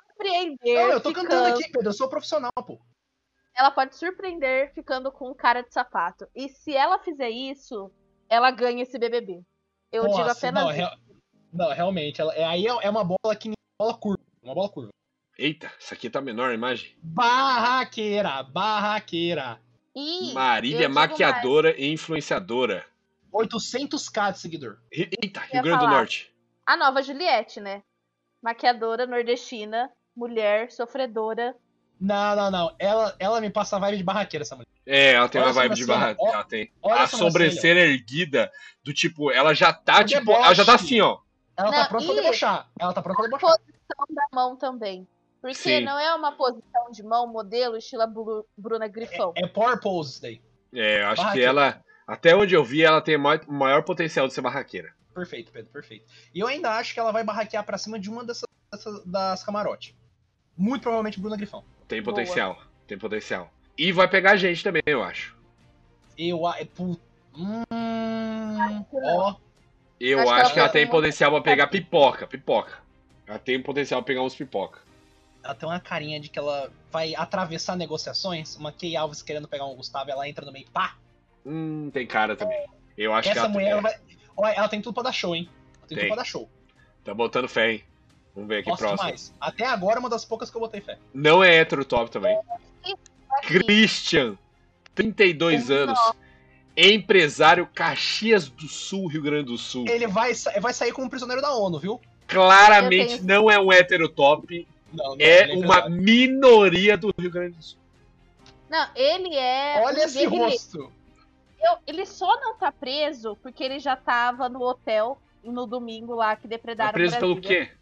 S3: Surpreender.
S2: Não, eu tô
S3: ficando-
S2: cantando aqui, Pedro, eu sou profissional, pô.
S3: Ela pode surpreender ficando com cara de sapato. E se ela fizer isso, ela ganha esse BBB. Eu
S2: Nossa,
S3: digo apenas.
S2: Não, é
S3: isso.
S2: real- não, realmente, ela, é- aí é é uma bola que nem bola curva, uma bola curva.
S1: Eita, isso aqui tá menor a imagem.
S2: Barraqueira, barraqueira.
S3: E eu
S1: Marília, é
S3: digo
S1: maquiadora e influenciadora.
S2: 800k de seguidor.
S1: E- Eita,
S3: ia
S1: Rio Grande do
S3: falar.
S1: Norte.
S3: A nova Juliette, né? Maquiadora nordestina, mulher, sofredora.
S2: Não, não, não. Ela, ela me passa a vibe de barraqueira, essa mulher.
S1: É, ela tem
S2: Olha
S1: uma
S2: essa
S1: vibe de
S2: mocinha,
S1: barra.
S2: ó.
S1: Ela tem
S2: Olha
S1: a
S2: essa mocinha,
S1: sobrancelha erguida, do tipo, ela já tá,
S2: O
S1: tipo, ela já tá
S2: deboche.
S1: assim, ó.
S2: Ela tá
S3: Não,
S2: pronta pra
S3: e-
S2: debochar. Ela tá pronta pra
S3: A
S2: debochar.
S3: posição da mão também. Porque
S1: Sim.
S3: não é uma posição de mão, modelo, estilo Bru- Bruna Grifão.
S2: É power pose isso daí.
S1: É, eu acho que
S2: Barraqueira.
S1: ela, até onde eu vi, ela tem o maior, maior potencial de ser barraqueira.
S2: Perfeito, Pedro, perfeito. E eu ainda acho que ela vai barraquear pra cima de uma dessas, dessas- das camarote. Muito provavelmente Bruna Grifão.
S1: Tem
S3: Boa.
S1: potencial, tem potencial. E vai pegar a gente também, eu acho.
S2: Eu a. É, pu- Hum. Ó.
S1: Eu
S3: Acho
S1: acho, que
S3: que ela
S1: ela
S3: vai-
S1: tem potencial pra pegar pipoca, pipoca. Ela tem potencial pra pegar uns pipoca.
S2: Ela tem uma carinha de que ela vai atravessar negociações. Uma Key Alves querendo pegar um Gustavo, ela entra no meio. Pá!
S1: Hum, tem cara também. Eu acho que é
S2: Essa
S1: ela
S2: mulher, ela
S1: tem.
S2: vai. Olha, ela tem tudo pra dar show, hein? Ela tem,
S1: Tem.
S2: tudo pra dar show.
S1: Tá botando fé, hein? Vamos ver aqui
S2: Gosto
S1: próximo.
S2: demais. Até agora, uma das poucas que eu botei fé.
S1: Não é hétero top também. é
S2: assim.
S3: Aqui,
S1: Christian, 32 anos. Empresário Caxias do Sul, Rio Grande do Sul.
S2: Ele vai, sa- vai sair como prisioneiro da ONU, viu?
S1: Claramente
S3: Eu tenho-
S1: não é um hétero top.
S2: Não, não,
S1: É
S2: ele
S1: uma
S2: empresário.
S1: minoria do Rio Grande do Sul.
S3: Não, ele é.
S2: Olha
S3: um
S2: esse
S3: guerrilheiro.
S2: rosto.
S3: Eu- ele só não tá preso porque ele já tava no hotel no domingo lá que
S1: Tá
S3: depredaram
S1: preso pelo
S3: Brasília.
S1: quê?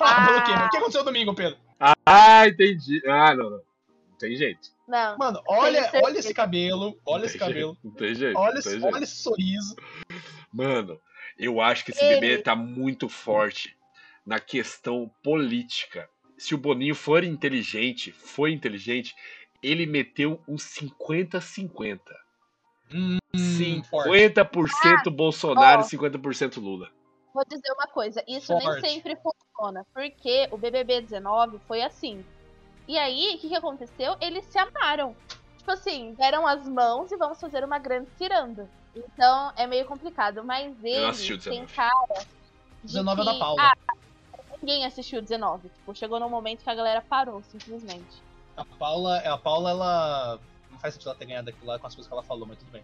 S2: Ah,
S3: Ah.
S2: pelo quê? O que aconteceu domingo, Pedro?
S1: Ah, entendi. Ah, não, não. Não tem jeito.
S3: Não.
S2: Mano, olha,
S3: certeza.
S2: olha esse cabelo. Olha
S1: Não
S2: esse
S1: tem
S2: cabelo.
S1: jeito, Não tem jeito.
S2: Olha,
S1: não
S2: esse-
S1: tem jeito.
S2: olha esse sorriso.
S1: Mano, eu acho que esse
S3: Ele.
S1: bebê tá muito forte na questão política. Se o Boninho for inteligente, foi inteligente, ele meteu um 50-50.
S2: Hum, forte. Ah,
S1: 50% Bolsonaro,
S3: ó.
S1: 50% Lula.
S3: Vou dizer uma coisa, isso nem
S2: Forte.
S3: sempre funciona, porque o BBB 19 foi assim. E aí, o que, que aconteceu? Eles se amaram. Tipo assim, deram as mãos e vamos fazer uma grande ciranda. Então, é meio complicado, mas
S1: assisti o
S3: ele
S1: 19.
S3: tem cara de
S2: 19 é da
S3: que-
S2: Paula.
S3: Ah, ninguém assistiu o 19. Tipo, chegou num momento que a galera parou, simplesmente.
S2: A Paula, a Paula, ela. Não faz sentido ela ter ganhado aquilo lá com as coisas que ela falou, mas tudo bem.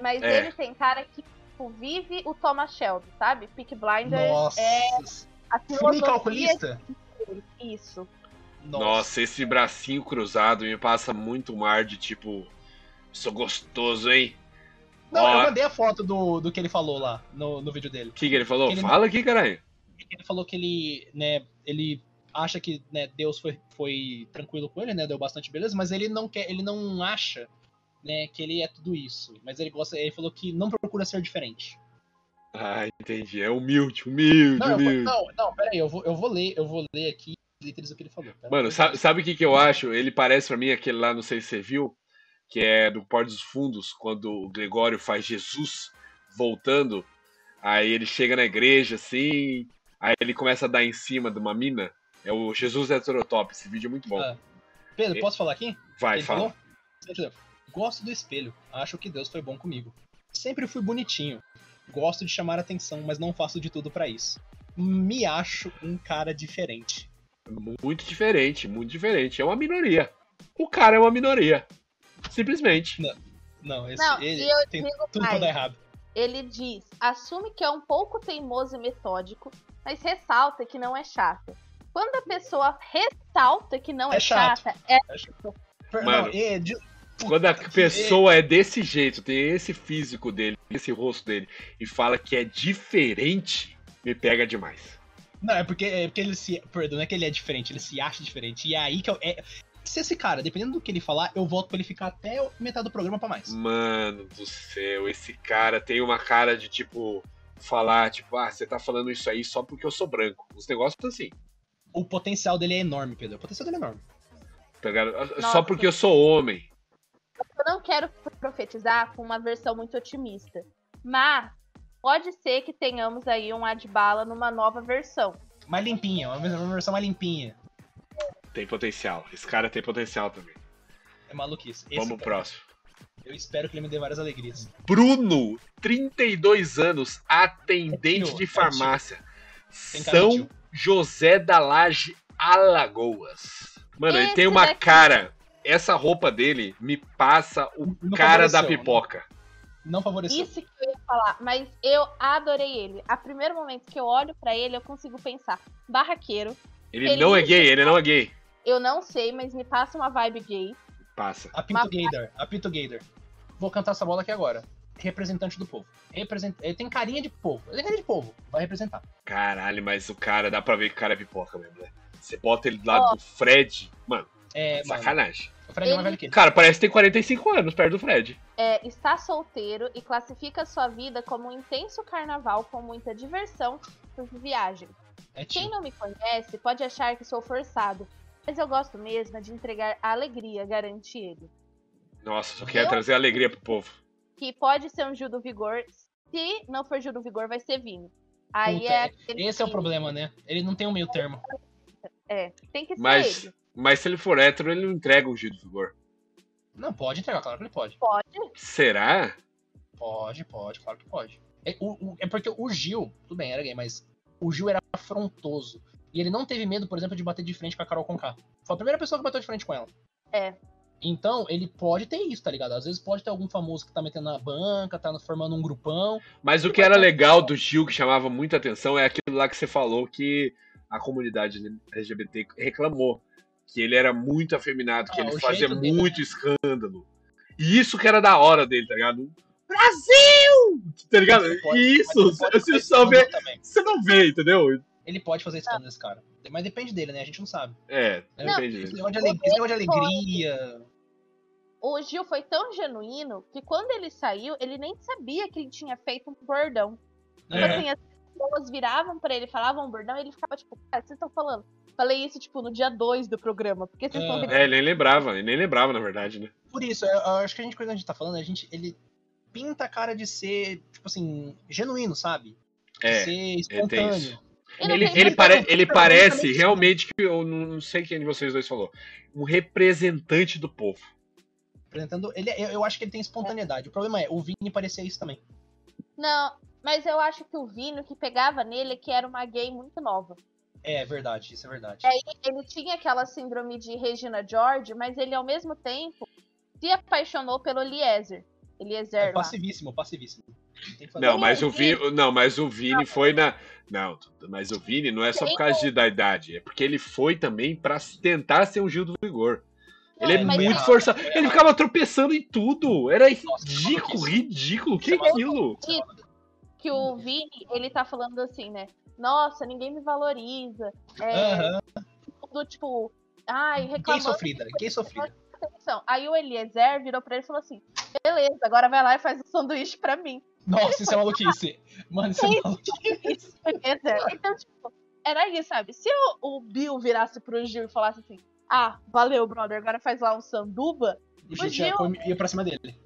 S3: Mas
S1: É.
S3: ele tem cara que tipo, vive o Thomas Shelby, sabe? Peak Blinders
S2: Nossa.
S3: é a
S2: Fui
S3: filosofia
S2: calculista?
S3: dele. Isso.
S1: Nossa. esse bracinho cruzado me passa muito um ar de tipo. Sou gostoso, hein?
S2: Não,
S1: Ó.
S2: eu mandei a foto do, do que ele falou lá no, no vídeo dele.
S1: O que, que ele falou?
S2: Ele não-
S1: Fala aqui, caralho.
S2: Ele falou que ele, né, ele acha que né, Deus foi, foi tranquilo com ele, né? Deu bastante beleza, mas ele não quer, ele não acha, né, que ele é tudo isso. Mas ele gosta, ele falou que não procura ser diferente.
S1: Ah, entendi. É humilde, humilde,
S2: Não, eu vou-
S1: humilde.
S2: não, não, peraí, eu vou, eu vou ler, eu vou ler aqui as letras do que ele falou. tá? pera.
S1: Mano, sabe, sabe o que, que eu acho? Ele parece pra mim aquele lá, não sei se você viu, que é do Porto dos Fundos, quando o Gregório faz Jesus voltando. Aí ele chega na igreja, assim, aí ele começa a dar em cima de uma mina. É o Jesus heterotop. Esse vídeo é muito bom.
S2: Ah, Pedro, posso falar aqui?
S1: Vai,
S2: Ele
S1: fala.
S2: falou? Entendeu? Gosto do espelho, acho que Deus foi bom comigo. Sempre fui bonitinho. Gosto de chamar atenção, mas não faço de tudo pra isso. Me acho um cara diferente.
S1: Muito diferente, muito diferente. É uma minoria. O cara é uma minoria. Simplesmente.
S2: Não, esse
S3: Não,
S2: ele
S3: e eu
S2: tem
S3: digo
S2: tudo pra
S3: mais.
S2: dar errado.
S3: Ele diz: assume que é um pouco teimoso e metódico, mas ressalta que não é chato. Quando a pessoa ressalta que não é,
S2: É chato.
S3: chata, é
S2: Não,
S1: Mano.
S2: é, de-
S1: Quando a pessoa é desse jeito, tem esse físico dele, esse rosto dele, e fala que é diferente, me pega demais.
S2: Não, é porque, é porque ele se. Perdão, não é que ele é diferente, ele se acha diferente. E é aí que eu. É, se esse cara, dependendo do que ele falar, eu volto pra ele ficar até metade do programa pra mais.
S1: Mano do céu, esse cara tem uma cara de tipo. Falar, tipo, ah, você tá falando isso aí só porque eu sou branco. Os negócios assim.
S2: O potencial dele é enorme, Pedro. O potencial dele é enorme.
S1: tá ligado?
S3: Nossa.
S1: Só porque eu sou homem.
S3: Eu não quero profetizar com uma versão muito otimista, mas pode ser que tenhamos aí um Adbala numa nova versão.
S2: Mais limpinha, uma uma versão mais limpinha.
S1: Tem potencial. Esse cara tem potencial também.
S2: É maluquice. Esse
S1: Vamos pro
S2: cara,
S1: próximo.
S2: Eu espero que ele me dê várias alegrias.
S1: Bruno, 32 anos,
S2: É
S1: atendente
S2: tio, é
S1: de
S2: tio.
S1: farmácia.
S2: Tem cara de
S1: São
S2: tio.
S1: José da Laje, Alagoas. Mano, ele
S3: Esse
S1: tem uma
S3: daqui.
S1: cara. Essa roupa dele me passa o
S2: Não
S1: cara da
S2: favoreceu,
S1: pipoca.
S2: Não favoreceu.
S3: Isso que eu ia falar, mas eu adorei ele. A primeiro momento que eu olho pra ele, eu consigo pensar: barraqueiro,
S1: Ele
S3: Ele
S1: não é
S3: me-
S1: gay, ele não é gay.
S3: eu não sei, mas me passa uma vibe gay.
S1: Passa.
S2: Apito
S3: Mas-
S2: Gator, Apito Gator. Vou cantar essa bola aqui agora. Representante do povo. Represent... Ele tem carinha de povo. Ele tem carinha de povo. Vai representar.
S1: Caralho, mas o cara, dá pra ver que o cara é pipoca mesmo, né? Você bota ele do lado
S3: Ó.
S1: do Fred. Mano,
S2: É, mano,
S1: sacanagem.
S2: o Fred é mais
S3: Ele-
S2: velho que ele.
S1: Cara, parece que tem 45 anos perto do Fred.
S3: É, está solteiro e classifica sua vida como um intenso carnaval com muita diversão por viagem.
S2: É
S3: Quem
S2: tio.
S3: não me conhece pode achar que sou forçado, mas eu gosto mesmo é de entregar a alegria, garante ele.
S1: Nossa, só quer
S3: Eu-
S1: trazer alegria pro povo.
S3: Que pode ser um Gil do Vigor, se não for Gil do Vigor, vai ser Vini. Aí
S2: Puta,
S3: é
S2: é-
S3: aquele
S2: Esse é o
S3: que-
S2: problema, né? Ele não tem um meio termo.
S3: É, Tem que ser
S1: Mas-
S3: ele.
S1: Mas se ele for hétero, ele não entrega o Gil do Vigor.
S2: Não, pode entregar, claro que ele pode.
S3: Pode.
S1: Será?
S2: Pode, pode, claro que pode. É, o- o- é porque o Gil, tudo bem, era gay, mas o Gil era afrontoso. E ele não teve medo, por exemplo, de bater de frente com a Carol Conká. Foi a primeira pessoa que bateu de frente com ela.
S3: É.
S2: Então, ele pode ter isso, tá ligado? Às vezes pode ter algum famoso que tá metendo na banca, tá formando um grupão.
S1: Mas o que era legal do Gil, que chamava muita atenção, é aquilo lá que você falou que a comunidade LGBT reclamou. Que ele era muito afeminado, que
S2: Ah,
S1: ele
S2: o
S1: fazia
S2: jeito dele,
S1: muito escândalo. E isso que era da hora dele, tá ligado? Brasil! Tá ligado?
S2: Ele pode- mas
S1: Isso,
S2: ele pode
S1: se
S2: fazer
S1: só vê,
S2: escândalo também.
S1: você não vê, entendeu?
S2: Ele pode fazer escândalo nesse cara. Mas depende dele, né? A gente não sabe.
S1: É,
S2: É,
S1: não,
S2: Esse
S1: entendi.
S2: negócio de ale- esse negócio de alegria. né?
S3: O Gil foi tão genuíno que quando ele saiu, ele nem sabia que ele tinha feito um bordão. Tipo
S1: É.
S3: assim, as pessoas viravam pra ele, falavam um bordão, e ele ficava tipo, cara, o que vocês estão falando? Falei isso, tipo, no dia 2 do programa, porque vocês estão
S2: Ah.
S1: É, ele nem lembrava, ele nem lembrava, na verdade, né?
S2: Por isso, eu, eu acho que a gente, quando a gente tá falando, a gente, ele pinta a cara de ser, tipo assim, genuíno, sabe? De
S1: É,
S2: ser
S1: ele tem
S2: espontâneo.
S1: isso.
S3: Eu não
S1: Ele,
S3: tenho
S1: ele
S3: mais
S1: pare-
S2: nada
S1: ele
S2: pra
S1: parece
S2: absolutamente
S1: realmente que eu não não sei quem de vocês dois falou. Um representante do povo.
S2: Apresentando, ele, é, eu, eu acho que ele tem espontaneidade. O problema é, o Vini parecia isso também.
S3: Não, mas eu acho que o Vini, o que pegava nele, é que era uma gay muito nova.
S2: É verdade, isso é verdade.
S3: É, Ele tinha aquela síndrome de Regina George, mas ele, ao mesmo tempo, se apaixonou pelo Eliezer.
S1: É
S3: Eliezer, lá.
S2: É passivíssimo, passivíssimo. Tem que fazer.
S1: Não, mas o
S3: Vini-
S1: Vini, não, mas o Vini foi na não, mas o Vini não é só por causa de, da idade, é porque ele foi também pra tentar ser um Gil do Vigor.
S3: Não,
S1: Ele é
S3: mas
S1: muito
S3: ele-
S1: forçado,
S2: ele-
S1: ele ficava tropeçando em tudo, era
S2: Nossa,
S1: ridículo,
S2: maluquice.
S1: ridículo, o que é
S2: Isso é
S1: aquilo?
S3: que o Vini, ele tá falando assim, né? Nossa, ninguém me valoriza. É,
S2: Aham.
S3: tudo, tipo, ai,
S2: Gay
S3: reclamando.
S2: sofrida, gay sofrida.
S3: de atenção. Então, Aí o Eliezer virou pra ele e falou assim: beleza, agora vai lá e faz um sanduíche pra mim.
S2: Nossa, isso é maluquice. Mano, isso é
S3: Isso.
S2: maluquice.
S3: <laughs> Eliezer. Então, tipo, era isso, sabe? Se o, o Bill virasse pro Gil e falasse assim: ah, valeu, brother, agora faz lá um sanduba,
S2: O gente ia, ia pra cima dele.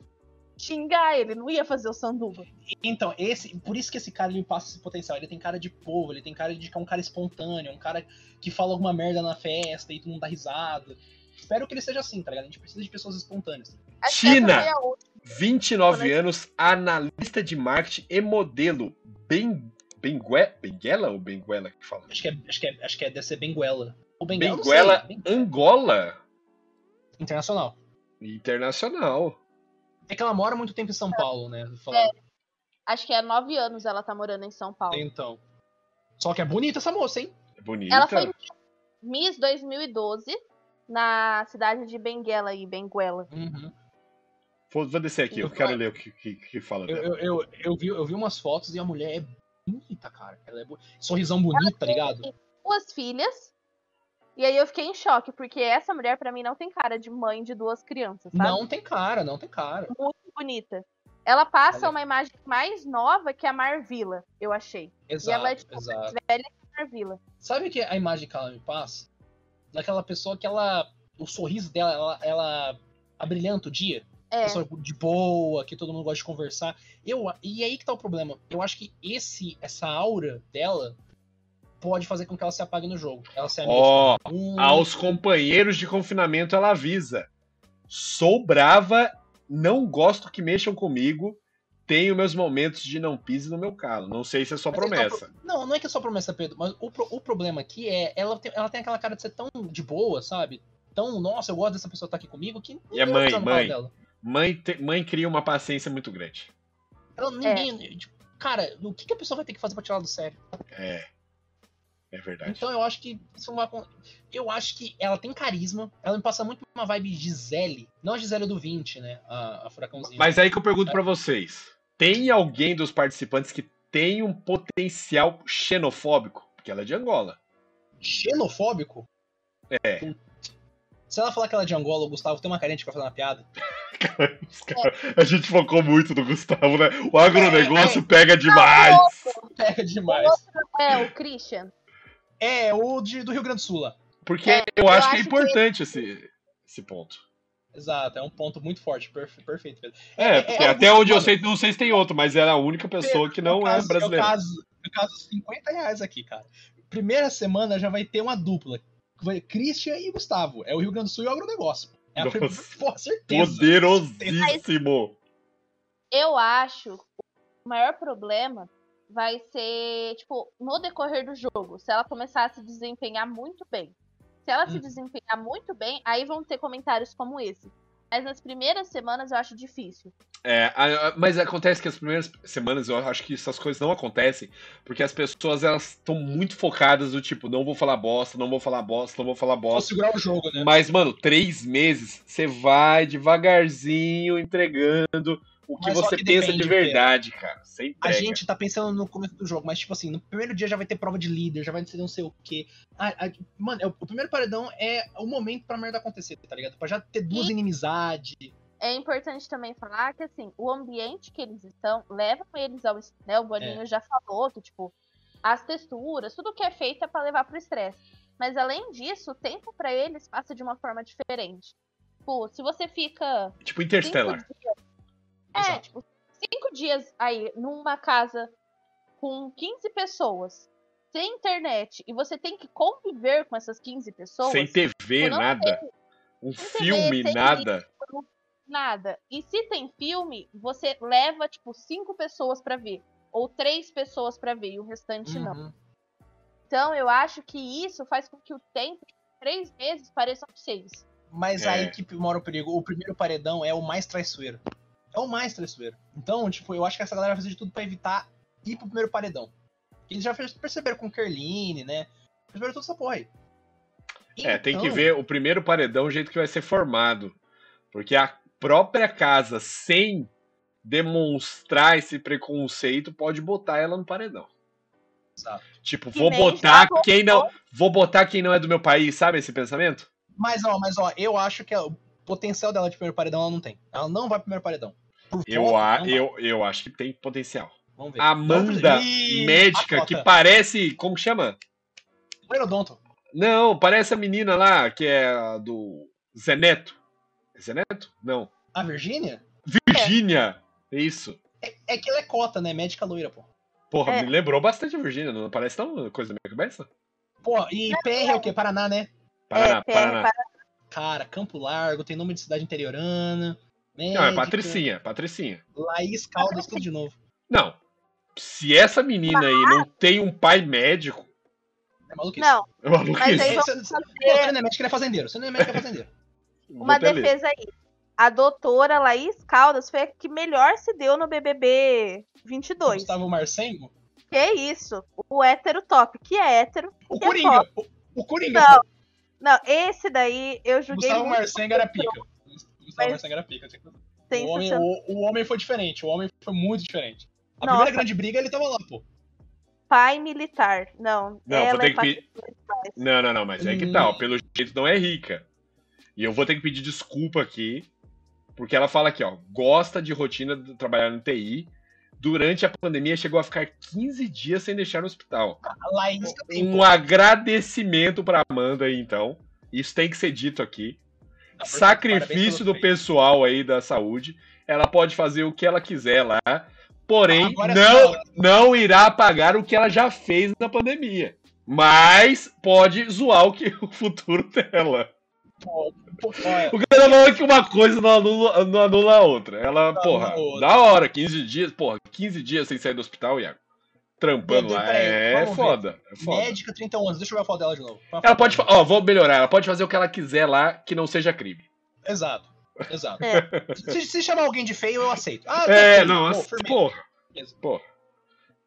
S3: xingar ele, não ia fazer o sanduba.
S2: Então, esse, por isso que esse cara ele me passa esse potencial. Ele tem cara de povo, ele tem cara de que é um cara espontâneo, um cara que fala alguma merda na festa e todo mundo dá risada. Espero que ele seja assim, tá ligado? A gente precisa de pessoas espontâneas.
S3: Acho que essa
S1: Tina!
S3: foi a última.
S1: 29 anos, analista de marketing e modelo. Ben Bengue- Benguela ou Benguela que fala?
S2: Acho que é, acho que é, acho que é deve ser Benguela. Ou Benguela,
S1: Benguela
S2: não sei. Ben-
S1: Angola
S2: Internacional.
S1: Internacional.
S2: É que ela mora muito tempo em São
S3: É.
S2: Paulo, né? Falar-
S3: Acho que há nove anos ela tá morando em São Paulo.
S2: Então. Só que é bonita essa moça, hein?
S1: É Bonita.
S3: Ela foi Miss 2012 na cidade de Benguela e Benguela.
S2: Uhum.
S1: Vou, vou descer aqui, eu quero ler o que, que, que fala
S2: Eu,
S1: dela.
S2: eu, eu, eu vi, eu vi umas fotos e a mulher é bonita, cara. Ela é bo... Sorrisão bonito, tá ligado?
S3: duas filhas. E aí eu fiquei em choque, porque essa mulher pra mim não tem cara de mãe de duas crianças, sabe?
S2: Não tem cara, não tem cara.
S3: Muito bonita. Ela passa
S2: Olha.
S3: uma imagem mais nova que a Marvila, eu achei.
S2: Exato,
S3: ela é, tipo,
S2: exato.
S3: Velha que a Marvila.
S2: Sabe que a imagem que ela me passa? Daquela pessoa que ela. O sorriso dela, ela, ela abrilhanta o dia.
S3: É,
S2: pessoa de boa, que todo mundo gosta de conversar. Eu, e aí que tá o problema. Eu acho que esse, essa aura dela pode fazer com que ela se apague no jogo. Ela se amiga
S1: Ó,
S2: de todo mundo.
S1: aos companheiros de confinamento ela avisa. Sou brava, não gosto que mexam comigo, tenho meus momentos de não pise no meu calo. Não sei se é só
S2: Mas é que
S1: promessa.
S2: Não, não é que é só promessa, Pedro, mas o, pro- o problema aqui é ela tem, ela tem aquela cara de ser tão de boa, sabe? Tão, nossa, eu gosto dessa pessoa estar aqui comigo que
S1: E é
S2: ninguém
S1: mãe,
S2: precisa falar
S1: mãe.
S2: dela.
S1: Mãe, te- mãe cria uma paciência muito grande.
S2: Ela, ninguém, tipo, cara, o que, que a pessoa vai ter que fazer pra tirar do sério?
S1: É. É verdade.
S2: Então eu acho que isso não vai acon- Eu acho que ela tem carisma, ela me passa muito uma vibe Gisele, não a Gisele do 20, né? A, a Furacãozinha.
S1: Mas aí que eu pergunto pra vocês: tem alguém dos participantes que tem um potencial xenofóbico? Porque ela é de Angola.
S2: Xenofóbico?
S1: É.
S2: Se ela falar que ela é de Angola, o Gustavo tem uma carente pra fazer uma piada.
S1: Os cara- A gente focou muito no Gustavo, né? O
S2: É,
S1: agronegócio
S2: Tá
S1: pega demais.
S2: Pega demais.
S3: é o Christian.
S2: É, o de, do Rio Grande do Sul lá.
S1: Porque
S3: É,
S1: eu,
S3: eu
S1: acho que é
S3: acho que-
S1: importante esse, esse ponto.
S2: Exato, é um ponto muito forte, perfe- perfeito. Pedro.
S1: É,
S2: é,
S1: porque
S2: é,
S1: até
S2: mano.
S1: onde eu sei, não sei se tem outro, mas era a única pessoa que não
S2: Eu
S1: é
S2: caso-
S1: brasileira.
S2: Eu caso, eu caso 50 reais aqui, cara. Primeira semana já vai ter uma dupla. Vai Christian e Gustavo. É o Rio Grande do Sul e o agronegócio. É a
S1: Nossa.
S2: primeira, <laughs> pô, certeza.
S1: Poderosíssimo.
S3: Eu acho que o maior problema vai ser, tipo, no decorrer do jogo, se ela começar a se desempenhar muito bem. Se ela se
S2: Hum.
S3: desempenhar muito bem, aí vão ter comentários como esse. Mas nas primeiras semanas eu acho difícil.
S1: É, a- a- mas acontece que as primeiras semanas eu acho que essas coisas não acontecem, porque as pessoas elas estão muito focadas do tipo, não vou falar bosta, não vou falar bosta, não vou falar
S2: Vou
S1: bosta.
S2: segurar o jogo, né?
S1: Mas, mano, três meses, você vai devagarzinho entregando o que
S2: Mas só
S1: você
S2: que
S1: pensa
S2: depende,
S1: de verdade, cara. Você
S2: A
S1: entrega.
S2: gente tá pensando no começo do jogo, mas tipo assim, no primeiro dia já vai ter prova de líder, já vai ter não sei o quê. A- a- mano, é o, o primeiro paredão é o momento pra merda acontecer, tá ligado? Pra já ter duas
S3: E-
S2: inimizades.
S3: É importante também falar que, assim, o ambiente que eles estão, levam eles ao estresse. Né? O Boninho
S1: É.
S3: já falou que, tipo, as texturas, tudo que é feito é pra levar pro estresse. Mas, além disso, o tempo pra eles passa de uma forma diferente. Tipo, se você fica
S1: Tipo
S3: cinco
S1: Interstellar.
S3: dias. É,
S2: Exato.
S3: tipo, cinco dias aí numa casa com 15 pessoas, sem internet, e você tem que conviver com essas 15 pessoas,
S1: Sem TV,
S3: Eu não é
S1: nada. Um
S3: TV,
S1: filme,
S3: sem
S1: nada.
S3: nada. E se tem filme, você leva, tipo, cinco pessoas pra ver, ou três pessoas pra ver, e o restante não.
S2: Uhum.
S3: Então, eu acho que isso faz com que o tempo, tipo, três meses, pareçam seis.
S2: Mas
S1: É.
S2: aí que mora o perigo. O primeiro paredão é o mais traiçoeiro. É o mais traiçoeiro. Então, tipo, eu acho que essa galera vai fazer de tudo pra evitar ir pro primeiro paredão. Eles já fez- perceberam com Kerline, né? Perceberam toda essa porra aí.
S1: É, tem que
S2: Então,
S1: ver o primeiro paredão, o jeito que vai ser formado. Porque a própria casa, sem demonstrar esse preconceito, pode botar ela no paredão.
S2: exato.
S1: Tipo,
S3: Que
S1: vou
S3: nem já
S1: botar
S3: botou.
S1: quem não. Vou botar quem não é do meu país, sabe esse pensamento?
S2: Mas ó, mas ó, eu acho que é o potencial dela de primeiro paredão ela não tem. Ela não vai pro primeiro paredão. Por
S1: Eu,
S2: voto,
S1: a,
S2: não vai.
S1: eu, eu acho que tem potencial.
S2: Vamos ver.
S1: Amanda,
S2: Ih,
S1: médica,
S2: a
S1: que
S2: cota.
S1: parece. Como chama?
S2: Pterodonto.
S1: Não, parece a menina lá, que é a do Zeneto. É Zeneto? Não.
S2: A Virgínia?
S1: Virgínia! É isso.
S2: É, é que ela é cota, né? Médica loira, pô.
S1: Porra,
S3: É.
S1: me lembrou bastante a Virgínia, não parece tão coisa da minha cabeça?
S2: Pô, e PR é o quê? Paraná, né?
S1: Paraná,
S3: é,
S1: Paraná.
S3: para-
S2: Cara, Campo Largo, tem nome de cidade interiorana. Médica,
S1: Não, é Patricinha, Patricinha.
S2: Laís Caldas, tudo de novo.
S1: Não, se essa menina aí não tem um pai médico, <laughs>
S2: É maluquice.
S3: Não,
S1: é maluco
S3: Mas aí
S2: É,
S1: isso.
S2: você, você,
S3: vamos
S2: você
S3: fazer
S2: não é médico, ele é fazendeiro. Você não é médico, ele é fazendeiro.
S3: uma
S1: Botei ali.
S3: defesa aí. A doutora Laís Caldas foi a que melhor se deu no BBB 22.
S2: Gustavo Marcengo.
S3: Que isso? O hétero top, que é hétero.
S2: O
S3: Que
S2: Coringa. O, o Coringa,
S3: Não,
S2: pô.
S3: não, esse daí eu julguei
S2: Gustavo
S3: muito.
S2: Marcengo era pica. Gustavo
S3: Mas-
S2: Marcengo era pica. eu tinha que- O homem,
S3: Sensacional.
S2: o- o homem foi diferente, o homem foi muito diferente. A
S3: Nossa.
S2: primeira grande briga ele tava lá, pô.
S3: Pai militar. Não,
S1: Não, vou
S3: ela
S1: ter
S3: é
S1: que pedir-
S3: patriarcal.
S1: Não, não, não, mas é que
S2: Hum.
S1: tal. Pelo jeito não é rica. E eu vou ter que pedir desculpa aqui, porque ela fala aqui, ó. Gosta de rotina de trabalhar no TI. Durante a pandemia chegou a ficar 15 dias sem deixar o hospital.
S2: A Laís também, pô.
S1: Um agradecimento pra Amanda aí, então. Isso tem que ser dito aqui.
S2: Tá, perfeito, parabéns
S1: Sacrifício
S2: pelo
S1: do
S2: feito.
S1: pessoal aí da saúde. Ela pode fazer o que ela quiser lá. Porém,
S2: Ah, Agora
S1: não,
S2: sim,
S1: não irá pagar o que ela já fez na pandemia. Mas pode zoar o que <laughs> o futuro dela.
S2: Pô, pô, é. olha,
S1: O cara falou é que uma coisa não anula, não anula a outra. Ela, porra,
S2: a outra.
S1: da hora, 15 dias, porra, 15 dias sem sair do hospital, Iago. Trampando
S2: Dodô,
S1: lá.
S2: peraí,
S1: É
S2: vamos ver.
S1: foda, é <laughs> foda.
S2: médica 30 anos, deixa eu ver a foto dela de novo.
S1: Ela pode, fa- ó, vou melhorar, ela pode fazer o que ela quiser lá, que não seja crime.
S2: Exato, exato.
S3: É.
S2: Se, se chamar alguém de feio, eu aceito. Ah, tá
S1: É,
S2: feio,
S1: não,
S2: <laughs> pô,
S1: assim,
S2: firmeza.
S1: porra.
S2: Beleza.
S1: Porra.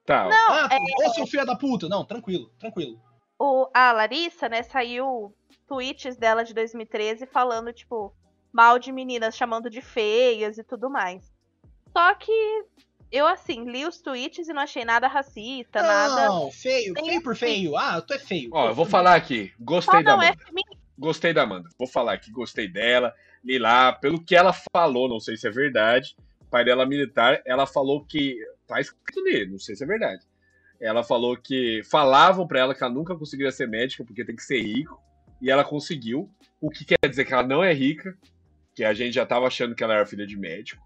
S1: Tá, ó.
S3: Não, é-
S2: Ah, pô, ô seu filho da puta. Não, tranquilo, tranquilo.
S3: o, a Larissa, né, saiu tweets dela de 2013 falando, tipo, mal de meninas, chamando de feias e tudo mais. Só que eu, assim, li os tweets e não achei nada racista, Tá nada. assim.
S2: Não, feio, feio por feio. Ah, tu é feio.
S1: Ó, eu vou falar aqui.
S3: Só
S1: Gostei da
S3: não é
S1: Amanda.
S3: feminista.
S1: Gostei da Amanda. Vou falar aqui, gostei dela. Li lá, pelo que ela falou, não sei se é verdade. O pai dela é militar, ela falou que. Tá escrito ali, não sei se é verdade. Ela falou que falavam pra ela que ela nunca conseguiria ser médica porque tem que ser rico. E ela conseguiu. O que quer dizer que ela não é rica, que a gente já tava achando que ela era filha de médico.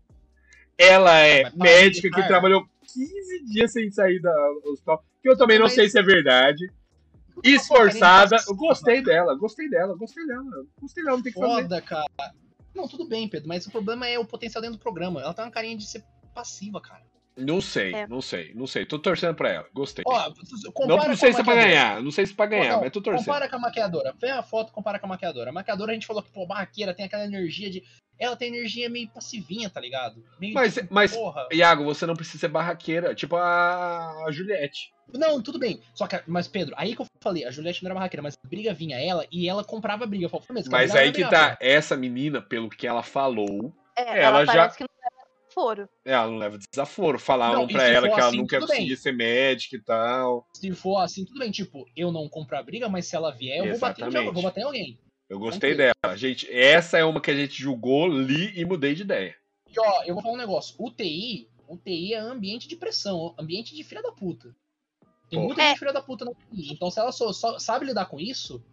S1: Ela é
S2: Mas não,
S1: médica que
S2: militar.
S1: trabalhou 15 dias sem sair da do hospital, que eu também não sei se é verdade. Esforçada, eu gostei dela, gostei dela, gostei dela, gostei dela, não tem o que fazer.
S2: é Foda, cara. Não, tudo bem, Pedro, mas o problema é o potencial dentro do programa. Ela tá uma carinha de ser passiva, cara.
S1: Não sei,
S3: É.
S1: não sei, não sei. Tô torcendo pra ela, gostei.
S2: Ó, tu- compara
S1: não, não
S2: com
S1: sei
S2: a
S1: se é pra
S2: maquiadora.
S1: ganhar, não sei se é pra ganhar,
S2: Não,
S1: mas tô torcendo.
S2: Compara com a maquiadora. Vê a foto, compara com a maquiadora. A maquiadora a gente falou que, pô, barraqueira tem aquela energia de. Ela tem energia meio passivinha, tá ligado? Meio
S1: Mas- é, mas-
S2: porra.
S1: Iago, você não precisa ser barraqueira, tipo a, a Juliette.
S2: Não, tudo bem. Só que, mas Pedro, aí que eu falei, a Juliette não era barraqueira, mas a briga vinha ela e ela comprava a briga. Eu falava, "Pô, mas cara,
S1: Mas
S2: ela é
S1: aí
S2: vai
S1: que tá,
S2: brigar,
S1: essa menina, pelo que ela falou,
S3: É,
S1: Ela
S3: ela,
S1: já-
S3: parece que não é foro.
S1: ela não leva desaforo. Falaram
S2: Não, e
S1: pra
S2: se
S1: ela
S2: for
S1: que ela
S2: assim,
S1: nunca ia
S2: tudo bem.
S1: conseguir ser médica e tal.
S2: pô. Se for assim, tudo bem, tipo, eu não compro a briga, mas se ela vier, eu vou bater, em alguém, eu vou bater em alguém.
S1: Eu gostei
S2: Tranquilo.
S1: dela. Gente, essa é uma que a gente julgou, li e mudei de ideia.
S2: E ó, eu vou falar um negócio. UTI, UTI é ambiente de pressão, ambiente de filha da puta. Tem
S1: Pô.
S2: muita
S3: É.
S2: gente filha da puta na UTI. Então se ela só, só sabe lidar com isso,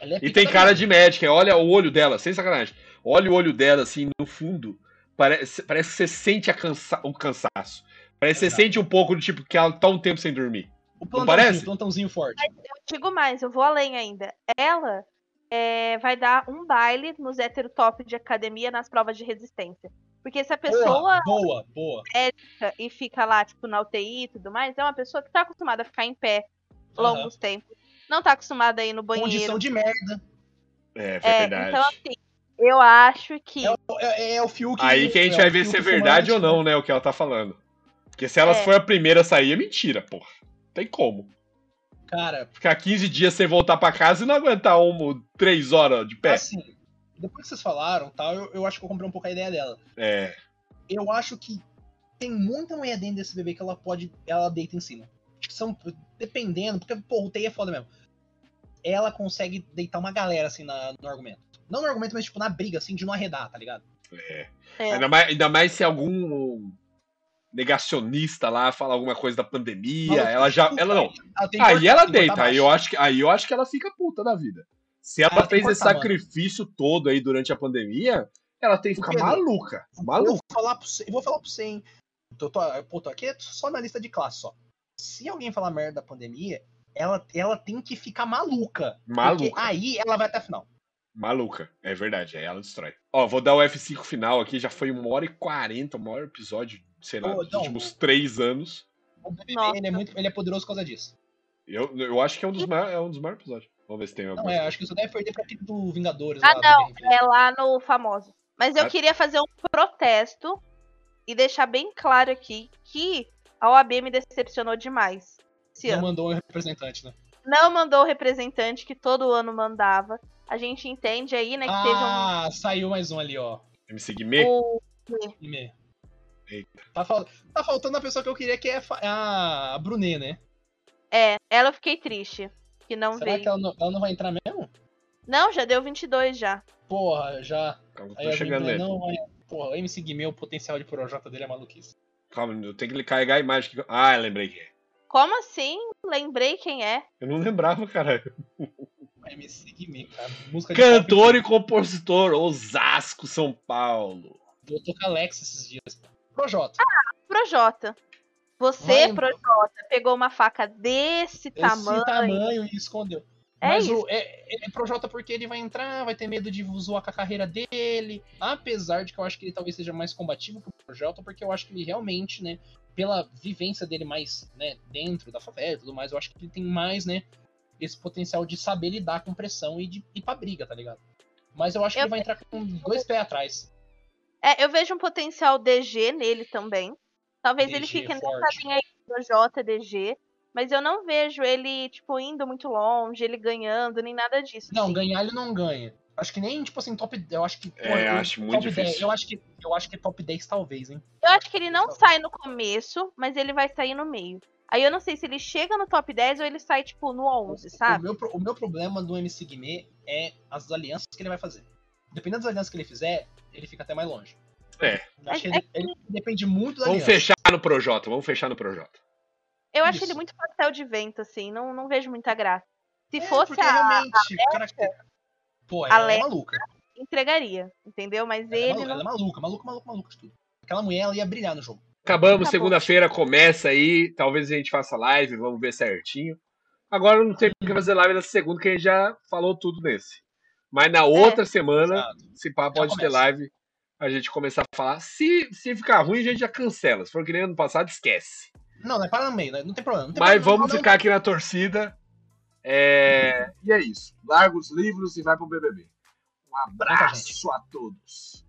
S2: ela é
S1: E
S2: pica
S1: tem
S2: da
S1: cara
S2: vida.
S1: de médica. é, Olha o olho dela, sem sacanagem. Olha o olho dela, assim, no fundo. Parece, parece que você sente a cansa o cansaço. Parece que você
S2: Exato.
S1: sente um pouco do tipo que ela tá um tempo sem dormir.
S2: O
S1: parece?
S2: plantãozinho, o plantãozinho forte.
S3: Eu digo mais, eu vou além ainda. Ela é, vai dar um baile nos hétero top de academia nas provas de resistência. Porque se a pessoa
S2: Boa, boa, boa.
S3: fica- e fica lá, tipo, na UTI e tudo mais, é uma pessoa que tá acostumada a ficar em pé longos tempos. Não tá acostumada a ir no banheiro.
S2: Condição de merda.
S1: É
S3: É,
S1: verdade.
S3: então, assim, eu acho que.
S2: É, o- é- é o Fiuk.
S1: Aí que a gente
S2: é,
S1: vai
S2: o
S1: ver
S2: Fiuk
S1: se é
S2: fumante,
S1: verdade ou
S2: né?
S1: não, né, o que ela tá falando. Porque se ela
S3: É.
S1: for a primeira a sair, é mentira, porra. Tem como.
S2: Cara,
S1: Ficar 15 dias sem voltar pra casa e não aguentar um, três horas de pé.
S2: assim, depois que vocês falaram tal, eu, eu acho que eu comprei um pouco a ideia dela.
S1: É.
S2: Eu acho que tem muita mulher dentro desse bebê que ela pode. Ela deita em cima. Acho que são. Dependendo, porque, pô, o TI é foda mesmo. Ela consegue deitar uma galera, assim, na- no argumento. Não no argumento, mas, tipo, na briga, assim, de não arredar, tá ligado?
S1: é.
S3: É.
S1: Ainda, mais, ainda mais se algum negacionista lá fala alguma coisa da pandemia.
S2: Maluco,
S3: assim,
S1: ela já.
S2: tudo
S1: Ela não.
S2: tem que
S1: Aí
S2: cortar-
S1: ela
S2: tem que cortar
S1: deita. Aí eu,
S2: baixo.
S1: acho que, aí eu acho que ela fica puta da vida. Se
S2: Ah,
S1: ela
S2: tem
S1: fez
S2: que
S1: esse
S2: cortar,
S1: sacrifício todo aí durante a pandemia, ela tem que ficar
S2: Pedro,
S1: maluca.
S2: Eu
S1: Maluca.
S2: vou falar pra você, eu vou falar pra você, hein? Tô, tô, pô, tô aqui só na lista de classe, só. Se alguém falar merda da pandemia, ela, ela tem que ficar maluca. Porque
S1: Maluca.
S2: aí ela vai até a final.
S1: Maluca, é verdade, aí ela destrói. Ó, vou dar o F5 final aqui, já foi uma hora e quarenta, o maior episódio, sei lá,
S2: Ô,
S1: dos
S2: não.
S1: últimos três anos.
S2: O BBB,
S3: Nossa.
S2: ele é, muito, ele é poderoso por causa disso.
S1: Eu, eu acho que é um dos maiores, é um dos maiores episódios. Vamos ver se tem alguma
S2: Não,
S1: coisa.
S2: é, acho que isso deve perder pra aquele do Vingadores.
S3: Ah,
S2: lá,
S3: não,
S2: do BBB.
S3: é lá no famoso. Mas eu
S1: Ah.
S3: queria fazer um protesto e deixar bem claro aqui que a OAB me decepcionou demais. é Esse
S2: Não
S3: ano.
S2: mandou um representante, né?
S3: Não mandou o representante que todo ano mandava. A gente entende aí, né, que
S2: ah, saiu mais um ali, ó.
S1: MC Guimê?
S3: teve um. O,
S2: Me.
S1: Eita.
S2: Tá, fal- tá faltando a pessoa que eu queria, que é a fa- a, a Brunet, né?
S3: É, ela eu fiquei triste. Que não
S2: Será
S3: veio.
S2: que ela não, ela não vai entrar mesmo?
S3: Não, já deu 22 já.
S2: Porra, já.
S1: Calma,
S2: Aí
S1: tô
S2: alguém
S1: chegando
S2: entra,
S1: nele.
S2: não, vai. Porra, o MC Guimê, o potencial de Projota dele é maluquice.
S1: Calma, eu tenho que carregar a imagem. Que... eu- Ah, eu lembrei quem é.
S3: Como assim? Lembrei quem é.
S1: Eu não lembrava, caralho.
S2: O MC Guimê, cara. Música de
S1: Cantor e compositor, Osasco, São Paulo.
S2: pop. Eu tô com a Alex esses dias. Projota.
S3: Ah, Projota. Você,
S2: Vai-
S3: Projota, pegou uma faca desse
S2: esse
S3: tamanho.
S2: tamanho e escondeu.
S3: É
S2: Mas
S3: isso.
S2: o, é, ele é Projota porque ele vai entrar, vai ter medo de zoar com a carreira dele. Apesar de que eu acho que ele talvez seja mais combativo que o Projota, porque eu acho que ele realmente, né, pela vivência dele mais, né, dentro da favela e tudo mais, eu acho que ele tem mais, né, esse potencial de saber lidar com pressão e de ir pra briga, tá ligado? Mas eu acho que
S3: Eu
S2: ele vai entrar com dois pés atrás.
S3: É, eu vejo um potencial DG nele também. Talvez ele
S2: DG
S3: fique nessa
S2: é forte.
S3: linha aí Projota, DG. Mas eu não vejo ele, tipo, indo muito longe, ele ganhando, nem nada disso.
S2: Não,
S3: assim.
S2: ganhar ele não ganha. Acho que nem, tipo assim, top. Eu acho que.
S1: É,
S2: porra,
S1: eu
S2: ele-
S1: acho muito
S2: top 10,
S1: difícil.
S2: eu, acho que, eu acho que top 10 talvez, hein?
S3: Eu acho que ele não sai no começo, mas ele vai sair no meio. Aí eu não sei se ele chega no top 10 ou ele sai, tipo, no 11,
S2: O,
S3: sabe?
S2: meu, pro- o meu problema do MC Guimê é as alianças que ele vai fazer. Dependendo das alianças que ele fizer, ele fica até mais longe.
S1: É.
S2: Eu Acho que
S3: É-
S2: ele, ele depende muito da
S1: Vamos
S2: aliança.
S1: fechar no Projota, vamos fechar no Projota.
S3: Eu acho
S2: Isso.
S3: ele muito pastel de vento, assim. Não, não vejo muita graça. Se
S2: É,
S3: fosse,
S2: porque
S3: a,
S2: realmente, o cara- Pô, ela é
S3: Alexa, né?
S2: maluca.
S3: entregaria, entendeu? Mas
S2: Ela é,
S3: ele
S2: maluca ela
S3: não.
S2: é maluca, maluca, maluca, maluca de tudo. Aquela mulher, ela ia brilhar no jogo.
S1: Acabamos,
S3: Acabou.
S1: segunda-feira começa aí. Talvez a gente faça live, vamos ver certinho. Agora não tem que fazer live na segunda, que a gente já falou tudo nesse. Mas na outra semana,
S2: Exato.
S1: se pá, pode ter
S2: começa.
S1: live. A gente começar a falar. Se, se ficar ruim, a gente já cancela. Se for que nem ano passado, esquece.
S2: Não, não é para no meio, né? não tem problema. Não tem
S1: Mas
S2: problema,
S1: vamos
S2: não,
S1: ficar aqui na torcida. É, E é isso. Larga os livros e vai pro BBB. Um
S2: Muita gente.
S1: abraço a todos.